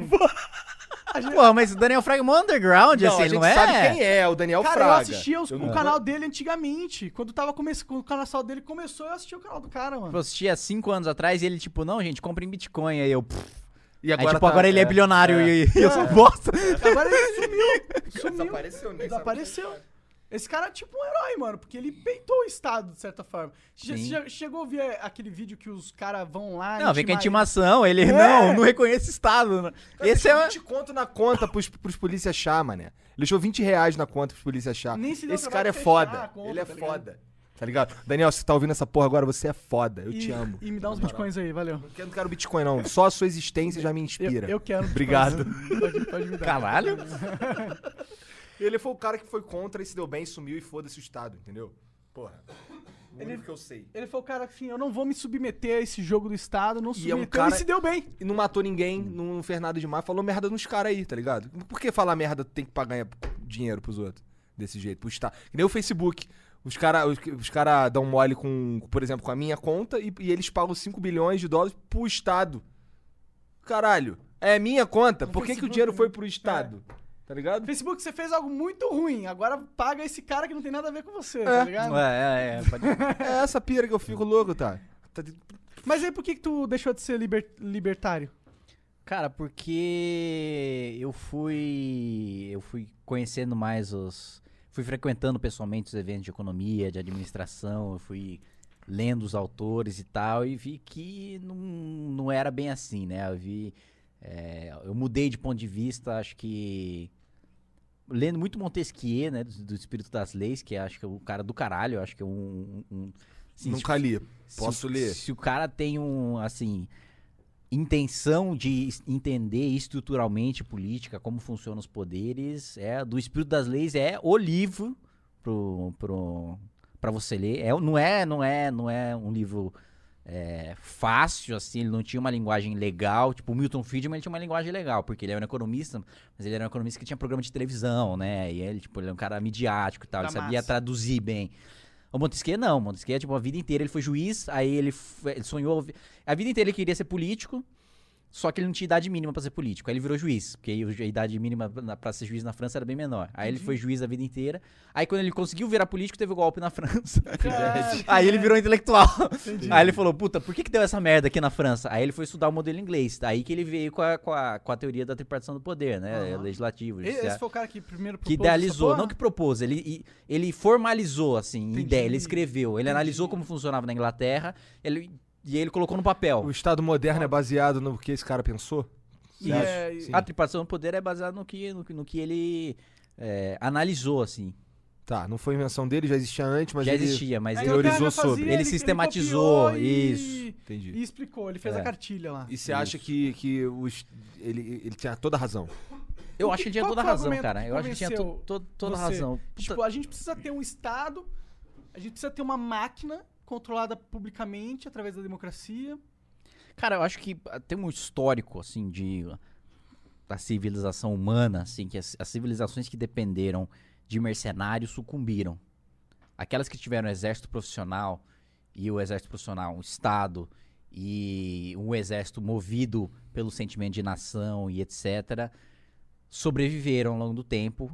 S4: Porra, mas o Daniel Fraga é mó underground,
S3: Não,
S4: assim,
S3: a
S4: ele
S3: gente
S4: não é?
S3: sabe quem é o Daniel
S2: Cara, eu
S3: Fraga.
S2: assistia os- o canal dele antigamente. Quando tava começando, quando o canal dele começou, eu assisti o canal do cara,
S4: Eu
S2: mano.
S4: assisti há cinco anos atrás e ele, tipo, não, gente, compra em Bitcoin. Aí eu. pff.
S3: E tá-
S4: Aí, tipo, agora ele é, bilionário
S3: é.
S4: e, e eu sou bosta.
S2: Agora ele sumiu. Sumiu.
S3: Desapareceu, né?
S2: Desapareceu. Esse cara é tipo um herói, mano, porque ele peitou o Estado, de certa forma. Você
S4: Sim.
S2: já chegou a ver aquele vídeo que os caras vão lá.
S4: Não, vem com a É.
S2: intimar
S4: intimação, ele. Não, não reconhece Estado. Esse é.
S3: 20 conto na conta pros, pros polícia achar, mané. Ele deixou 20 reais na conta pros polícia achar.
S2: Nem se deu
S3: Esse
S2: trabalho
S3: cara é
S2: de fechar a
S3: foda.
S2: conta,
S3: Ele é
S2: tá ligado?
S3: foda. Tá ligado? Daniel, se você tá ouvindo essa porra agora, você é foda. Eu
S2: e-
S3: te amo.
S2: E me dá uns bitcoins aí, valeu.
S3: Eu não quero Bitcoin, não. Só a sua existência já me
S2: Eu,
S3: inspira.
S2: eu quero.
S3: Obrigado.
S2: Pode, pode
S4: né?
S2: me dar.
S4: Caralho.
S3: Ele foi o cara que foi contra e se deu bem, sumiu e foda-se o Estado, entendeu? Porra. O
S2: Ele-
S3: único que eu sei.
S2: Ele foi o cara assim, eu não vou me submeter a esse jogo do Estado, não
S3: E é
S2: submeteu
S3: um
S2: e,
S3: cara-
S2: se deu bem.
S3: E não matou ninguém,
S4: Hum.
S3: não fez nada demais, falou merda nos caras aí, tá ligado? Por que falar merda tem que pagar dinheiro pros outros? Desse jeito, pro Estado. Que nem o Facebook. Os caras os, os cara dão mole com, por exemplo, com a minha conta e, e eles pagam 5 bilhões de dólares pro Estado. Caralho, é minha conta. Por que, que o
S2: Facebook,
S3: dinheiro
S2: né?
S3: foi pro Estado? Tá ligado?
S2: Facebook, você fez algo muito ruim, agora paga esse cara que não tem nada a ver com você, tá ligado?
S4: É, é, é. pode-
S3: É essa pira que eu fico louco, tá? Tá de-
S2: Mas aí por que, que tu deixou de ser liber- libertário?
S4: Cara, porque eu fui. Eu fui conhecendo mais os. Fui frequentando pessoalmente os eventos de economia, de administração, eu fui lendo os autores e tal, e vi que não, não era bem assim, né? Eu vi. é, eu mudei de ponto de vista, acho que. Lendo muito Montesquieu, né? Do, do Espírito das Leis, que acho que é o cara do caralho, acho que é um. um- um- assim, se-
S3: Nunca li.
S4: se o-
S3: Posso ler?
S4: Se o cara tem um, assim, intenção de es- entender estruturalmente política, como funcionam os poderes, é do Espírito das Leis é o livro pro, pro, pra você ler. É, não, é, não, é, não é um livro é, fácil, assim, ele não tinha uma linguagem legal. Tipo, o Milton Friedman ele tinha uma linguagem legal, porque ele era um economista, mas ele era um economista que tinha programa de televisão, né? E ele, tipo, ele era um cara midiático e tal,
S2: Da
S4: ele sabia
S2: massa.
S4: traduzir bem. O Montesquieu não, o Montesquieu, tipo, a vida inteira ele foi juiz, aí ele, f- ele sonhou. A vida inteira ele queria ser político. Só que ele não tinha idade mínima pra ser político. Aí ele virou juiz, porque aí a idade mínima na- pra ser juiz na França era bem menor. Aí
S2: Uhum.
S4: ele foi juiz a vida inteira. Aí quando ele conseguiu virar político, teve o golpe na França. aí ele virou intelectual. Aí ele falou, puta, por que, que deu essa merda aqui na França? Aí ele foi estudar o modelo inglês. tá? Aí que ele veio com a, com a, com a teoria da tripartição do poder, né?
S2: Aham.
S4: Legislativo,
S2: E- Esse
S4: judiciário.
S2: foi o cara que primeiro propôs
S4: Que
S2: essa
S4: idealizou,
S2: porra?
S4: não que propôs, ele, e- ele formalizou, assim, em
S2: Entendi.
S4: ideia, ele escreveu, ele analisou como funcionava na Inglaterra ele, e ele colocou no papel.
S3: O Estado moderno é baseado no que esse cara pensou?
S2: E
S4: Isso.
S2: é- e-
S3: Sim.
S4: A tripartição do poder é baseada no que, no, que- no que ele é, analisou, assim.
S3: Tá, não foi invenção dele, já existia antes, mas
S4: Já
S3: ele...
S4: existia, mas
S2: aí
S4: ele,
S2: o cara
S3: teorizou
S2: já fazia,
S3: sobre.
S4: Ele sistematizou,
S2: copiou e-
S4: isso.
S3: Entendi.
S2: E explicou, ele fez
S4: É.
S2: a cartilha lá.
S3: E você acha que, que os, ele, ele tinha toda a razão?
S4: eu acho que ele tinha
S2: qual
S4: toda a
S2: foi o
S4: razão,
S2: argumento
S4: cara.
S2: que
S4: Eu acho que tinha to-
S2: convenceu
S4: to- toda a
S2: você?
S4: razão.
S2: Tipo, a gente precisa ter um Estado, a gente precisa ter uma máquina controlada publicamente através da democracia.
S4: Cara, eu acho que ah, tem um histórico, assim, de da civilização humana, assim, que as, as civilizações que dependeram de mercenários sucumbiram. Aquelas que tiveram exército profissional e o exército profissional, um estado e um exército movido pelo sentimento de nação e etc, sobreviveram ao longo do tempo.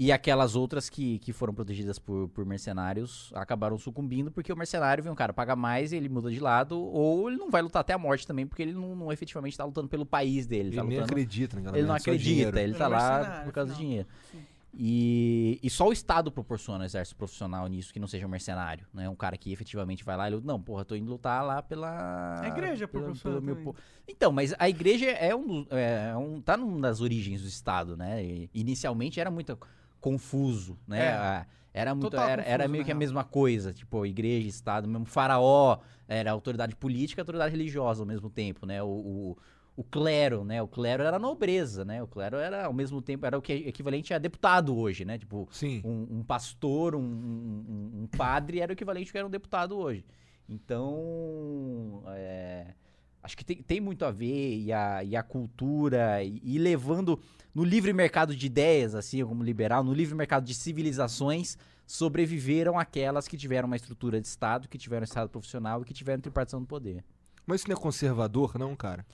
S4: E aquelas outras que, que foram protegidas por, por mercenários acabaram sucumbindo, porque o mercenário vem um cara paga mais, ele muda de lado, ou ele não vai lutar até a morte também, porque ele não, não efetivamente tá lutando pelo país dele.
S3: Ele,
S4: tá
S3: nem
S4: lutando
S3: acredita naquela
S4: ele não
S3: merda, só
S4: acredita,
S3: dinheiro.
S4: ele
S2: Ele
S4: tá
S2: é
S4: lá
S2: mercenário,
S4: por causa do
S2: afinal.
S4: dinheiro.
S2: Sim.
S4: E, e só o Estado proporciona exército profissional nisso, que não seja um mercenário, né? Um cara que efetivamente vai lá e luta. Não, porra, tô indo lutar lá pela...
S2: A igreja
S4: pela-
S2: proporciona
S4: pelo meu
S2: também.
S4: po- Então, mas a igreja é um, dos- é um... Tá numa das origens do Estado, né? E inicialmente era muito confuso, né?
S2: É.
S4: A- Era, muito,
S2: Total
S4: era, era
S2: confuso,
S4: meio
S2: na
S4: que a
S2: real.
S4: mesma coisa, tipo, igreja, Estado, mesmo faraó, era autoridade política e autoridade religiosa ao mesmo tempo, né? O, o, o clero, né? O clero era a nobreza, né? O clero era, ao mesmo tempo, era o que é equivalente a deputado hoje, né? Tipo,
S3: Sim.
S4: um, um pastor, um, um- um- um padre era o equivalente ao que era um deputado hoje. Então, é, acho que tem, tem muito a ver e a, e a cultura e, e levando no livre mercado de ideias, assim como liberal, no livre mercado de civilizações sobreviveram aquelas que tiveram uma estrutura de Estado, que tiveram um Estado profissional e que tiveram tripartição do poder.
S3: Mas isso não é conservador, não, cara?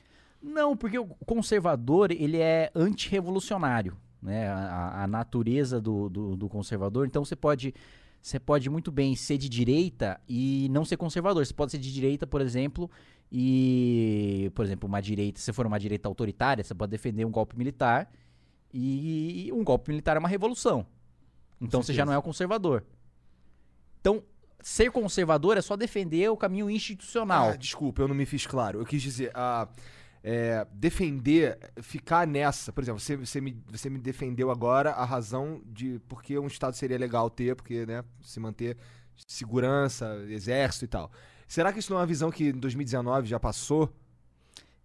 S4: Não, porque o conservador ele é antirrevolucionário, né? A- A, a natureza do, do, do conservador. Então você pode você pode muito bem ser de direita e não ser conservador. Você pode ser de direita, por exemplo, e por exemplo uma direita. Se for uma direita autoritária, você pode defender um golpe militar e um golpe militar é uma revolução. Então você já não é o conservador. Então ser conservador é só defender o caminho institucional.
S3: Ah, desculpa, eu não me fiz claro. Eu quis dizer, ah, é, defender, ficar nessa. Por exemplo, você, você, me, você me defendeu agora a razão de porque um Estado seria legal ter, porque, né, se manter segurança, exército e tal. Será que isso não é uma visão que em 2019 já passou?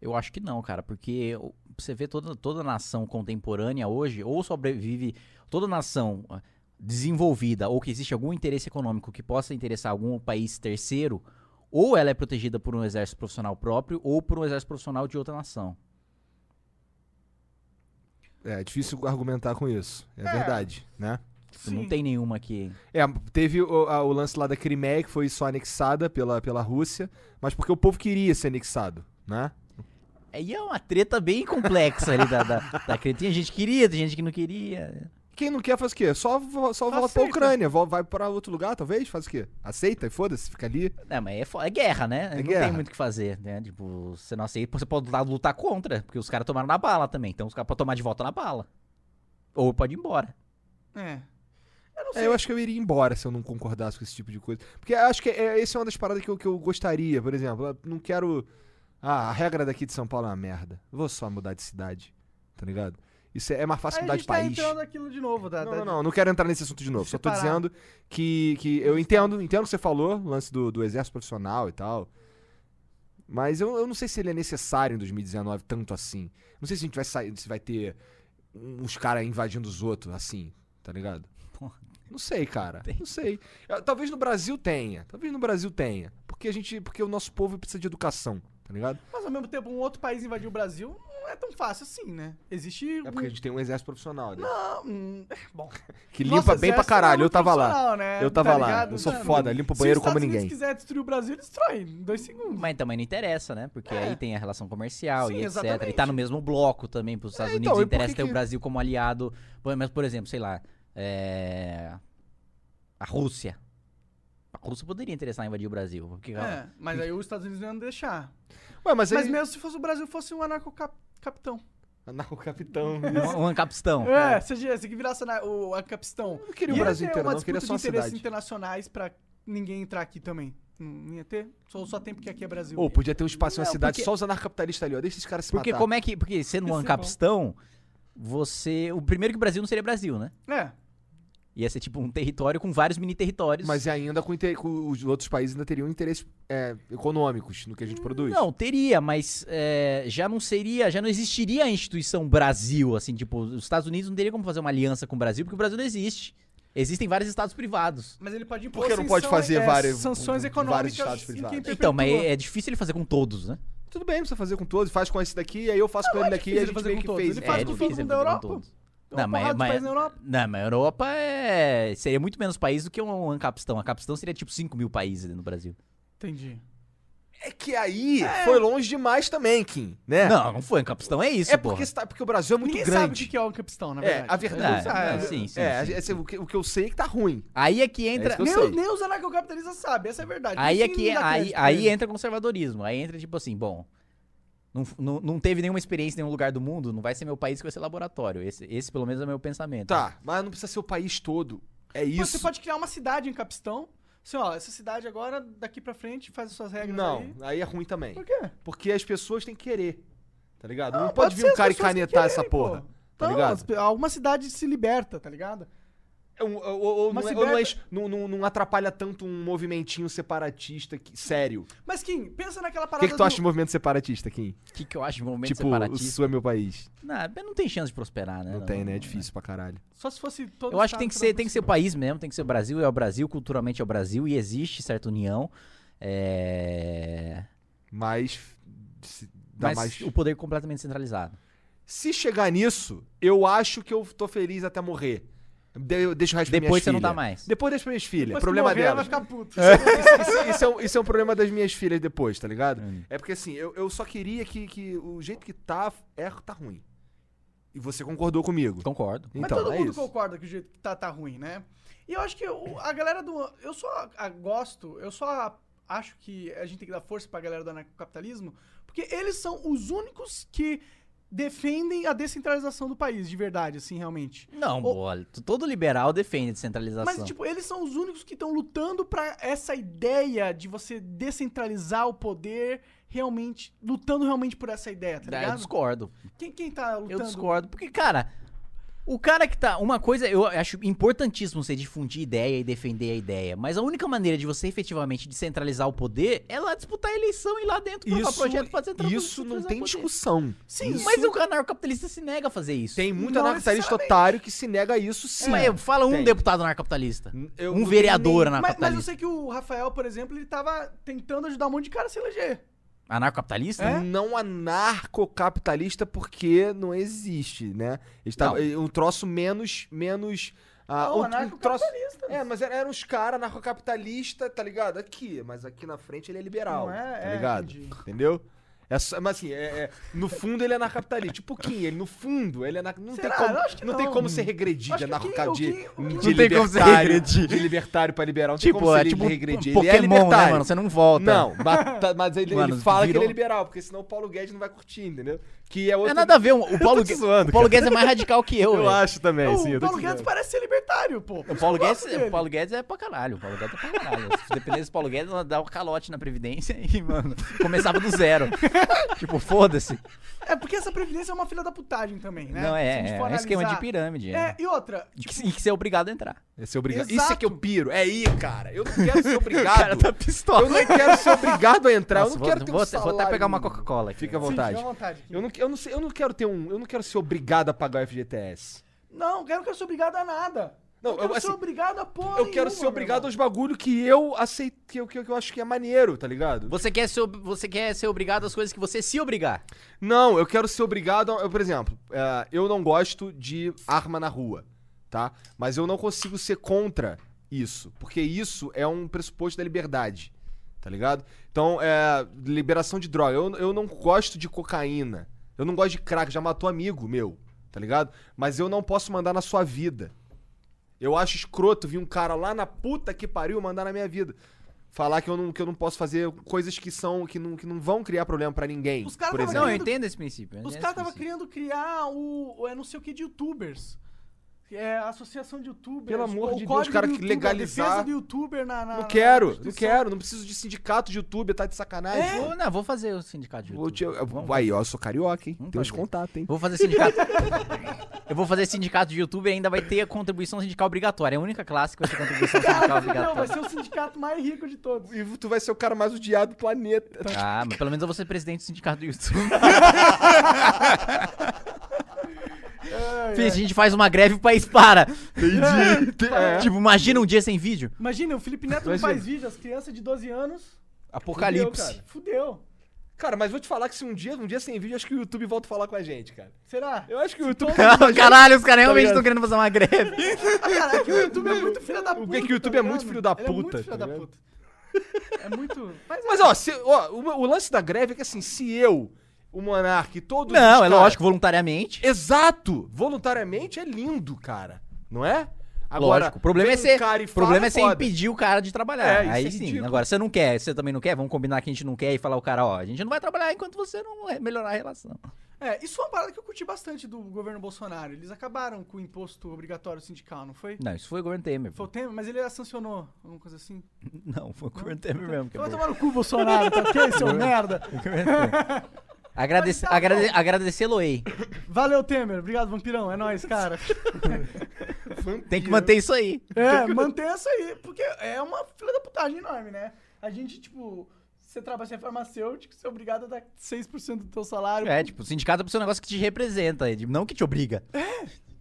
S4: Eu acho que não, cara, porque o- você vê toda, toda nação contemporânea hoje, ou sobrevive, toda nação ah, desenvolvida, ou que existe algum interesse econômico que possa interessar algum país terceiro, ou ela é protegida por um exército profissional próprio, ou por um exército profissional de outra nação.
S3: É difícil argumentar com isso. É, verdade, né?
S4: Tipo, não tem nenhuma aqui.
S3: É, teve o, a- o lance lá da Crimeia, que foi só anexada pela, pela Rússia, mas porque o povo queria ser anexado, né?
S4: Aí é uma treta bem complexa ali da, da, da treta. Tem gente que queria, tem gente que não queria.
S3: Quem não quer faz o quê? Só, vo- só volta pra
S2: Aceita.
S3: Ucrânia, vo- vai pra outro lugar, talvez, faz o quê? Aceita e foda-se, fica ali.
S4: Não, mas é, fo- é guerra, né? não
S3: guerra.
S4: tem muito o que fazer, né? Tipo, você não aceita, você pode lutar, lutar contra, porque os caras tomaram na bala também. Então os caras podem tomar de volta na bala. Ou pode ir embora.
S2: É.
S3: É, eu acho que eu iria embora se eu não concordasse com esse tipo de coisa. Porque eu acho que é, essa é uma das paradas que eu, que eu gostaria, por exemplo. Eu não quero. Ah, a regra daqui de São Paulo é uma merda. Vou só mudar de cidade, tá ligado? Isso é, é mais fácil
S2: Aí a
S3: mudar de
S2: gente tá
S3: país.
S2: entrando naquilo de novo. Da,
S3: Não,
S2: da-
S3: não, não, não quero entrar nesse assunto de novo. Só tô
S2: Separar.
S3: dizendo que, que eu entendo, entendo o que você falou, o lance do, do exército profissional e tal. Mas eu, eu não sei se ele é necessário em 2019 tanto assim. Não sei se a gente vai sair, se vai ter um, uns caras invadindo os outros assim, tá ligado?
S4: Porra.
S3: Não sei, cara. Não sei. Eu- Talvez no Brasil tenha. Talvez no Brasil tenha. Porque a gente, porque o nosso povo precisa de educação, tá ligado?
S2: Mas ao mesmo tempo, um outro país invadiu o Brasil não não é tão fácil assim, né? Existe.
S3: É porque a gente tem um exército profissional, né?
S2: Ah, hum, é, bom.
S3: Que
S2: Nosso
S3: limpa bem pra
S2: exército é
S3: caralho. Eu
S2: muito
S3: tava lá.
S2: profissional, né?
S3: Eu tava
S2: Tá
S3: lá.
S2: ligado?
S3: Eu sou
S2: Mano,
S3: foda. Limpo o banheiro como ninguém.
S2: Se os Estados Unidos quiser destruir o Brasil, ele destrói em dois segundos.
S4: Mas também não interessa, né? Porque
S3: É.
S4: aí tem a relação comercial
S2: Sim,
S4: e etc. E tá
S2: exatamente.
S4: no mesmo bloco também pros Estados
S3: então,
S4: Unidos.
S3: e por
S4: interessa
S3: que
S4: ter
S3: que-
S4: o Brasil como aliado. Bom, Mas, por exemplo, sei lá. é, A Rússia. A Rússia poderia interessar em invadir o Brasil. Porque,
S2: É, mas aí os Estados Unidos não iam deixar.
S3: Ué, mas
S2: Mas
S3: aí...
S2: mesmo se fosse o Brasil, fosse um anarcocapitão.
S3: Anarco-capitão.
S4: Um, um ancapistão.
S3: Ah,
S2: É, se se que virasse ana- o anarcapistão.
S3: não queria o
S2: Ia
S3: Brasil
S2: ter
S3: inteiro,
S2: uma
S3: não, queria
S2: disputa
S3: só a
S2: de interesses
S3: cidade.
S2: internacionais pra ninguém entrar aqui também. Não ia ter? Só, só tem porque aqui é Brasil.
S3: Ou podia ter um espaço na
S4: Não,
S3: cidade
S4: porque-
S3: só os anarcapitalistas ali, ó. Deixa esses caras se
S4: Porque
S3: matar.
S4: como é que. Porque sendo um ancapistão, você. O primeiro que o Brasil não seria Brasil, né?
S2: É.
S4: Ia ser tipo um território com vários mini territórios.
S3: Mas ainda com, inter- com os outros países ainda teriam interesses é, econômicos no que a
S2: Hum,
S3: gente produz.
S4: Não, teria, mas é, já não seria, já não existiria a instituição Brasil, assim, tipo, os Estados Unidos não teria como fazer uma aliança com o Brasil, porque o Brasil não existe. Existem vários estados privados.
S2: Mas ele pode impor
S3: Por que não pode
S2: sanção-
S3: fazer
S2: é,
S3: vários-
S2: sanções
S3: vários
S2: econômicas
S3: estados
S2: em
S3: privados?
S2: quem
S4: Então, mas
S2: perpetua.
S4: é, é difícil ele fazer com todos, né?
S3: Tudo bem, precisa fazer com todos. Faz com esse daqui, aí eu faço com
S2: Não,
S3: ele
S2: é
S3: daqui e a
S2: difícil
S3: gente
S2: fazer
S3: meio
S2: com
S3: que
S2: todos.
S3: fez.
S2: Ele faz
S4: é
S2: com todo
S4: difícil
S2: mundo
S4: fazer
S2: da
S4: com
S2: Europa.
S4: todos.
S2: Tem uma
S4: Não, mas, é,
S2: porrada de
S4: mas-
S2: país na Europa.
S4: não, mas a Europa é, seria muito menos país do que um Ancapistão. Um Ancapistão seria tipo 5 mil países dentro do Brasil.
S2: Entendi.
S3: É que aí foi longe demais também, Kim, né?
S4: Não, não foi. Ancapistão é isso,
S3: É
S4: porra.
S3: porque, você tá- porque o Brasil é muito
S2: Ninguém sabe o
S3: grande.
S2: que que é o capistão, na
S3: É,
S2: verdade.
S3: a verdade.
S4: Ah,
S3: é,
S4: é, sim, sim,
S3: é,
S4: sim.
S3: esse é o, que, o que eu sei é que tá ruim.
S4: Aí é que entra.
S3: isso que eu
S2: Nem,
S3: sei.
S2: os- nem os anarcocapitalistas sabem, essa é a verdade.
S4: Aí
S2: Por
S4: é
S2: isso
S4: que
S2: não dá
S4: aí,
S2: crédito pra tá
S4: aí
S2: eles.
S4: entra conservadorismo. Aí entra tipo assim, bom, não, f- não, não teve nenhuma experiência em nenhum lugar do mundo, não vai ser meu país que vai ser laboratório. Esse, esse pelo menos é o meu pensamento.
S3: Tá, mas não precisa ser o país todo. É
S2: Pô,
S3: isso.
S2: Você pode criar uma cidade em capistão. Assim, ó, essa cidade agora, daqui pra frente, faz as suas regras
S3: Não,
S2: aí.
S3: aí. é ruim também.
S2: Por quê?
S3: Porque as pessoas têm que querer. Tá ligado?
S2: Não,
S3: Não,
S2: Ah, pode
S3: pode
S2: ser
S3: vir um
S2: as
S3: cara e
S2: pessoas que
S3: canetar essa
S2: querem,
S3: porra.
S2: pô.
S3: Tá
S2: Então,
S3: ligado?
S2: as- alguma cidade se liberta, tá ligado?
S3: É um- Ou, ou- ou
S2: Mas
S3: não, é-
S2: se
S3: ou não é-
S2: bebe-
S3: não- não- não atrapalha tanto um movimentinho separatista que- sério.
S2: Mas, Kim, pensa naquela
S3: O
S2: parada
S3: que, que tu acha de movimento separatista, Kim?
S4: O que, que eu acho de movimento
S3: Tipo, o
S4: separatista?
S3: Sul é meu país.
S4: Não, não tem chance de prosperar, né?
S3: Não, tem, né? É difícil pra caralho.
S2: do... Só se fosse todo
S4: Eu acho que
S2: estado
S4: tem que
S2: cada
S4: ser,
S2: um
S4: tem que
S2: por
S4: ser
S2: si.
S4: país mesmo, tem que ser o Brasil, é o Brasil, culturalmente é o Brasil e existe certa união. É...
S3: Mas. Se, dá
S4: Mas
S3: mais...
S4: o poder é completamente centralizado.
S3: se chegar nisso, eu acho que eu tô feliz até morrer. De- eu deixo o resto pra minhas
S4: Depois você não
S3: filhas.
S4: tá mais.
S3: Depois deixa pra minhas filhas.
S2: Depois que
S3: problema
S2: morrer,
S3: delas.
S2: ela vai ficar puta.
S3: isso, isso é um, isso é um problema das minhas filhas depois, tá ligado? É porque assim, eu, eu só queria que, que o jeito que tá, é, tá ruim. E você concordou comigo.
S4: Concordo.
S2: Mas
S3: então,
S2: todo
S3: é
S2: mundo
S3: isso.
S2: concorda que o jeito que tá, tá ruim, né? E eu acho que o- a galera do. Eu só a- gosto, eu só acho que a gente tem que dar força pra galera do anarcocapitalismo, porque eles são os únicos que defendem a descentralização do país, de verdade, assim, realmente.
S4: Não,
S2: Ou-
S4: bola. Todo liberal defende descentralização.
S2: Mas, tipo, eles são os únicos que estão lutando pra essa ideia de você descentralizar o poder, realmente. Lutando realmente por essa
S3: É,
S2: ideia, tá
S4: Ah, eu
S2: ligado?
S4: discordo.
S2: Quem, quem tá lutando?
S4: Eu discordo, porque, cara, o cara que tá. Uma coisa, eu acho importantíssimo você difundir ideia e defender a ideia. Mas a única maneira de você efetivamente descentralizar o poder é lá disputar a eleição e ir lá dentro colocar projeto pra central-
S3: isso não
S4: centralizar
S3: tem
S4: o poder.
S3: discussão.
S2: Sim,
S3: Isso-
S4: Mas o anarcocapitalista se nega a fazer isso.
S3: Tem muito
S2: Não
S3: anarcapitalista
S2: necessariamente.
S3: otário que se nega a isso sim.
S4: Mas fala um
S3: Tem.
S4: deputado anarcocapitalista.
S3: Eu
S4: um
S3: não
S4: vereador
S2: Mas,
S3: tenho
S2: mas eu
S4: anarcocapitalista.
S2: sei que o Rafael, por exemplo, ele tava tentando ajudar um monte de cara a se eleger.
S4: Anarcocapitalista? Hum,
S3: nem- É? Não anarcocapitalista porque não existe, né? Eles tavam-
S4: Não.
S3: é Um troço menos. menos ah,
S2: Não,
S3: outro-
S2: anarcocapitalista.
S3: É, mas era- eram uns caras anarcocapitalista, tá ligado? Aqui, mas aqui na frente ele é liberal.
S2: Não é?
S3: tá
S2: É,
S3: ligado?
S2: entendi.
S3: Entendeu? É só- mas assim, é- é- no fundo ele é anarcocapitalista. Tipo o Kim, ele no fundo, ele é anar- não
S2: Será?
S3: tem como
S2: Eu acho que
S3: Não tem
S2: não.
S3: como ser regredir de
S2: Acho que o
S3: anarcocapitalista.
S2: Kim-
S3: De,
S2: o Kim-
S3: de
S6: Não tem como ser
S3: libertário-
S6: regredir.
S3: De libertário pra liberal. Não tem
S4: Tipo,
S3: como
S4: é
S3: ser
S4: tipo um
S3: regredir. ele é
S4: Pokémon,
S3: libertário.
S4: né, mano? Você não volta.
S3: Não, mas, tá- mas ele,
S4: Mano,
S3: ele fala que
S4: virou-
S3: ele é liberal, porque senão o Paulo Guedes não vai curtir, entendeu? Que é outro.
S4: É nada a ver. O Paulo, Gue-
S6: zoando,
S4: o Paulo Guedes é mais radical que eu,
S6: Eu
S4: velho.
S6: acho também,
S2: o
S3: assim,
S6: sim. Eu tô
S2: Paulo
S6: te
S2: Guedes
S6: dizendo.
S2: parece ser libertário, pô.
S4: O Paulo, Guedes,
S2: gosto dele.
S4: o Paulo Guedes é pra caralho. O Paulo Guedes é pra caralho. Se dependesse do Paulo Guedes, ela dava um calote na Previdência e, mano, começava do zero. tipo, foda-se.
S2: É porque essa previdência é uma filha da putagem também, né?
S4: Não,
S2: Se a
S4: é,
S2: gente
S4: é,
S2: for
S4: um esquema de
S2: analisar.
S4: pirâmide.
S2: É,
S4: É.
S2: e outra,
S4: E que, e que você é obrigado a entrar.
S3: É ser obrigado.
S2: Exato.
S3: Isso é que eu piro. É aí, cara. Eu não quero ser obrigado.
S4: O cara tá pistola.
S3: Eu não quero ser obrigado a entrar.
S4: Nossa,
S3: eu não
S4: vou,
S3: quero ter um
S4: vou, até-
S3: salário.
S4: vou até pegar uma Coca-Cola aqui.
S3: Fica à
S2: Sim,
S3: vontade.
S2: fica à vontade.
S3: Eu não, eu, não sei- eu não quero ter um. Eu não quero ser obrigado a pagar o FGTS.
S2: Não, eu não quero ser obrigado a nada.
S3: Não,
S2: eu,
S3: eu,
S2: sou
S3: assim,
S2: obrigado a porra
S3: eu quero
S2: nenhuma,
S3: ser
S2: meu
S3: obrigado
S2: irmão.
S3: aos bagulho que eu aceito, que eu, que eu, que eu acho que é maneiro, tá ligado?
S4: Você quer, ser, ob- você quer ser obrigado às coisas que você se obrigar.
S3: Não, eu quero ser obrigado. a- eu, por exemplo, é, eu não gosto de arma na rua, tá? Mas eu não consigo ser contra isso, porque isso é um pressuposto da liberdade, tá ligado? Então, é, liberação de droga. Eu, eu não gosto de cocaína. Eu não gosto de crack. Já matou amigo meu, tá ligado? Mas eu não posso mandar na sua vida. Eu acho escroto vir um cara lá na puta que pariu mandar na minha vida. Falar que eu não, que eu não posso fazer coisas que são que não, que não vão criar problema pra ninguém.
S2: Os caras
S3: por
S2: tavam
S3: exemplo.
S4: Não, eu
S2: Entendo.
S4: entendo esse princípio. eu
S2: Os
S4: entendo
S2: caras
S4: esse
S2: estavam
S4: princípio.
S2: querendo criar o, o- é não sei o que de youtubers. É, a associação de youtubers.
S3: Pelo amor
S2: o
S3: de Deus,
S2: código
S3: cara,
S2: do
S3: que
S2: youtuber, a
S3: legalizar.
S2: defesa do youtuber na. na-
S3: Não
S2: na
S3: quero, não
S2: Constituição.
S3: quero, não preciso de sindicato de YouTube, tá de sacanagem.
S4: Vou, não, vou fazer o sindicato de
S3: Vou
S4: YouTube.
S3: te- eu-
S4: Vamos-
S3: aí, ó, eu sou carioca, hein?
S4: Vamos
S3: Tem uns
S4: fazer.
S3: contatos, hein?
S4: Vou fazer sindicato. eu vou fazer sindicato de YouTube e ainda vai ter a contribuição sindical obrigatória. É a única classe que vai ter contribuição sindical
S2: Não, vai
S4: obrigatória.
S2: ser o sindicato mais rico de todos.
S3: E tu vai ser o cara mais odiado do planeta.
S4: Ah, mas pelo menos eu vou ser presidente do sindicato do YouTube. Fih, a gente faz uma greve e o país para.
S3: Entendi. É.
S4: Tipo, imagina um dia sem vídeo.
S2: Imagina, o Felipe Neto não
S3: Imagina.
S2: faz vídeo, as crianças de 12 anos.
S3: É.
S4: Apocalipse.
S3: Fudeu, cara.
S2: Fudeu.
S3: Cara, mas vou te falar que se um dia, um dia sem vídeo, acho que o YouTube volta a falar com a gente, cara.
S2: Será?
S3: Eu acho que o YouTube.
S4: Caralho, os caras realmente
S3: Tá ligado?
S4: estão querendo fazer uma greve.
S2: Caraca, o YouTube é muito filho da
S3: O que
S2: puta.
S3: é que o YouTube
S2: tá
S3: é muito
S2: ligado?
S3: filho da
S2: Ele é muito
S3: puta,
S2: filho
S3: tá
S2: da
S3: ligado?
S2: puta. É muito. Mas,
S3: Mas, ó, se- ó, o, o lance da greve é que assim, se eu, o Monark, e todos. os
S4: Não, é
S3: caras-
S4: lógico, voluntariamente.
S3: Exato! Voluntariamente é lindo, cara. Não é? Agora,
S4: lógico. O problema é
S3: vem um
S4: ser,
S3: cara e
S4: o problema
S3: fala,
S4: é você
S3: foda.
S4: impedir o cara de trabalhar.
S3: É, isso
S4: Aí
S3: é
S4: sim.
S3: ridículo.
S4: Agora, você não quer, você também não quer, vamos combinar que a gente não quer e falar o cara, ó, a gente não vai trabalhar enquanto você não re- melhorar a relação.
S2: é, isso é uma parada que eu curti bastante do governo Bolsonaro. Eles acabaram com o imposto obrigatório sindical, não foi?
S4: Não, isso foi o governo Temer.
S2: Foi
S4: pô.
S2: o Temer, mas ele sancionou alguma coisa assim.
S4: Não, foi o governo Temer mesmo. que é
S2: Vai
S4: bom.
S2: tomar no cu, Bolsonaro, tá ok,
S3: é?
S2: seu merda?
S4: Agradece,
S2: Mas tá
S4: agrade,
S2: bom.
S4: agradecê-lo-ei.
S2: Valeu, Temer. Obrigado, vampirão. É nóis, cara.
S4: Tem que manter isso aí.
S2: É, mantenha isso aí, porque é uma fila da putagem enorme, né? A gente, tipo, você trabalha, você é farmacêutico, você é obrigado a dar 6% do teu salário.
S4: É, tipo, o sindicato é pra ser um negócio que te representa, Ed, não que te obriga.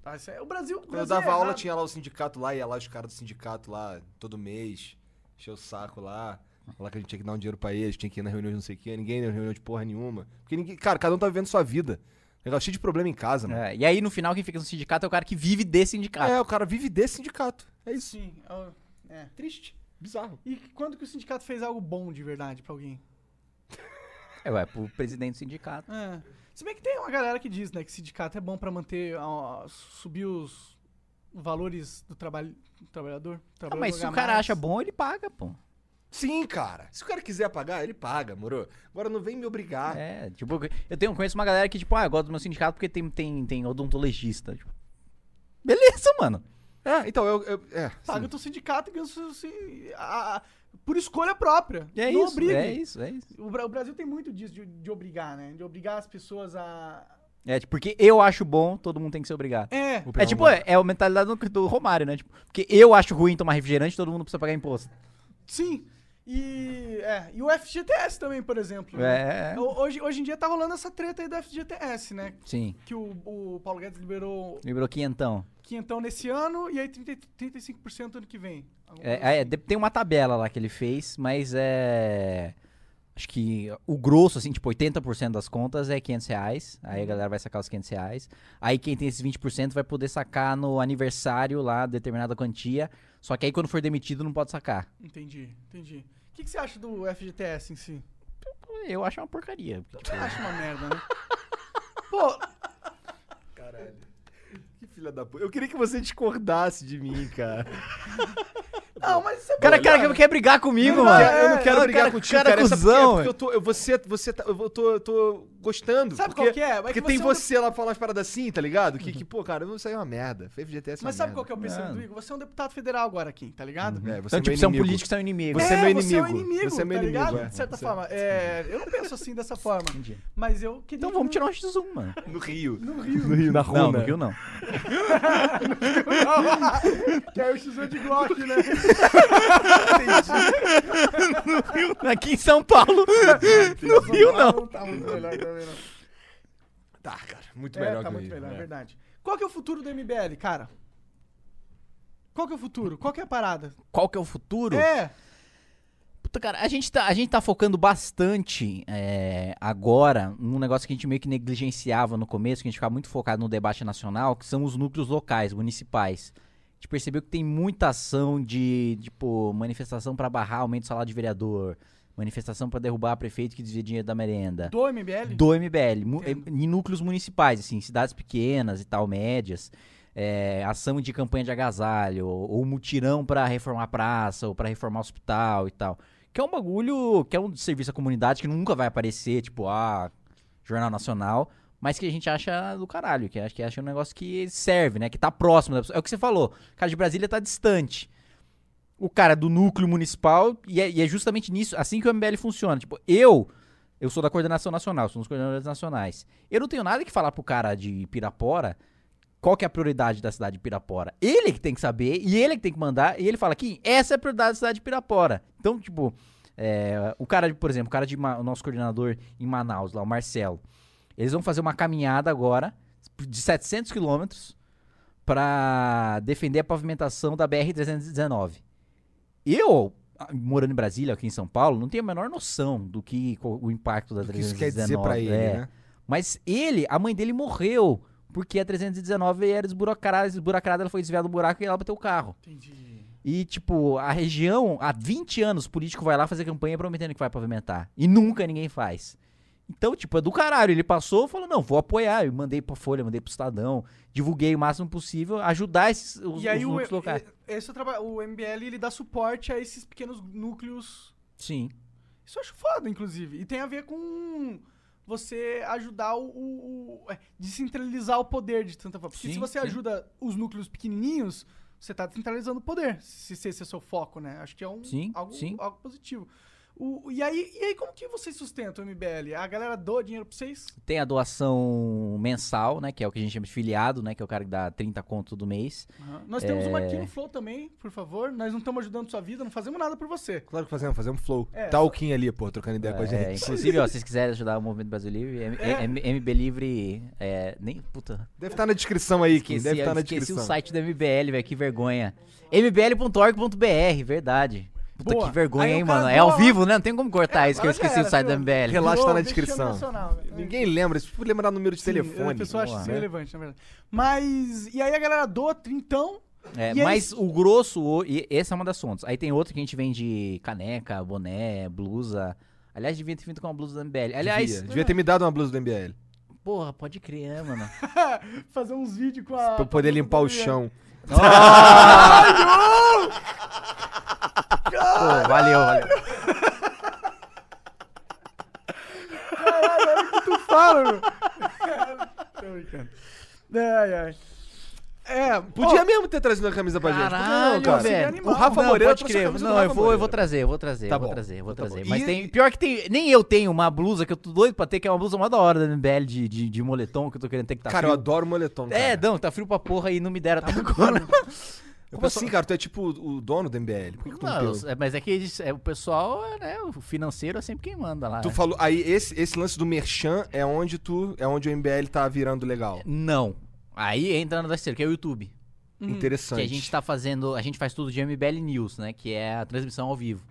S2: Ah, isso é- o Brasil. o
S3: Quando eu
S2: Brasil é
S3: dava aula,
S2: errado.
S3: tinha lá o sindicato lá, ia lá os caras do sindicato lá, todo mês, encheu o saco lá. Falar que a gente tinha que dar um dinheiro pra eles, tinha que ir na reunião de não sei o quê, ninguém na reunião de porra nenhuma. Porque ninguém. Cara, cada um tá vivendo sua vida. Negócio cheio de problema em casa, mano.
S4: É, e aí, no final, quem fica no sindicato é o cara que vive de
S3: É,
S4: sindicato.
S3: o cara vive desse sindicato. É isso.
S2: Sim, é o- é.
S3: Triste. Bizarro.
S2: E quando que o sindicato fez algo bom de verdade pra alguém?
S4: É, ué, pro presidente do sindicato.
S2: É. Se bem que tem uma galera que diz, né, que sindicato é bom pra manter, ó, subir os valores do trabalho do trabalhador.
S4: Ah,
S2: trabalhador
S4: mas se
S2: ganhar
S4: o cara
S2: mais.
S4: acha bom, ele paga, pô.
S3: Sim, cara. Se o cara quiser pagar, ele paga, moro. Agora não vem me
S2: Ah.
S3: obrigar.
S4: É, tipo, eu tenho, conheço uma galera que, tipo, ah, eu gosto do meu sindicato porque tem, tem, tem odontologista. Tipo, beleza, mano.
S3: É, então, eu. eu- é,
S2: Paga o
S3: sim.
S2: teu sindicato e ganha o seu- se- a- a- por escolha própria.
S4: É
S2: não
S4: isso,
S2: obrigue.
S4: é isso, é isso.
S2: O, Bra- o Brasil tem muito disso de, de obrigar, né? De obrigar as pessoas a.
S4: É, tipo, porque eu acho bom, todo mundo tem que ser obrigado.
S2: É.
S4: É tipo, é, é a mentalidade do, do Romário, né? Tipo, porque eu acho ruim tomar refrigerante, todo mundo precisa pagar imposto.
S2: Sim. E, é, e o FGTS também, por exemplo.
S4: É.
S2: né? Ho- Hoje, hoje em dia tá rolando essa treta aí do FGTS, né?
S4: Sim.
S2: Que o, o Paulo Guedes liberou
S4: Liberou quinhentão.
S2: quinhentão nesse ano e aí 30, 35% ano que vem. assim. Alguma coisa
S4: É, é, de- tem uma tabela lá que ele fez, mas é. Acho que o grosso, assim, tipo, 80% das contas é 500 reais. Aí a
S3: Uhum.
S4: galera vai sacar os 500 reais. Aí quem tem esses 20% vai poder sacar no aniversário lá, determinada quantia. Só que aí quando for demitido não pode sacar.
S2: assim. Entendi, entendi. O que, que você acha do FGTS em si?
S4: Eu acho uma porcaria.
S3: tipo,
S2: Acho uma merda, né? Pô,
S3: Que filha da puta. Eu queria que você discordasse de mim, cara.
S2: não, mas isso é
S4: O cara,
S2: bom,
S4: cara,
S2: né?
S4: quer brigar comigo,
S3: Não,
S4: mano.
S3: Ah, eu não quero
S4: Cara,
S3: brigar
S4: cara,
S3: contigo, cara.
S4: cara
S3: Essa-
S4: cuzão,
S3: é porque eu tô, eu, você, você tá, eu tô, eu tô gostando.
S2: Sabe
S3: porque,
S2: qual que é? É que
S3: porque
S2: você
S3: tem
S2: é um
S3: você lá pra falar umas paradas assim, tá ligado? Que, que pô, cara, isso aí é uma merda. FGTS é uma
S2: Mas sabe
S3: merda.
S2: qual que é o pensamento do Igor? Você é um deputado federal agora aqui, tá ligado?
S3: é? Você
S4: Então,
S3: é
S4: tipo,
S3: meu
S4: são
S3: inimigo.
S4: políticos, são inimigos.
S3: Você é meu
S2: Você é um
S3: inimigo.
S2: inimigo,
S3: Você é meu
S2: tá
S3: inimigo,
S2: ligado?
S3: é.
S2: De certa
S3: Você-
S2: forma. É, eu não penso assim dessa forma. Mas eu queria.
S4: Então vamos tirar um X1, mano.
S3: No Rio.
S2: No Rio.
S3: No Rio, na rua. né?
S4: Não, no Rio não.
S2: Que é o X1 de Glock, né?
S4: Aqui em São Paulo. no Rio não.
S2: Tá muito melhor, tá melhor.
S3: Tá, cara. Muito
S2: É,
S3: melhor
S2: tá
S3: que né? no
S2: muito
S3: Rio.
S2: melhor, é
S3: É.
S2: verdade. Qual que é o futuro do MBL, cara? Qual que é o futuro? Qual que é a parada?
S4: Qual que é o futuro?
S2: É.
S4: Puta, cara, a gente tá, a gente tá focando bastante é, agora num negócio que a gente meio que negligenciava no começo, que a gente ficava muito focado no debate nacional, que são os núcleos locais, municipais. A gente percebeu que tem muita ação de, tipo, manifestação pra barrar aumento do salário de vereador, manifestação pra derrubar prefeito que desvia dinheiro da merenda.
S2: Do MBL?
S4: Do MBL, mu- em núcleos municipais, assim, cidades pequenas e tal, médias. é, ação de campanha de agasalho, ou, ou mutirão pra reformar praça, ou pra reformar hospital e tal. Que é um bagulho, que é um serviço à comunidade que nunca vai aparecer, tipo, ah, Jornal Nacional, mas que a gente acha do caralho, que acha que acha um negócio que serve, né? Que tá próximo da pessoa. É o que você falou, o cara de Brasília tá distante. O cara é do núcleo municipal, e é, e é justamente nisso, assim que o MBL funciona. Tipo, eu, eu sou da coordenação nacional, sou um dos coordenadores nacionais. Eu não tenho nada que falar pro cara de Pirapora qual que é a prioridade da cidade de Pirapora. Ele que tem que saber, e ele que tem que mandar, e ele fala que essa é a prioridade da cidade de Pirapora. Então, tipo, é, o cara, de- por exemplo, o cara de Ma- o nosso coordenador em Manaus, lá, o Marcelo, eles vão fazer uma caminhada agora de 700 quilômetros pra defender a pavimentação da BR-319. Eu, a- morando em Brasília, aqui em São Paulo, não tenho a menor noção do que co- o impacto da
S3: O que
S4: 319.
S3: isso quer dizer pra ele,
S4: é.
S3: né?
S4: Mas ele, a mãe dele morreu porque a 319 era esburacada, esburacada, ela foi desviada do buraco e ela bateu o carro.
S2: Entendi.
S4: E, tipo, a região, há 20 anos, o político vai lá fazer campanha prometendo que vai pavimentar. E nunca ninguém faz. Então, tipo, é do caralho. Ele passou e falou: não, vou apoiar. Eu mandei pra Folha, mandei pro Estadão, divulguei o máximo possível, ajudar esses, os,
S2: e aí
S4: os
S2: o,
S4: núcleos locais.
S2: e- esse é o, traba- o MBL ele dá suporte a esses pequenos núcleos.
S4: Sim.
S2: Isso eu acho foda, inclusive. E tem a ver com você ajudar o. o- o- é, descentralizar o poder de tanta forma. Porque
S4: Sim,
S2: se você
S4: sim.
S2: ajuda os núcleos pequenininhos, você tá descentralizando o poder. Se se esse é o seu foco, né? Acho que é um,
S4: Sim,
S2: algo,
S4: sim.
S2: algo positivo. O- e, aí, e aí, como que vocês sustentam o MBL? A galera doa dinheiro pra vocês?
S4: Tem a doação mensal, né? Que é o que a gente chama de filiado, né? Que é o cara que dá 30 conto todo mês.
S2: Nós temos
S4: É.
S2: uma aqui no Flow também, por favor. Nós não estamos ajudando sua vida, não fazemos nada por você.
S3: Claro que fazemos, fazemos flow.
S2: É,
S3: Talking ali, pô, trocando ideia com a
S4: É,
S3: gente.
S4: inclusive, ó, se vocês quiserem ajudar o Movimento Brasil Livre, M-
S2: É.
S4: M- MB Livre, é, nem, puta,
S3: Deve estar na descrição aí, Kim.
S4: esqueci,
S3: Deve
S2: tá
S3: estar
S4: eu
S3: na
S4: esqueci
S3: descrição.
S4: o site da MBL, velho, que vergonha. mbl.org.br, verdade. Puta,
S2: Boa.
S4: que vergonha,
S2: Aí
S4: hein,
S2: o cara
S4: mano. É ao
S2: doa-
S4: vivo, né? Não tem como cortar isso, que eu
S2: agora já
S4: esqueci
S2: era,
S4: o site da
S2: senhor.
S4: MBL.
S3: Relaxa, tá na
S2: Virou vexame
S3: descrição.
S2: nacional, velho.
S3: Ninguém lembra, se for lembrar número de
S2: Sim, é, a
S3: telefone.
S2: pessoa acha
S4: Boa,
S2: isso
S4: né?
S2: irrelevante, na verdade. Mas. E aí a galera doa trintão.
S4: É,
S2: E aí-
S4: mas o grosso, o- e esse é uma das fontes. Aí tem outro que a gente vende caneca, boné, blusa. Aliás, devia ter vindo com uma blusa da MBL. Aliás,
S3: devia, devia ter me dado uma blusa do MBL.
S4: porra, pode crer, né, mano.
S2: fazer uns vídeos com a.
S3: Pra eu poder limpar o chão.
S4: Pô, valeu, valeu.
S2: Fala, meu. Tô brincando. Ai, ai. É,
S3: Podia
S2: podia.
S3: mesmo ter trazido a camisa pra gente. por que
S4: Caralho,
S3: não, cara?
S4: velho.
S3: O Rafa
S4: não,
S3: Moreira
S4: pode
S3: trouxe a
S4: crer.
S3: camisa do
S4: Não,
S3: Rafa
S4: tipo assim, eu vou, eu vou
S3: Moreira.
S4: trazer, eu vou trazer,
S3: Tá
S4: vou
S3: bom,
S4: trazer, vou
S3: tá bom.
S4: trazer.
S3: E-
S4: Mas tem, pior que tem, nem eu tenho uma blusa que eu tô doido pra ter, que é uma blusa mó da hora da MBL de, de, de moletom que eu tô querendo ter que tá
S3: Cara, eu
S4: frio.
S3: adoro moletom, cara. Tá
S4: É, não, tá frio pra porra e não me deram até agora.
S3: Como assim, cara? Tu é tipo o o dono do MBL. Por que que tu não
S4: Não,
S3: deu?
S4: é, mas é que eles- é, o pessoal, né, o financeiro é sempre quem manda lá.
S3: Tu
S4: né?
S3: falou, aí esse, esse lance do merchan é onde tu, é onde o MBL tá virando
S4: Hum,
S3: legal.
S4: Não. Aí entra no terceiro, que é o YouTube.
S3: Interessante.
S4: Que a gente tá fazendo, a gente faz tudo de MBL News, né? Que é a transmissão ao vivo.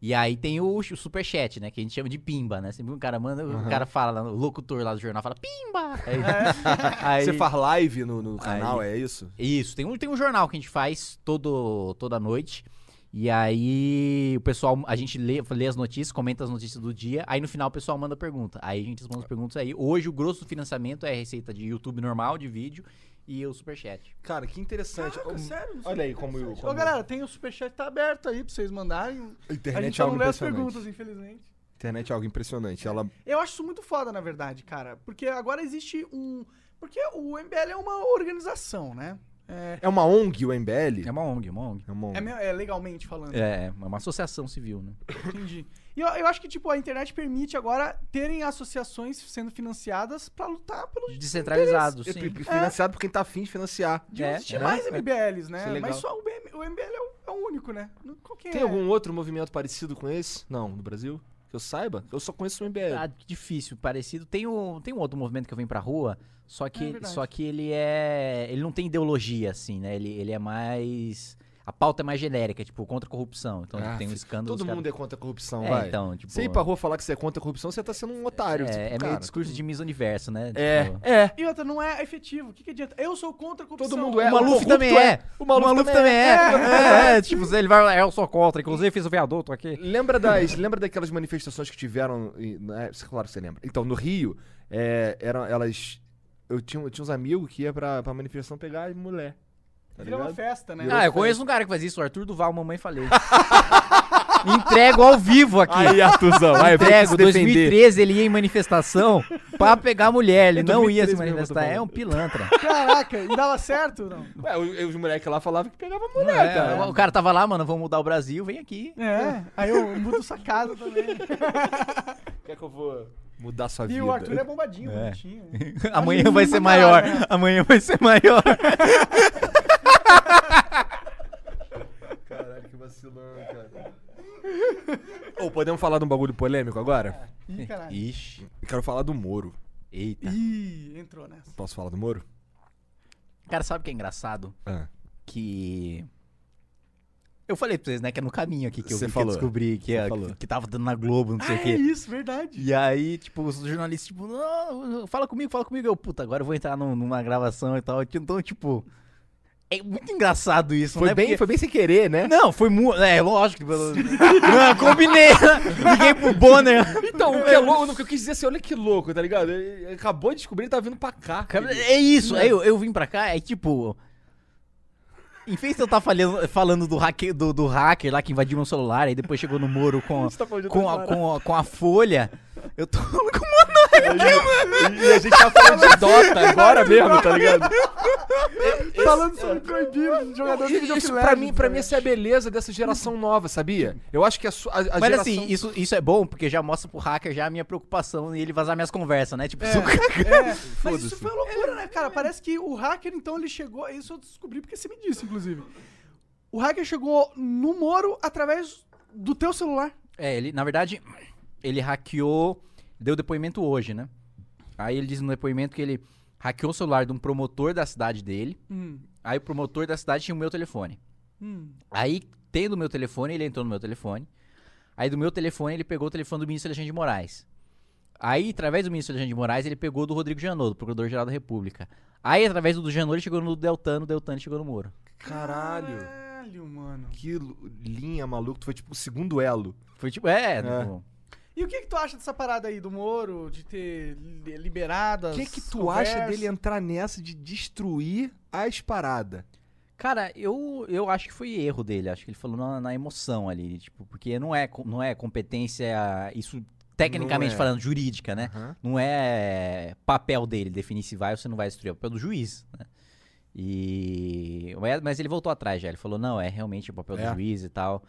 S4: E aí tem o, ch- o superchat, né? Que a gente chama de pimba, né? Sempre que um cara manda, o cara fala, lá, o locutor lá do jornal fala, pimba! É. Aí,
S3: Você
S4: aí-
S3: faz live no, no canal, é isso?
S4: Isso, tem um, tem um jornal que a gente faz todo, toda noite. E aí o pessoal, a gente lê, lê as notícias, comenta as notícias do dia, aí no final o pessoal manda pergunta. Aí a gente responde as perguntas aí. Hoje o grosso do financiamento é a receita de YouTube normal, de vídeo, e o superchat.
S3: Cara, que interessante.
S2: Caraca,
S3: Hum,
S2: sério? Não sei
S3: Olha aí
S2: que
S3: como...
S2: interessante.
S3: como...
S2: Ô, galera, tem o superchat tá aberto aí pra vocês mandarem.
S3: A
S2: a
S3: internet
S2: gente
S3: é
S2: só não
S3: algo
S2: lê as
S3: impressionante.
S2: perguntas, infelizmente.
S3: Internet é algo impressionante. Ela
S2: Eu acho isso muito foda, na verdade, cara. Porque agora existe um. Porque o MBL é uma organização, né? É,
S3: é uma ONG, o MBL?
S4: É uma ONG, uma ONG.
S3: É uma ONG.
S2: é me- é legalmente falando.
S4: É, é uma associação civil, né?
S2: Entendi. E eu, eu acho que, tipo, a internet permite agora terem associações sendo financiadas pra lutar pelos
S4: Descentralizado,
S3: É
S4: sim.
S3: pi- financiado por quem tá afim de financiar.
S4: É,
S2: Existem
S4: é.
S2: mais MBLs, né?
S3: Isso é legal.
S2: Mas só o, BM o MBL é o, é o único, né? Não- Qual que é?
S3: Tem algum outro movimento parecido com esse? Não, no Brasil? Que eu saiba? Eu só conheço o MBL.
S4: Ah, difícil, parecido. Tem um, tem um outro movimento que eu venho pra rua, só que,
S2: É verdade.
S4: só que ele é. Ele não tem ideologia, assim, né? Ele, ele é mais. a pauta é mais genérica, tipo, contra a corrupção. Então tipo, tem um escândalo.
S3: Todo
S4: os caras-
S3: mundo é contra a corrupção,
S4: É,
S3: vai.
S4: então, tipo-
S3: Você ir pra rua falar que você é contra a corrupção, você tá sendo um otário.
S4: é,
S3: tipo,
S4: é meio
S3: cara,
S4: discurso de Miss Universo, né?
S6: É,
S4: Tipo,
S6: é.
S2: E outra, não é efetivo. O que, que adianta? Eu sou contra a corrupção.
S3: Todo mundo é.
S4: O Maluf
S3: corrupto
S4: também é.
S3: O Maluf, também é.
S4: É, é, tipo, ele vai, eu sou contra. Inclusive, fiz o viaduto aqui.
S3: Lembra, das, lembra daquelas manifestações que tiveram. e- né, cê- Claro que você lembra. Então, no Rio, é, eram elas. Eu tinha, eu tinha uns amigos que ia pra, pra manifestação pegar mulher. Tá
S2: Virou uma
S3: ligado?
S2: festa, né?
S4: Ah, eu conheço um cara que faz isso, o Arthur Duval, mamãe falei. Entrego ao vivo aqui.
S6: Aí, Artuzão, vai, vai se
S4: Entrego,
S6: defender.
S4: 2013 ele ia em manifestação pra pegar mulher, ele
S3: É
S4: não ia
S3: 2013
S4: se
S3: mesmo,
S4: manifestar,
S3: eu tô
S4: é um pilantra.
S2: Caraca, e dava certo? Não.
S3: Ué, os, os moleques lá falavam que pegavam
S4: Não
S3: mulher,
S4: é,
S3: cara.
S4: O cara tava lá, mano, vamos mudar o Brasil, vem aqui.
S2: É, aí eu mudo sua casa também.
S3: Quer que eu vou mudar sua
S2: E
S3: vida?
S2: o Arthur é
S4: né?
S2: bombadinho, bonitinho.
S4: Amanhã
S2: Acho
S4: vai
S2: que
S4: ser
S2: não vai dar,
S4: maior.
S2: né?
S4: Amanhã vai ser maior.
S3: Caralho, que vacilão, cara. Ô, podemos falar de um bagulho polêmico agora?
S2: Ih, caralho.
S4: Ixi.
S3: Eu quero falar do Moro.
S4: Eita.
S2: Ih, entrou nessa.
S3: Posso falar do Moro?
S4: Cara, sabe o que é engraçado?
S3: Ah.
S4: Que. Eu falei pra vocês, né, que é no caminho aqui que eu,
S3: Você
S4: vi, que eu
S3: falou.
S4: descobri que, é,
S3: falou.
S4: que tava dando na Globo, não sei o
S2: Ah,
S4: quê.
S2: é isso, verdade.
S4: E aí, tipo, os jornalistas, tipo, não, fala comigo, fala comigo. Eu, puta, agora eu vou entrar num- numa gravação e tal. Então, tipo, é muito engraçado isso,
S3: Foi,
S4: né?
S3: bem,
S4: Porque-
S3: foi bem sem querer, né?
S4: Não, foi muito. É, lógico. pelo- não, eu combinei. né? Liguei pro Bonner.
S3: Então, o que é louco, o que eu quis dizer assim, olha que louco, tá ligado? Ele ele acabou de descobrir, ele tá vindo pra cá.
S4: Cara, É isso. Aí eu, eu vim pra cá, é tipo. Em vez de eu estar falando, falando do, hacker, do, do hacker lá que invadiu meu celular, aí depois chegou no Moro com,
S3: Você tá falando de
S4: com,
S3: outra
S4: a,
S3: história.
S4: com, a, com a folha, eu tô falando com o
S3: E a gente tá falando de Dota agora mesmo, tá ligado?
S2: Falando sobre proibido, jogador de
S3: Isso
S2: videofilé.
S3: pra mim, pra mim, essa é a beleza dessa geração nova, sabia? Eu acho que a, su- a, a
S4: Mas
S3: geração...
S4: assim, isso, isso é bom, porque já mostra pro hacker já a minha preocupação e ele vazar minhas conversas, né? Tipo,
S3: É.
S4: se o cara-
S2: Mas isso foi uma loucura, né, cara? Parece que o hacker, então, ele chegou. Isso eu descobri porque você me disse, inclusive. O hacker chegou no Moro através do teu celular.
S4: É, ele, na verdade, ele hackeou, deu depoimento hoje, né? Aí ele diz no depoimento que ele hackeou o celular de um promotor da cidade dele. Aí o promotor da cidade tinha o meu telefone. Aí, tendo o meu telefone, ele entrou no meu telefone. Aí do meu telefone, ele pegou o telefone do ministro Alexandre de Moraes. Aí, através do ministro Alexandre de Moraes, ele pegou do Rodrigo Janot, do Procurador-Geral da República. Aí, através do Janot, ele chegou no Deltano, o Deltano chegou no Moro.
S3: Caralho,
S2: Caralho, mano.
S3: que lu- linha maluco, tu foi tipo o segundo elo.
S4: Foi tipo, é, tipo,
S2: E o que, que tu acha dessa parada aí do Moro, de ter li- liberado
S3: O
S2: as
S3: que que tu
S2: conversas?
S3: acha dele entrar nessa de destruir as paradas?
S4: Cara, eu, eu acho que foi erro dele. Acho que ele falou na, na emoção ali, tipo, porque não é, co- não é competência, isso tecnicamente
S3: Não é.
S4: falando, jurídica, né?
S3: Aham.
S4: Não é papel dele definir se vai ou se não vai destruir, é papel do juiz, né? E mas- mas ele voltou atrás já, ele falou não, é realmente o papel
S3: É.
S4: do juiz e tal.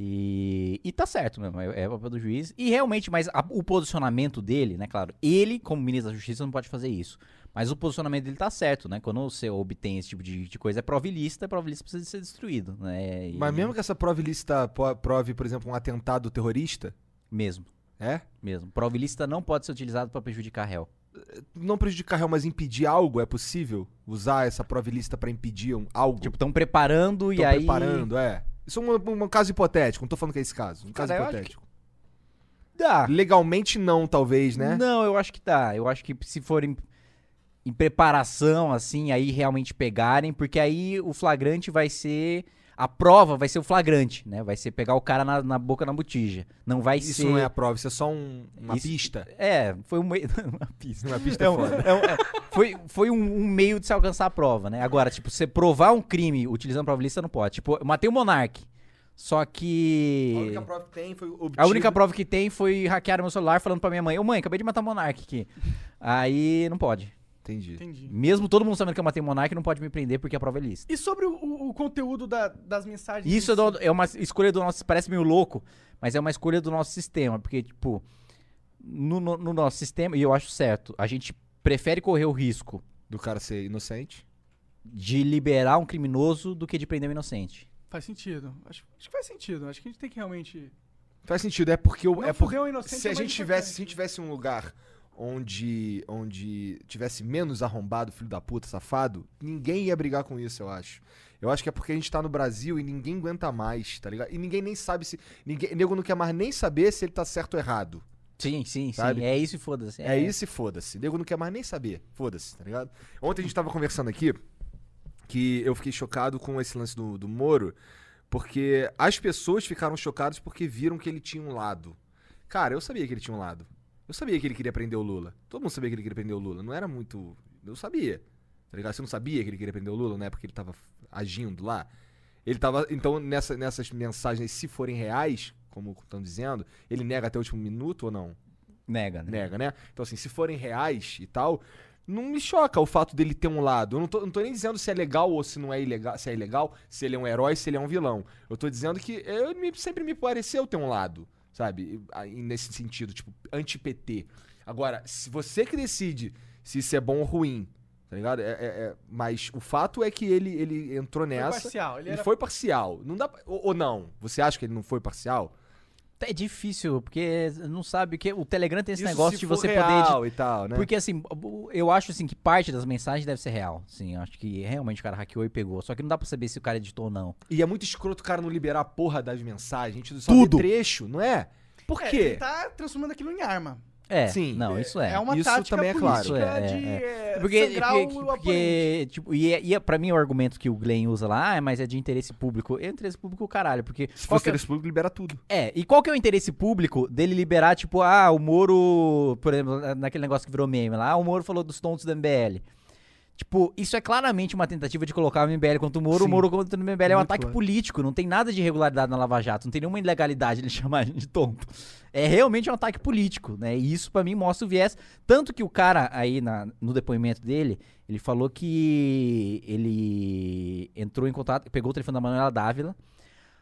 S4: E, e tá certo mesmo, é, é o papel do juiz. E realmente, mas a- o posicionamento dele, né, claro, ele, como ministro da Justiça, não pode fazer isso. Mas o posicionamento dele tá certo, né? Quando você obtém esse tipo de, de coisa, é provilista, é provilista precisa de ser destruído, né? E-
S3: Mas mesmo que essa prova ilícita po- prove, por exemplo, um atentado terrorista,
S4: Mesmo,
S3: é?
S4: mesmo. Provilista não pode ser utilizado pra prejudicar réu.
S3: Não prejudicar réu, mas impedir algo, é possível? Usar essa prova ilícita pra impedir um, algo?
S4: Tipo, estão preparando e
S3: Tão
S4: aí...
S3: preparando, é. Isso é um, um- um caso hipotético, não tô falando que é esse caso. Um caso
S4: Cara, eu acho
S3: hipotético.
S4: Dá.
S3: Legalmente não, talvez, né?
S4: Ah. Não, eu acho que tá. Eu acho que se forem em preparação, assim, aí realmente pegarem, porque aí o flagrante vai ser. A prova vai ser o flagrante, né? Vai ser pegar o cara na, na boca na botija. Não vai
S3: Isso
S4: ser.
S3: não é a prova, isso é só um- uma
S4: Isso-
S3: pista.
S4: É, foi um meio. uma pista.
S3: Uma pista
S4: É um-
S3: foda.
S4: é um- é- foi foi um, um meio de se alcançar a prova, né? Agora, tipo, você provar um crime utilizando prova lista não pode. Tipo, eu matei o Monark. Só que.
S3: A única prova que tem foi obtida.
S4: A única prova que tem foi hackear meu celular falando pra minha mãe: Ô mãe, acabei de matar o Monark aqui. Aí não pode.
S3: Entendi.
S2: Entendi.
S4: Mesmo todo mundo sabendo que eu matei o Monark, não pode me prender porque a prova é lícita.
S2: E sobre o, o- o conteúdo da- das mensagens?
S4: Isso é,
S2: em si?
S4: do- é uma escolha do nosso. Parece meio louco, mas é uma escolha do nosso sistema. Porque, tipo, no, no- no nosso sistema, e eu acho certo, a gente prefere correr o risco
S3: Do cara ser inocente.
S4: de liberar um criminoso do que de prender um inocente.
S2: Faz sentido. Acho, acho que faz sentido. Acho que a gente tem que realmente.
S3: Faz sentido, é porque eu,
S2: Não
S3: é porque
S2: fuder um inocente
S3: se
S2: é
S3: a
S2: mais
S3: gente
S2: importante.
S3: tivesse, se a gente tivesse um lugar onde onde tivesse menos arrombado, filho da puta, safado, ninguém ia brigar com isso, eu acho. Eu acho que é porque a gente tá no Brasil e ninguém aguenta mais, tá ligado? E ninguém nem sabe se. Ninguém, nego não quer mais nem saber se ele tá certo ou errado.
S4: Sim, sim,
S3: Sabe?
S4: sim. É isso e foda-se.
S3: É, isso e foda-se. Nego não quer mais nem saber. Foda-se, tá ligado? Ontem a gente tava conversando aqui que eu fiquei chocado com esse lance do, do Moro, porque as pessoas ficaram chocadas porque viram que ele tinha um lado. Cara, eu sabia que ele tinha um lado. Eu sabia que ele queria prender o Lula. Todo mundo sabia que ele queria prender o Lula. Não era muito. Eu sabia. Tá ligado? Você não sabia que ele queria prender o Lula na época que ele tava agindo lá? Ele tava. Então, nessa- nessas mensagens, se forem reais, como estão dizendo, ele nega até o último minuto ou não?
S4: Nega, né?
S3: nega, né? Então, assim, se forem reais e tal, não me choca o fato dele ter um lado. Eu não tô, não tô nem dizendo se é legal ou se não é ilegal, se é ilegal, se ele é um herói, se ele é um vilão. Eu tô dizendo que eu me- sempre me pareceu ter um lado, sabe? E- e Nesse sentido, tipo, anti-PT. Agora, se você que decide se isso é bom ou ruim, tá ligado? É- é- é- mas o fato é que ele, ele entrou nessa.
S2: parcial, ele
S3: Ele,
S2: era-
S3: foi parcial. Não dá pra- ou, ou não? Você acha que ele não foi parcial?
S4: É difícil, porque não sabe o que. O Telegram tem esse
S3: Isso
S4: negócio
S3: se
S4: de
S3: for
S4: você poder.
S3: real
S4: edi-
S3: e tal, né?
S4: Porque assim, o- eu acho assim que parte das mensagens deve ser real. Sim, eu acho que realmente o cara hackeou e pegou. Só que não dá pra saber se o cara editou ou não.
S3: E é muito escroto o cara não liberar a porra das mensagens. A gente só
S4: Tudo.
S3: vê trecho, não é? Por
S2: É,
S3: quê?
S2: ele tá transformando aquilo em arma.
S4: É,
S3: Sim.
S4: não, isso é.
S2: É uma
S3: Isso
S2: tática
S3: também é claro.
S2: política
S4: Isso é,
S2: de
S4: é,
S2: eh,
S4: Porque,
S2: sangrar
S4: porque,
S2: o oponente.
S4: porque, tipo, e, é- e é- pra mim o argumento que o Glenn usa lá, ah, mas é de interesse público. É interesse público, caralho, porque.
S3: Se
S4: qual
S3: fosse
S4: que é-
S3: interesse público, libera tudo.
S4: É, e qual que é o interesse público dele liberar, tipo, ah, o Moro, por exemplo, naquele negócio que virou meme lá, ah, o Moro falou dos tontos do MBL. Tipo, isso é claramente uma tentativa de colocar o MBL contra o Moro, o
S3: Sim.
S4: Moro contra o MBL é um
S3: Muito
S4: ataque
S3: claro.
S4: político, não tem nada de irregularidade na Lava Jato, não tem nenhuma ilegalidade ele chamar a gente de tonto. É realmente um ataque político, né? E isso pra mim mostra o viés. Tanto que o cara aí na- no depoimento dele, ele falou que ele entrou em contato, pegou o telefone da Manuela Dávila,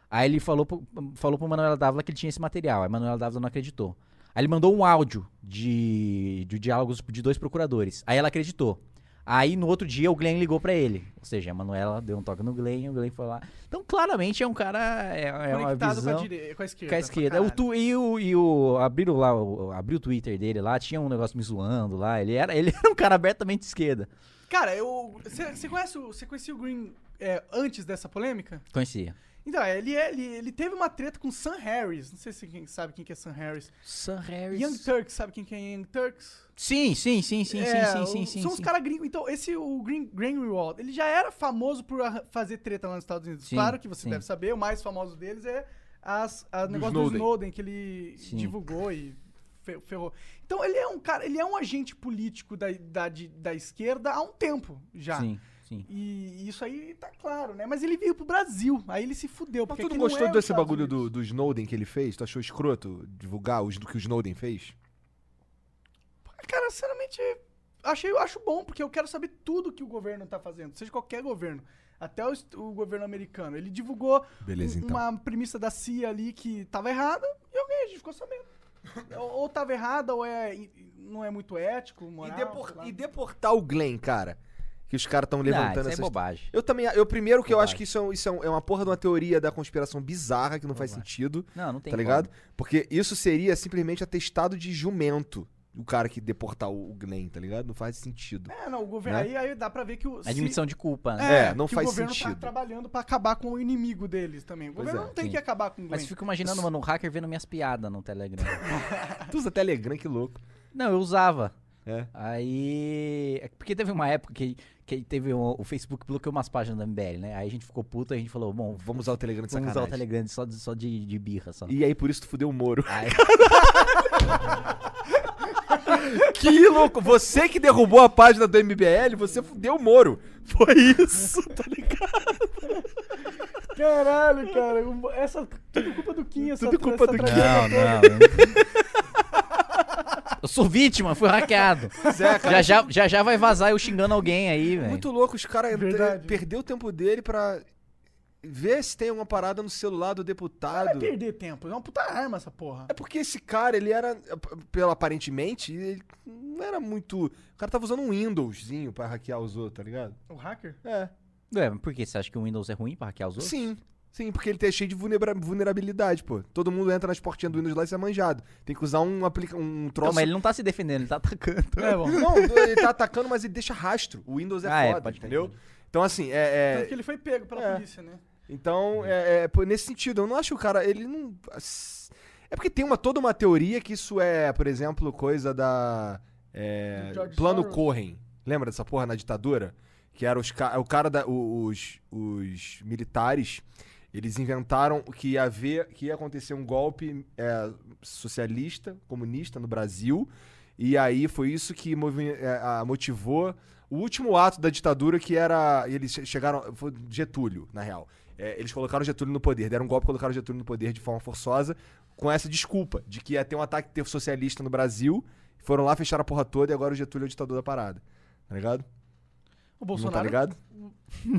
S4: Aí ele falou pro, falou pro Manuela Dávila que ele tinha esse material. Aí Manuela Dávila não acreditou. Aí ele mandou um áudio de, de diálogos de dois procuradores. Aí ela acreditou. Aí no outro dia o Glenn ligou pra ele. Ou seja, a Manuela deu um toque no Glenn, o Glenn foi lá. Então claramente é um cara. É, é uma
S2: Conectado com a,
S4: visão.
S2: dire... com a esquerda.
S4: Com a
S2: pra
S4: esquerda. É O
S2: caralho.
S4: tu, e o, e o- Abriram lá, o, abriu o Twitter dele lá, tinha um negócio me zoando lá. Ele era, ele era um cara abertamente de esquerda.
S2: Cara, eu. Você conhece o. Você conhecia o Green é, antes dessa polêmica?
S4: Conhecia.
S2: Então, é, ele, é- ele, ele teve uma treta com Sam Harris. Não sei se quem sabe quem que é Sam Harris.
S4: Sam Harris.
S2: Young Turks, sabe quem que é Young Turks?
S4: Sim, sim, sim, sim,
S2: É,
S4: sim, sim,
S2: o-
S4: sim, sim.
S2: São os
S4: sim.
S2: caras gringos. Então, esse, o Green, Greenwald, ele já era famoso por arran- fazer treta lá nos Estados Unidos.
S4: Sim,
S2: claro que você
S4: sim.
S2: deve saber, o mais famoso deles é as, a negócio do
S3: Snowden.
S2: Snowden, que ele
S4: Sim.
S2: divulgou e fe- ferrou. Então, ele é um cara, ele é um agente político da, da, de- da esquerda há um tempo já.
S4: Sim, sim.
S2: E isso aí tá claro, né? Mas ele veio pro Brasil, aí ele se fudeu.
S3: Mas
S2: Porque
S3: tu não
S2: aqui não
S3: gostou
S2: é os
S3: desse
S2: Estados
S3: bagulho do,
S2: Unidos.
S3: do Snowden que ele fez? Tu achou escroto divulgar os, do que o Snowden fez?
S2: Cara, sinceramente, achei, eu acho bom, porque eu quero saber tudo que o governo tá fazendo, seja qualquer governo. Até o, est- o governo americano. Ele divulgou
S3: Beleza,
S2: um-
S3: então.
S2: uma premissa da CIA ali que tava errada e alguém a gente ficou sabendo. ou, ou tava errada, ou é, e- não é muito ético,
S3: E,
S2: moral.
S3: depor-
S2: sei lá.
S3: e deportar o Glenn, cara? Que os caras estão
S4: Ah,
S3: levantando
S4: isso é
S3: essas
S4: bobagem.
S3: Eu também. Eu primeiro que eu acho
S4: Bobagem.
S3: que isso, é, um- isso é um- é uma porra de uma teoria da conspiração bizarra que não faz sentido.
S4: Não, não tem
S3: tá
S4: como.
S3: ligado? Porque isso seria simplesmente atestado de jumento. O cara que deportar o o Glenn, tá ligado? Não faz sentido.
S2: É, não, o governo.
S3: Né?
S2: Aí, aí dá pra ver que o. se-
S4: Admissão de culpa, né?
S3: É, não
S2: que
S3: faz
S2: o governo
S3: sentido.
S2: tá trabalhando pra acabar com o inimigo deles também. O
S3: Pois
S2: governo
S3: é,
S2: não tem
S4: sim.
S2: que acabar com o
S4: Mas
S2: Glenn.
S4: fico imaginando, mano, um hacker vendo minhas piadas no Telegram.
S3: Tu usa Telegram, que louco.
S4: não, eu usava.
S3: É.
S4: Aí. é Porque teve uma época que, que teve um- o Facebook bloqueou umas páginas da MBL, né? Aí a gente ficou puto, aí a gente falou, bom, vamos
S3: Vamos usar o Telegram de sacanagem.
S4: usar o Telegram só de, só de, de birra só.
S3: E aí, por isso, tu fudeu o Moro.
S4: Aí-
S3: que louco! Você que derrubou a página do MBL, você fudeu o Moro. Foi isso, tá ligado?
S2: Caralho, cara. o- Essa, tudo culpa do Kim, essa
S3: Tudo culpa
S2: essa
S3: do Kim.
S2: tragédia
S4: não, não. eu sou vítima, fui hackeado.
S3: é,
S4: já, já, já já vai vazar eu xingando alguém aí, velho.
S3: Muito louco, os caras
S2: Verdade.
S3: perdeu o tempo dele pra ver se tem uma parada no celular do
S2: Não vai
S3: deputado.
S2: perder tempo. É uma puta arma essa porra.
S3: É porque esse cara, ele era, pelo aparentemente, ele não era muito. O cara tava usando um Windowszinho pra hackear os outros, tá ligado?
S2: O hacker?
S3: É.
S4: Ué, mas por que? Você acha que o Windows é ruim pra hackear os outros?
S3: Sim. Sim, porque ele tá cheio de vulnera- vulnerabilidade, pô. Todo mundo entra nas portinhas do Windows lá e se é manjado. Tem que usar um, aplica um
S4: Não,
S3: troço.
S4: mas ele não tá se defendendo, ele tá atacando.
S2: É bom.
S3: Não, ele tá atacando, mas ele deixa rastro. O Windows é
S4: Ah, é,
S3: foda,
S4: pode crer.
S3: entendeu? Então, assim, é. é-
S2: Tanto que ele foi pego pela
S3: É.
S2: polícia, né?
S3: Então, é, é, pô, nesse sentido, eu não acho que o cara. Ele não. É porque tem uma, toda uma teoria que isso é, por exemplo, coisa da. é,
S2: Do George
S3: plano
S2: Soros.
S3: Cohen. Lembra dessa porra na ditadura? Que era os, ca- o cara da. o- Os, os militares. Eles inventaram que ia haver. que ia acontecer um golpe é, socialista, comunista no Brasil. E aí foi isso que movi- é, a- motivou o último ato da ditadura, que era. Eles che- chegaram. Foi Getúlio, na real. É, eles colocaram Getúlio no poder, deram um golpe e colocaram Getúlio no poder de forma forçosa, com essa desculpa de que ia ter um ataque ter- socialista no Brasil. Foram lá, fecharam a porra toda e agora o Getúlio é o ditador da parada. Tá ligado?
S2: O
S3: Não tá
S2: Bolsonaro.
S3: ligado?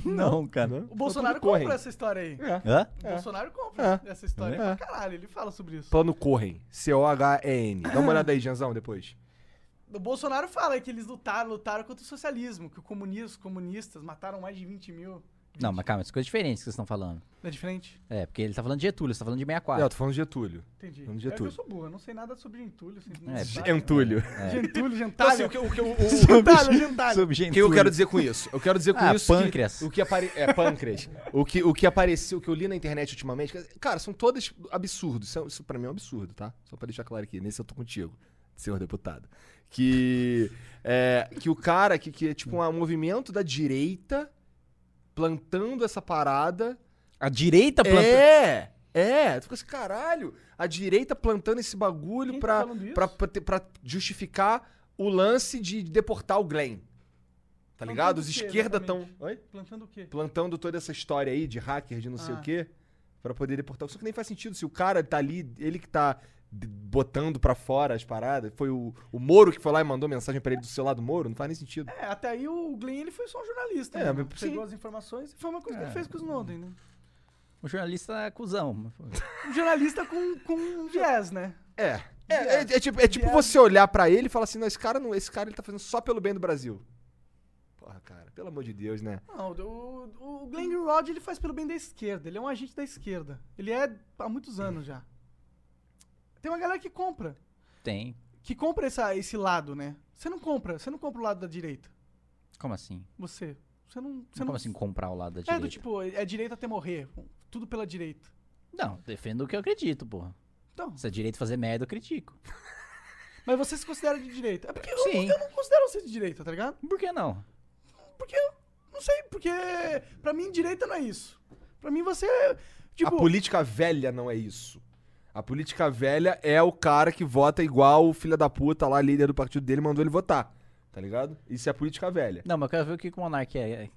S4: Não, cara.
S3: Não?
S2: o Bolsonaro
S3: Plano Cohen.
S2: compra essa história aí.
S4: Hã?
S2: O Bolsonaro compra essa história pra
S3: É.
S2: caralho. Ele fala sobre isso.
S3: Plano Correm. C-O-H-E-N. Dá uma olhada aí, Janzão, depois.
S2: O Bolsonaro fala que eles lutaram, lutaram contra o socialismo, que o comunismo, os comunistas mataram mais de 20 mil.
S4: Não, mas calma, isso é coisa diferente que vocês estão falando.
S2: Não é diferente?
S4: É, porque ele tá falando de Getúlio, você tá falando de
S3: Não,
S4: 64.
S3: eu tô falando de Getúlio.
S2: Entendi.
S3: Vamos de
S2: é que eu
S3: Getúlio.
S2: sou burro, eu não sei nada sobre entulho. Assim,
S4: É,
S3: Gentúlio.
S2: Gentulho,
S3: Então,
S2: gentalho.
S3: assim, o que, o que- o- o-
S2: Gentalho, gentalho.
S3: o que eu quero dizer com isso? Eu quero dizer com
S4: Ah,
S3: isso. que-
S4: pâncreas.
S3: o que apare... É, pâncreas. o, que, o que apareceu, o que eu li na internet ultimamente. que- Cara, são todas absurdos. Isso, é- isso pra mim é um absurdo, tá? Só pra deixar claro aqui. Nesse eu tô contigo, senhor deputado. Que. é, que o cara, que, que é tipo um movimento da direita plantando essa parada.
S4: A direita planta.
S3: É! É, tu fica assim, caralho, a direita plantando esse bagulho
S2: Quem tá
S3: pra,
S2: falando isso?
S3: pra, pra ter- pra justificar o lance de deportar o Glenn. Tá
S2: Plantando
S3: ligado? Os
S2: o quê,
S3: esquerda tão
S2: exatamente?
S3: Oi?
S2: Plantando o quê?
S3: plantando toda essa história aí de hacker, de não sei
S2: Ah.
S3: o quê, pra poder deportar. Só que nem faz sentido se o cara tá ali, ele que tá d- botando pra fora as paradas. Foi o, o Moro que foi lá e mandou mensagem pra ele do celular do Moro, não faz nem sentido.
S2: É, até aí o Glenn ele foi só um jornalista.
S3: É,
S2: né,
S3: mas
S2: mano?
S3: sim.
S2: Pegou as informações e foi uma coisa que ele fez com o Snowden, né?
S4: O jornalista é cuzão.
S2: Um jornalista com, com um viés, né?
S3: É. É, é- é tipo, é tipo você olhar pra ele e falar assim, não, esse cara não, esse cara ele tá fazendo só pelo bem do Brasil. Porra, cara, pelo amor de Deus, né?
S2: Não, o, o Glenn Greenwald ele faz pelo bem da esquerda. Ele é um agente da esquerda. Ele é há muitos anos já. Tem uma galera que compra.
S4: Tem.
S2: Que compra essa, esse lado, né? Você não compra. Você não compra o lado da direita.
S4: Como assim?
S2: Você. Você não... Você
S4: Como
S2: não
S4: assim comprar o lado da
S2: É
S4: direita?
S2: do tipo, é direita até morrer. Tudo pela direita.
S4: Não, defendo o que eu acredito, porra.
S2: Então,
S4: Se a direita fazer merda, eu critico.
S2: mas você se considera de direita. É porque eu,
S4: Sim.
S2: eu não considero você de direita, tá ligado?
S4: Por que não?
S2: Porque eu não sei, porque pra mim direita não é isso. Pra mim você tipo,
S3: a política velha não é isso. A política velha é o cara que vota igual o filho da puta lá, líder do partido dele, mandou ele votar. Tá ligado? Isso é a política velha.
S4: Não, mas eu quero ver o que que o Monark é. é,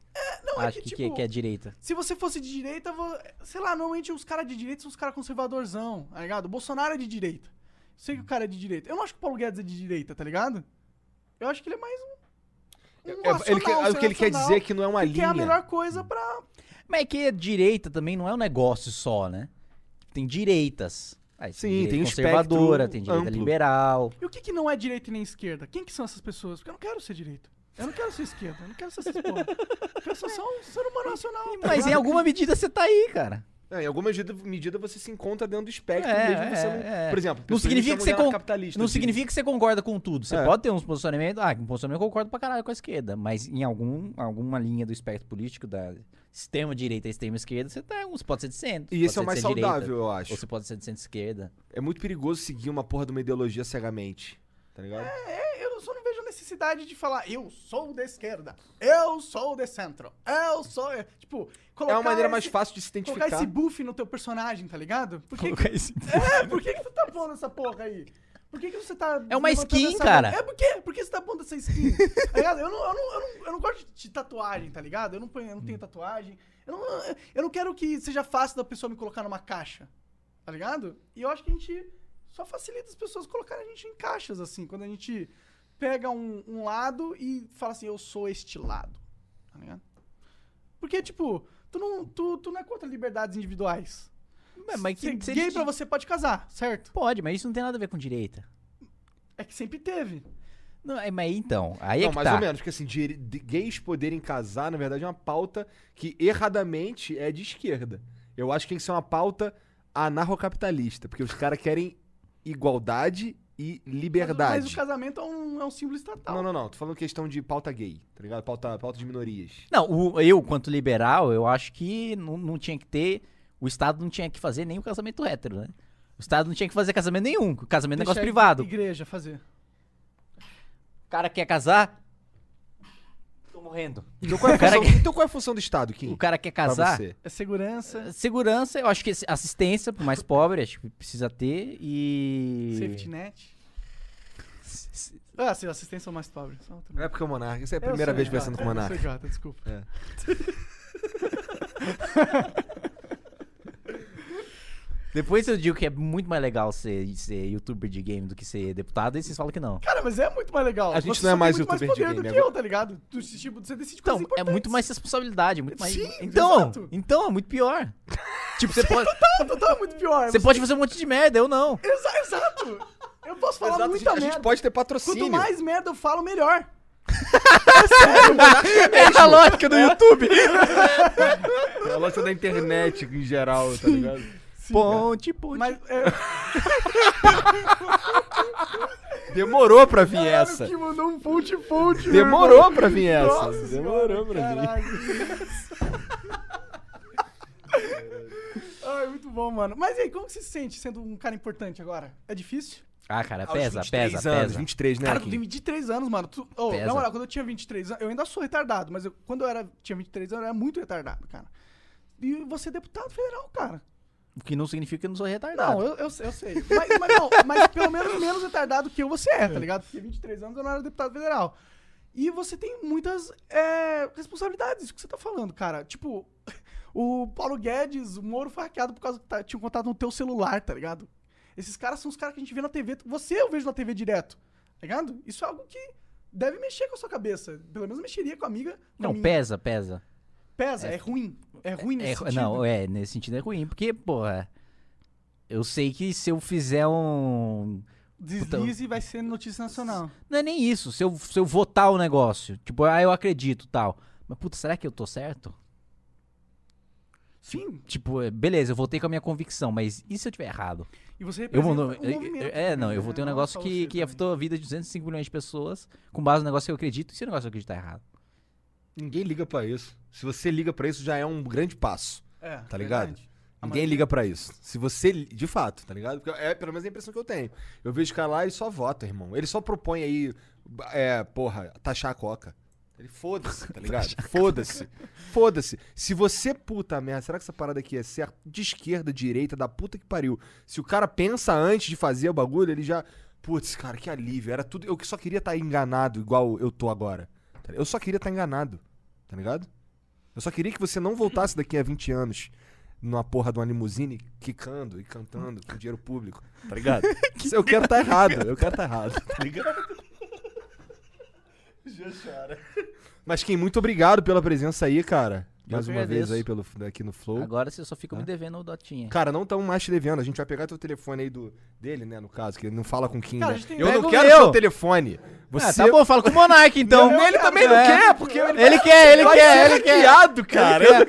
S2: não, é que,
S4: acha que, que,
S2: tipo,
S4: que é direita.
S2: se você fosse de direita, vo- sei lá, normalmente os caras de direita são os caras conservadorzão, tá ligado? O Bolsonaro é de direita. Sei que o cara é de direita. Eu não acho que o Paulo Guedes é de direita, tá ligado? Eu acho que ele é mais um um
S3: É- ele quer-
S2: racional,
S3: o que ele quer
S2: racional,
S3: dizer é que não é uma
S2: que é a
S3: linha.
S2: melhor coisa pra.
S4: Mas é que a direita também não é um negócio só, né? Tem direitas. Aí,
S3: Sim,
S4: direita
S3: tem o
S4: conservadora,
S3: espectro
S4: tem direita
S3: amplo.
S4: liberal.
S2: E o que, que não é direita e nem esquerda? Quem que são essas pessoas? Porque eu não quero ser direita. Eu não quero ser esquerda. Eu não quero ser essas porra. Eu quero ser só um ser humano nacional. tá
S4: Mas em
S2: ligado?
S4: alguma medida você tá aí, cara.
S3: É, em alguma medida, medida você se encontra dentro do espectro,
S4: É,
S3: mesmo você
S4: é,
S3: não.
S4: é.
S3: Por exemplo,
S4: Não
S3: pessoas
S4: significa, que
S3: chamam
S4: você
S3: dela
S4: con-
S3: capitalista.
S4: não
S3: de- assim.
S4: significa que você concorda com tudo. Você
S3: É.
S4: pode ter uns posicionamentos. Ah, um posicionamento eu concordo pra caralho com a esquerda. Mas em algum, alguma linha do espectro político, da extrema direita à extrema esquerda, você tá. Você pode ser de centro.
S3: E esse
S4: pode
S3: é
S4: ser
S3: o
S4: de
S3: mais
S4: centro-direita,
S3: saudável, eu
S4: Ou
S3: acho.
S4: você pode ser de centro-esquerda.
S3: É muito perigoso seguir uma porra de uma ideologia cegamente. Tá ligado?
S2: Eu só não vejo necessidade de falar eu sou da esquerda, eu sou de centro, eu sou. é, Tipo,
S3: É
S2: colocar.
S3: uma maneira
S2: esse-
S3: mais fácil de se
S2: Colocar
S3: identificar.
S2: esse buff no teu personagem, tá ligado? Por que, que- é, por que, que tu tá pondo essa porra aí? Por que, que você tá.
S4: É uma
S2: levantando
S4: skin,
S2: essa-
S4: cara.
S2: É por quê? Por que você tá pondo essa skin? tá ligado? Eu não, eu, não, eu, não, eu não gosto de tatuagem, tá ligado? Eu não, ponho- eu não tenho
S4: Hum.
S2: tatuagem. Eu não, eu não quero que seja fácil da pessoa me colocar numa caixa, tá ligado? E eu acho que a gente só facilita as pessoas colocarem a gente em caixas, assim, quando a gente pega um, um lado e fala assim, eu sou este lado, tá ligado? Porque, tipo, tu não, tu, tu não é contra liberdades individuais.
S4: Mas, mas que,
S2: Ser
S4: você
S2: gay pra você pode casar, certo?
S4: Pode, mas isso não tem nada a ver com direita.
S2: É que sempre teve.
S4: Não, é, mas então, aí é
S3: Não,
S4: que
S3: mais
S4: tá.
S3: ou menos, porque assim, de- de gays poderem casar, na verdade, é uma pauta que erradamente é de esquerda. Eu acho que tem que ser uma pauta anarrocapitalista, porque os caras querem igualdade e
S2: Mas,
S3: liberdade.
S2: o casamento é um, é um símbolo estatal.
S3: Não, não, não. Tô falando questão de pauta gay, tá ligado? Pauta, pauta de minorias.
S4: Não, o- eu, quanto liberal, eu acho que não, não tinha que ter. O Estado não tinha que fazer nenhum casamento hétero, né? O Estado não tinha que fazer casamento nenhum. Casamento é
S2: Deixa
S4: negócio
S2: a
S4: privado.
S2: igreja fazer.
S4: O cara quer casar. Tô morrendo.
S3: Então qual é a
S4: O cara
S3: função,
S4: que-
S3: então qual é a função do Estado, Kim?
S4: O cara quer
S3: pra
S4: casar.
S3: você?
S2: É segurança,
S4: Segurança, eu acho que esse- assistência pro mais pobre, acho que precisa ter. E.
S2: safety net. Ah, sim, assistência ao mais pobre. Só outro
S3: Não é porque é o Monarca. Isso é a primeira vez conversando com o
S2: Monark.
S3: Monarca.
S2: Eu sou idiota, desculpa.
S3: É.
S4: Depois eu digo que é muito mais legal ser, ser youtuber de game do que ser deputado, e vocês falam que não.
S2: Cara, mas é muito mais legal.
S3: A gente
S2: Você
S3: não
S2: só
S3: é
S2: tem
S3: mais né?
S2: muito mais
S3: youtuber de
S2: poder do
S3: game
S2: que
S3: agora.
S2: eu, tá ligado? Tu, tipo, você decide
S4: Então,
S2: coisas
S4: é
S2: importantes.
S4: muito mais responsabilidade, muito mais.
S2: Sim,
S4: então,
S2: exato.
S4: então, é muito pior. Tipo, você pode.
S2: Não, total é muito pior.
S4: Você pode fazer um monte de merda, eu não.
S2: Exa- exato. Eu posso falar
S3: Exato, a gente,
S2: muita
S3: a gente
S2: merda.
S3: pode ter
S2: Quanto
S3: patrocínio.
S2: mais merda eu falo, melhor.
S4: É
S2: Tipo.
S4: a lógica do YouTube. Tá
S6: A loja da internet em geral, tá ligado?
S4: Ponte, ponte.
S2: Mas é,
S6: Demorou pra vir essa.
S2: que mandou um ponte ponte. meu
S6: Demorou pra vir
S2: irmão.
S6: essa.
S2: Nossa
S6: Demorou
S2: senhora,
S6: pra vir.
S2: caralho. Ai, muito bom, mano. Mas e aí, como que você se sente sendo um cara importante agora? É difícil?
S4: Ah, cara,
S3: Aos
S4: pesa,
S3: 23
S4: pesa,
S3: anos,
S4: pesa.
S3: 23, né,
S2: Cara, eu
S3: Kim?
S2: tenho 23 anos, mano. Tu, oh,
S4: Pesa.
S2: na moral, quando eu tinha 23 anos, eu ainda sou retardado, mas eu- quando eu era, tinha 23 anos, eu era muito retardado, cara. E você é deputado federal, cara.
S4: O que não significa que eu não sou retardado.
S2: Não, eu, eu, eu sei. Mas, mas não, mas pelo menos menos retardado que eu você é, tá ligado? Porque 23 anos eu não era deputado federal. E você tem muitas é, responsabilidades, o que você tá falando, cara. Tipo, o Paulo Guedes, o Moro foi hackeado por causa que tá- tinha um contato no teu celular, tá ligado? Esses caras são os caras que a gente vê na TV. Você eu vejo na TV direto, tá ligado? Isso é algo que deve mexer com a sua cabeça. Pelo menos mexeria com a amiga. com a
S4: Não,
S2: minha.
S4: pesa, pesa.
S2: Pesa, é, ruim. É ruim
S4: É,
S2: nesse sentido.
S4: não, é, nesse sentido é ruim, porque, porra, eu sei que se eu fizer um.
S2: Deslize e vai ser notícia nacional.
S4: Não é nem isso, se eu, se eu votar o negócio, tipo, ah, eu acredito tal. Mas, puta, será que eu tô certo?
S2: Sim.
S4: Tipo, é, beleza, eu votei com a minha convicção, mas e se eu tiver errado?
S2: E você
S4: Eu vou.
S2: representa
S4: não,
S2: um
S4: eu-
S2: movimento
S4: é,
S2: também,
S4: não, eu
S2: né?
S4: votei um
S2: Não
S4: negócio
S2: só
S4: que,
S2: você
S3: é
S4: que afetou a vida de 205 milhões de pessoas com base no negócio que eu acredito. E se o negócio que eu acredito tá errado?
S3: Ninguém liga pra isso. Se você liga pra isso, já é um grande passo.
S2: É,
S3: Tá ligado?
S2: verdade. A
S3: Ninguém
S2: maioria-
S3: liga pra isso. Se você, li- de fato, tá ligado? Porque é pelo menos a impressão que eu tenho. Eu vejo o cara lá e só vota, irmão. Ele só propõe aí, é, porra, taxar a coca. Ele foda-se, tá ligado? Foda-se. Foda-se. Se você, puta merda, será que essa parada aqui é certa? De esquerda, direita, da puta que pariu. Se o cara pensa antes de fazer o bagulho, ele já. Putz, cara, que alívio. Era tudo. Eu que só queria estar enganado, igual eu tô agora. tá ligado? Eu só queria estar enganado, tá ligado? Eu só queria que você não voltasse daqui a 20 anos numa porra de uma limusine quicando e cantando com dinheiro público, tá ligado? Isso eu quero estar errado, eu quero estar errado, tá ligado? Já chora. Mas Kim, muito obrigado pela presença aí, cara.
S4: Eu
S3: Mais
S4: que
S3: uma vez
S4: agradeço.
S3: aí pelo, aqui no Flow.
S4: Agora você só fica me
S3: Tá.
S4: devendo o Dotinha.
S3: Cara, não estamos mais te devendo. A gente vai pegar teu telefone aí do, dele, né? No caso, que ele não fala com Kim.
S2: Cara, a
S3: né?
S2: gente tem-
S3: Eu
S4: Pega
S3: não
S4: o
S3: quero
S4: meu.
S3: seu telefone. Você...
S4: Ah, tá bom, fala com o Monark então.
S3: Ele também não
S4: É.
S3: quer, porque ele,
S4: Ele quer, ele
S3: vai
S4: quer,
S3: ser
S4: ele quer.
S3: hackeado, cara. Eu não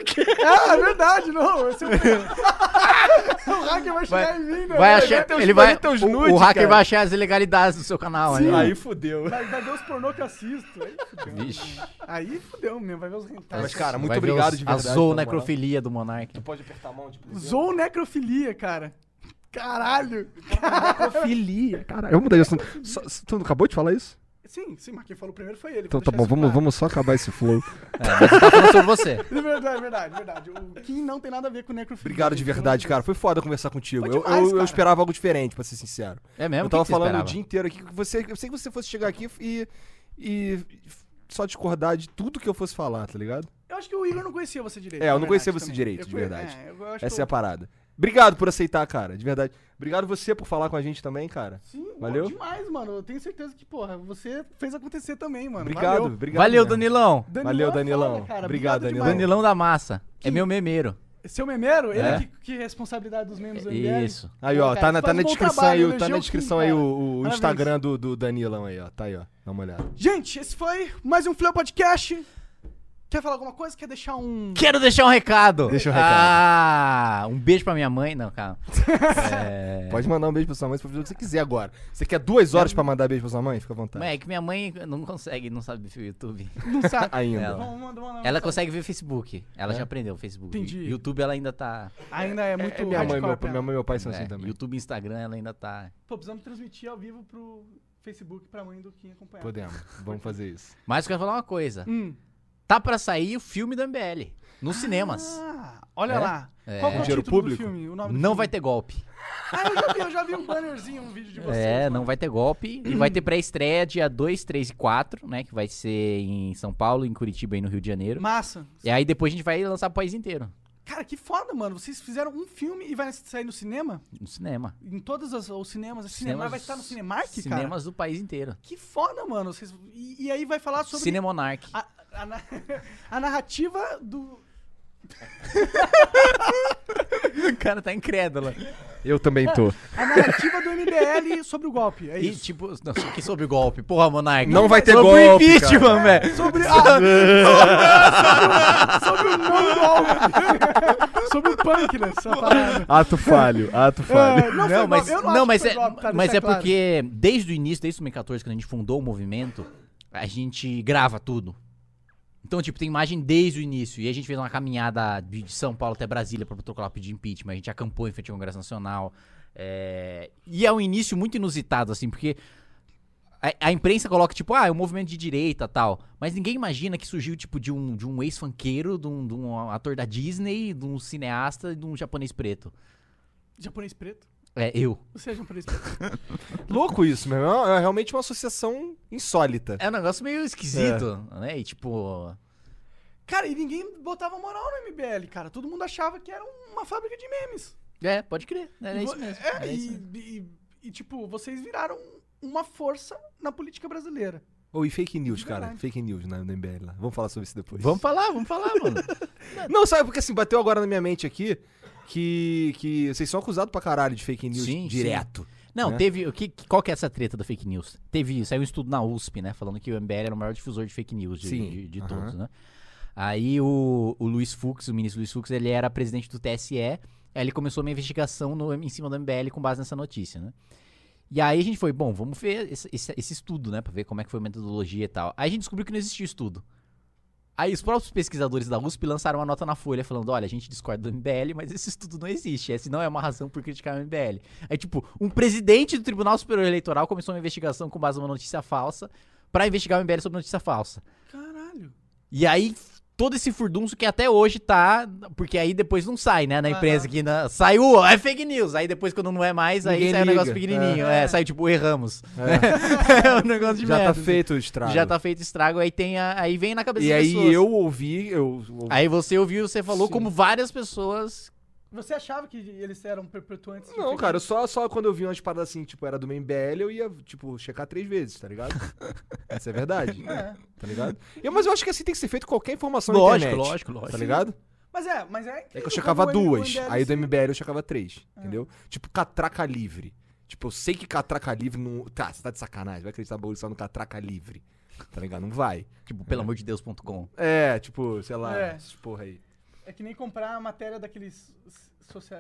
S2: Ah, é verdade, não. Esse é o... o hacker vai chegar em mim, né?
S4: Vai achar,
S3: teus-
S4: ele vai,
S3: vai teus
S4: o- o,
S3: nudes,
S4: hacker
S3: cara.
S4: vai achar as ilegalidades do seu canal aí.
S3: quero.
S4: ó.
S3: Aí fodeu.
S2: Vai, vai ver os pornô que eu assisto. Aí fudeu. né?
S4: Vixe.
S2: Aí fudeu mesmo, vai ver os rentais.
S3: Mas, cara, muito
S4: Vai ver né,
S3: obrigado
S4: os-
S3: de verdade. tá
S4: A
S3: pela
S4: zoo
S3: moral.
S4: necrofilia do Monark.
S3: Pode apertar a mão de
S2: Zou necrofilia, cara. Caralho.
S3: Necrofilia, caralho. Vamos mudar de assunto. Só- só- tu não acabou de falar isso?
S2: Sim, sim, mas quem falou primeiro foi ele. vou
S3: Então tá
S2: deixar
S3: bom,
S2: isso
S3: vamos,
S2: claro.
S3: vamos só acabar esse flow.
S4: Tá falando sobre você.
S2: É verdade, é verdade, é verdade. O Kim não tem nada a ver com necrofilia.
S3: Obrigado de
S2: gente,
S3: verdade,
S2: pelo amor
S3: cara. Foi foda conversar contigo.
S2: Foi
S3: Eu-
S2: demais,
S3: eu, eu
S2: cara.
S3: esperava algo diferente, pra ser sincero.
S4: É mesmo?
S3: eu
S4: O
S3: tava
S4: que que você
S3: falando
S4: esperava?
S3: o dia inteiro aqui que você. Eu sei que você fosse chegar aqui e. e só discordar de tudo que eu fosse falar, tá ligado?
S2: de Deus. Eu acho que o Igor não conhecia você direito.
S3: É, eu
S2: na
S3: não conhecia
S2: verdade,
S3: você
S2: também.
S3: direito,
S2: Eu
S3: de
S2: conhe-
S3: verdade.
S2: É, eu acho
S3: Essa
S2: que
S3: é
S2: eu-
S3: a parada. Obrigado por aceitar, cara, de verdade. Obrigado você por falar com a gente também, cara.
S2: Sim,
S3: Valeu.
S2: Valeu. demais, mano. Eu tenho certeza que, porra, você fez acontecer também, mano.
S3: Obrigado,
S2: Valeu.
S3: obrigado.
S4: Valeu,
S3: mesmo.
S4: Danilão.
S2: Danilão
S3: Valeu,
S2: é foda,
S3: Danilão.
S2: cara.
S3: Obrigado,
S2: demais.
S3: Danilão.
S4: Danilão da massa. É meu memeiro.
S2: Seu memero? Ele
S4: É.
S2: é que, que é responsabilidade dos membros do MBL?
S4: Isso.
S3: Aí,
S2: Pô,
S3: ó,
S2: cara,
S3: tá, na,
S2: faz
S3: tá
S2: um
S3: na
S2: bom
S3: descrição
S2: trabalho,
S3: aí, o- tá na
S2: elogia o
S3: descrição
S2: Kim,
S3: aí o,
S2: cara.
S3: o
S2: Parabéns.
S3: Instagram do, do Danilão aí, ó. Tá aí, ó. Dá uma olhada.
S2: Gente, esse foi mais um Flow Podcast. Quer falar alguma coisa? Quer deixar um.
S4: Quero deixar um recado.
S3: Deixa um
S4: Ah, um beijo pra minha mãe. Não, calma. É...
S3: Pode mandar um beijo pra sua mãe, se for fazer o que você quiser agora. Você quer duas horas pra mandar beijo pra sua mãe? Fica à vontade.
S4: Mãe, é que minha mãe não consegue, não sabe ver o YouTube.
S2: Não sabe. É,
S3: Ainda.
S4: Ela.
S2: Vamos, manda, manda,
S4: Ela
S2: manda.
S4: consegue ver o Facebook.
S3: É?
S4: Ela já aprendeu o Facebook.
S2: Entendi.
S4: YouTube ela ainda tá.
S2: Ainda é muito.
S3: É, minha, mãe,
S2: hardcore
S3: meu,
S2: pra
S3: minha
S2: ela.
S3: mãe e meu pai são
S4: é,
S3: assim também.
S4: YouTube e Instagram ela ainda tá.
S2: Pô, precisamos transmitir ao vivo pro Facebook pra mãe do Kim acompanhar.
S3: Podemos, vamos fazer isso.
S4: Mas eu quero falar uma coisa.
S2: Hum.
S4: Tá pra sair o filme da MBL. Nos cinemas.
S2: Ah, olha
S4: É?
S2: lá.
S4: É.
S2: Qual que é o
S3: Dinheiro
S2: título
S3: público?
S2: do filme? O nome do
S4: Não
S2: filme?
S4: vai ter golpe.
S2: Ah, eu já vi, eu já vi um bannerzinho, um vídeo de vocês.
S4: É,
S2: mano.
S4: não vai ter golpe. E vai
S2: Hum.
S4: ter pré-estreia dia 2, 3 e 4, né? Que vai ser em São Paulo, em Curitiba e no Rio de Janeiro.
S2: Massa.
S4: E aí depois a gente vai lançar pro país inteiro.
S2: Cara, que foda, mano. Vocês fizeram um filme e vai sair no cinema?
S4: No cinema.
S2: Em todos os, os cinemas. O cinema vai estar no Cinemark, cara?
S4: Cinemas do país inteiro.
S2: Que foda, mano. Vocês... E, e aí vai falar sobre
S4: Cinemonarch.
S2: a, a na- a narrativa do...
S4: O cara tá incrédulo.
S3: Eu também tô.
S2: A narrativa do MBL sobre o golpe. É
S4: E
S2: isso.
S4: tipo, não, só que sobre o golpe. Porra, Monark.
S3: Não vai ter
S4: sobre
S3: golpe,
S4: Sobre impeachment, velho.
S2: É, Sobre, ah, sobre, o- sobre o não golpe. sobre o punk, né? Essa parada.
S3: Ato falho, ato
S2: É,
S3: falho.
S2: não, foi
S4: Não, mas,
S2: golpe. Eu
S4: não,
S2: acho que
S4: mas,
S2: foi
S4: é,
S2: golpe, tá?
S4: mas
S2: Deixa
S4: é
S2: claro.
S4: porque desde o início, desde 2014, quando a gente fundou o movimento, a gente grava tudo. Então, tipo, tem imagem desde o início. E a gente fez uma caminhada de de São Paulo até Brasília pra protocolar o pedido de impeachment. A gente acampou em frente ao Congresso Nacional. É, E é um início muito inusitado, assim, porque a, a imprensa coloca, tipo, ah, é um movimento de direita tal. Mas ninguém imagina que surgiu, tipo, de um, de um ex-funkeiro, de um, de um ator da Disney, de um cineasta e de um japonês preto.
S2: Japonês preto?
S4: É, eu.
S2: Você é japonês preto?
S3: Louco isso, meu irmão. É realmente uma associação insólita.
S4: É um negócio meio esquisito,
S2: É.
S4: né? E tipo.
S2: Cara, e ninguém botava moral no MBL, cara. Todo mundo achava que era uma fábrica de memes.
S4: É, pode crer.
S2: E
S4: Era
S2: vo-
S4: isso mesmo.
S2: é,
S4: era
S2: e,
S4: isso mesmo.
S2: e- e, tipo, vocês viraram uma força na política brasileira.
S3: Ou Oh, e fake news, cara.
S2: Verdade.
S3: Fake news né, na no MBL lá. Vamos falar sobre isso depois.
S4: Vamos falar, vamos falar, mano.
S3: Não, sabe porque assim, bateu agora na minha mente aqui que, que vocês são acusados pra caralho de fake news
S4: Sim,
S3: direto.
S4: Não,
S3: Né?
S4: teve. o Que, que- qual que é essa treta da fake news? Teve. Saiu um estudo na USP, né? Falando que o MBL era o maior difusor de fake news de,
S3: Sim,
S4: de- de
S3: aham.
S4: todos, né? Aí o, o Luiz Fux, o ministro Luiz Fux, ele era presidente do TSE. Aí ele começou uma investigação no- em cima do MBL com base nessa notícia, né? E aí a gente foi, bom, vamos ver esse, esse- esse estudo, né? Pra ver como é que foi a metodologia e tal. Aí a gente descobriu que não existia estudo. Aí os próprios pesquisadores da USP lançaram uma nota na Folha falando, olha, a gente discorda do MBL, mas esse estudo não existe. Essa não é uma razão por criticar o MBL. Aí, tipo, um presidente do Tribunal Superior Eleitoral começou uma investigação com base numa notícia falsa pra investigar o MBL sobre notícia falsa.
S2: Caralho.
S4: E aí, todo esse furdunço que até hoje tá... Porque aí depois não sai, né? Na imprensa que na- saiu, é fake news. Aí depois, quando não é mais, aí
S3: Ninguém
S4: sai um negócio
S3: liga.
S4: pequenininho. É, sai tipo, erramos. É, um negócio de
S3: Já
S4: merda.
S3: tá feito o estrago.
S4: Já tá feito estrago. Aí, tem a- aí vem na cabeça
S3: E
S4: das
S3: aí
S4: pessoas.
S3: eu ouvi, eu ouvi-
S4: Aí você ouviu, você falou
S3: Sim.
S4: como várias pessoas.
S2: Você achava que eles eram perpetuantes? de
S3: Não,
S2: fake
S3: cara,
S2: news?
S3: só, só quando eu vi umas paradas assim, tipo, era do MBL, eu ia, tipo, checar três vezes, tá ligado? Essa é verdade. Tá ligado? Eu, mas eu acho que assim tem que ser feito qualquer informação na
S4: Lógico,
S3: internet,
S4: lógico, lógico.
S3: Tá ligado?
S2: Mas é, mas é.
S3: É que
S2: incrível
S3: eu checava
S2: como o Ah.
S3: duas,
S2: MBL
S3: aí do
S2: se-
S3: MBL eu checava três, entendeu? Tipo, catraca livre. Tipo, eu sei que catraca livre não. Tá, você tá de sacanagem, vai acreditar bolsa no catraca livre. Tá ligado? Não vai.
S4: Tipo, pelo amor de Deus.com.
S3: É, tipo, sei lá,
S2: É.
S3: essas porra aí.
S2: É que nem comprar a matéria daqueles. Social...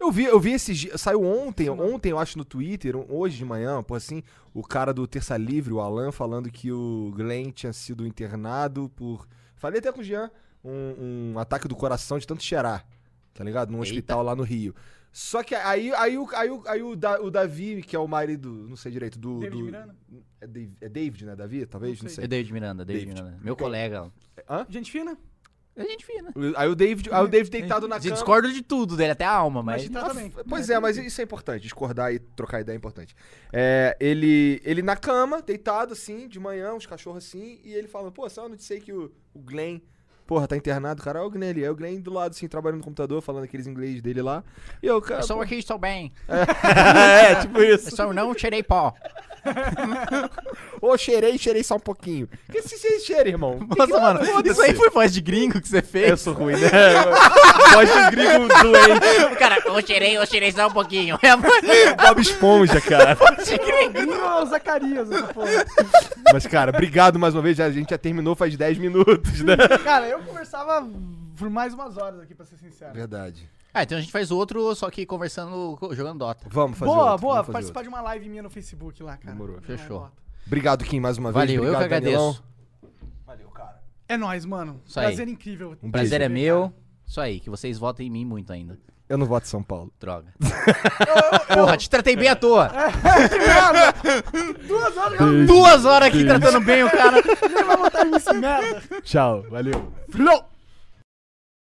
S3: Eu vi, eu vi esses dias. Saiu ontem, ontem, eu acho, no Twitter, um- hoje de manhã, pô, assim, o cara do Terça Livre, o Alan, falando que o Glenn tinha sido internado por. Falei até com o Jean, um, um ataque do coração de tanto cheirar. Tá ligado? Num hospital lá no Rio. Só que aí, aí, o- aí, o- aí o, Da- o Davi, que é o marido, não sei direito, do.
S2: David
S3: do-
S2: Miranda?
S3: É David, é David, né? Davi, talvez?
S2: Não
S3: Não
S4: É
S3: sei.
S4: David Miranda, David,
S3: David.
S4: Miranda. Meu colega.
S2: Gente fina?
S4: A gente vê, né?
S3: Aí o David, aí o David deitado na
S4: A gente
S3: cama.
S4: discorda de tudo dele, até a alma,
S2: Mas
S4: mas.
S2: tá também.
S3: Pois é, mas isso é importante, discordar e trocar ideia é importante. É, ele, ele na cama, deitado assim, de manhã, uns cachorros assim, e ele falando, pô, só não sei que o, o Glenn, porra, tá internado, cara, olha o Glenn ali, é o Glenn do lado assim, trabalhando no computador, falando aqueles inglês dele lá, e eu, cara,
S4: Eu só
S3: pô,
S4: aqui, estou bem.
S3: é, tipo
S4: Eu
S3: isso,
S4: só não tirei pó.
S3: ô, cheirei, cheirei só um pouquinho. Que se você cheira, irmão?
S4: Nossa, mano, isso aí foi voz de gringo que você fez.
S6: Eu sou ruim, né? Voz de gringo doente.
S4: Cara, eu cheirei, eu cheirei só um pouquinho. É a voz
S6: Bob Esponja, cara.
S4: de gringo.
S2: o Zacarias, essa porra.
S3: Mas, cara, obrigado mais uma vez. já- A gente já terminou faz 10 minutos, né?
S2: Cara, eu conversava por mais umas horas aqui, pra ser sincero.
S3: Verdade.
S4: Ah, então a gente faz outro, só que conversando, co- jogando Dota.
S3: Vamos fazer
S2: boa,
S3: outro,
S2: boa.
S3: vamos fazer
S2: participar
S3: outro.
S2: de uma live minha no Facebook lá, cara.
S3: Demorou.
S4: Fechou.
S2: Vai, bota.
S3: Obrigado, Kim, mais uma vez.
S4: Valeu, eu
S3: obrigado,
S4: que agradeço.
S3: Danilão.
S2: É nóis, mano.
S4: Isso aí.
S2: Prazer incrível.
S3: Um
S4: O prazer
S3: beijo.
S4: é meu. Isso aí, que vocês votem em mim muito ainda.
S3: Eu não voto em São Paulo.
S4: Droga. Porra, te tratei bem à toa.
S2: Que merda! Duas horas eu
S4: Duas horas aqui tratando bem o cara.
S2: não vou botar isso, merda.
S3: Tchau, valeu.
S2: Flow!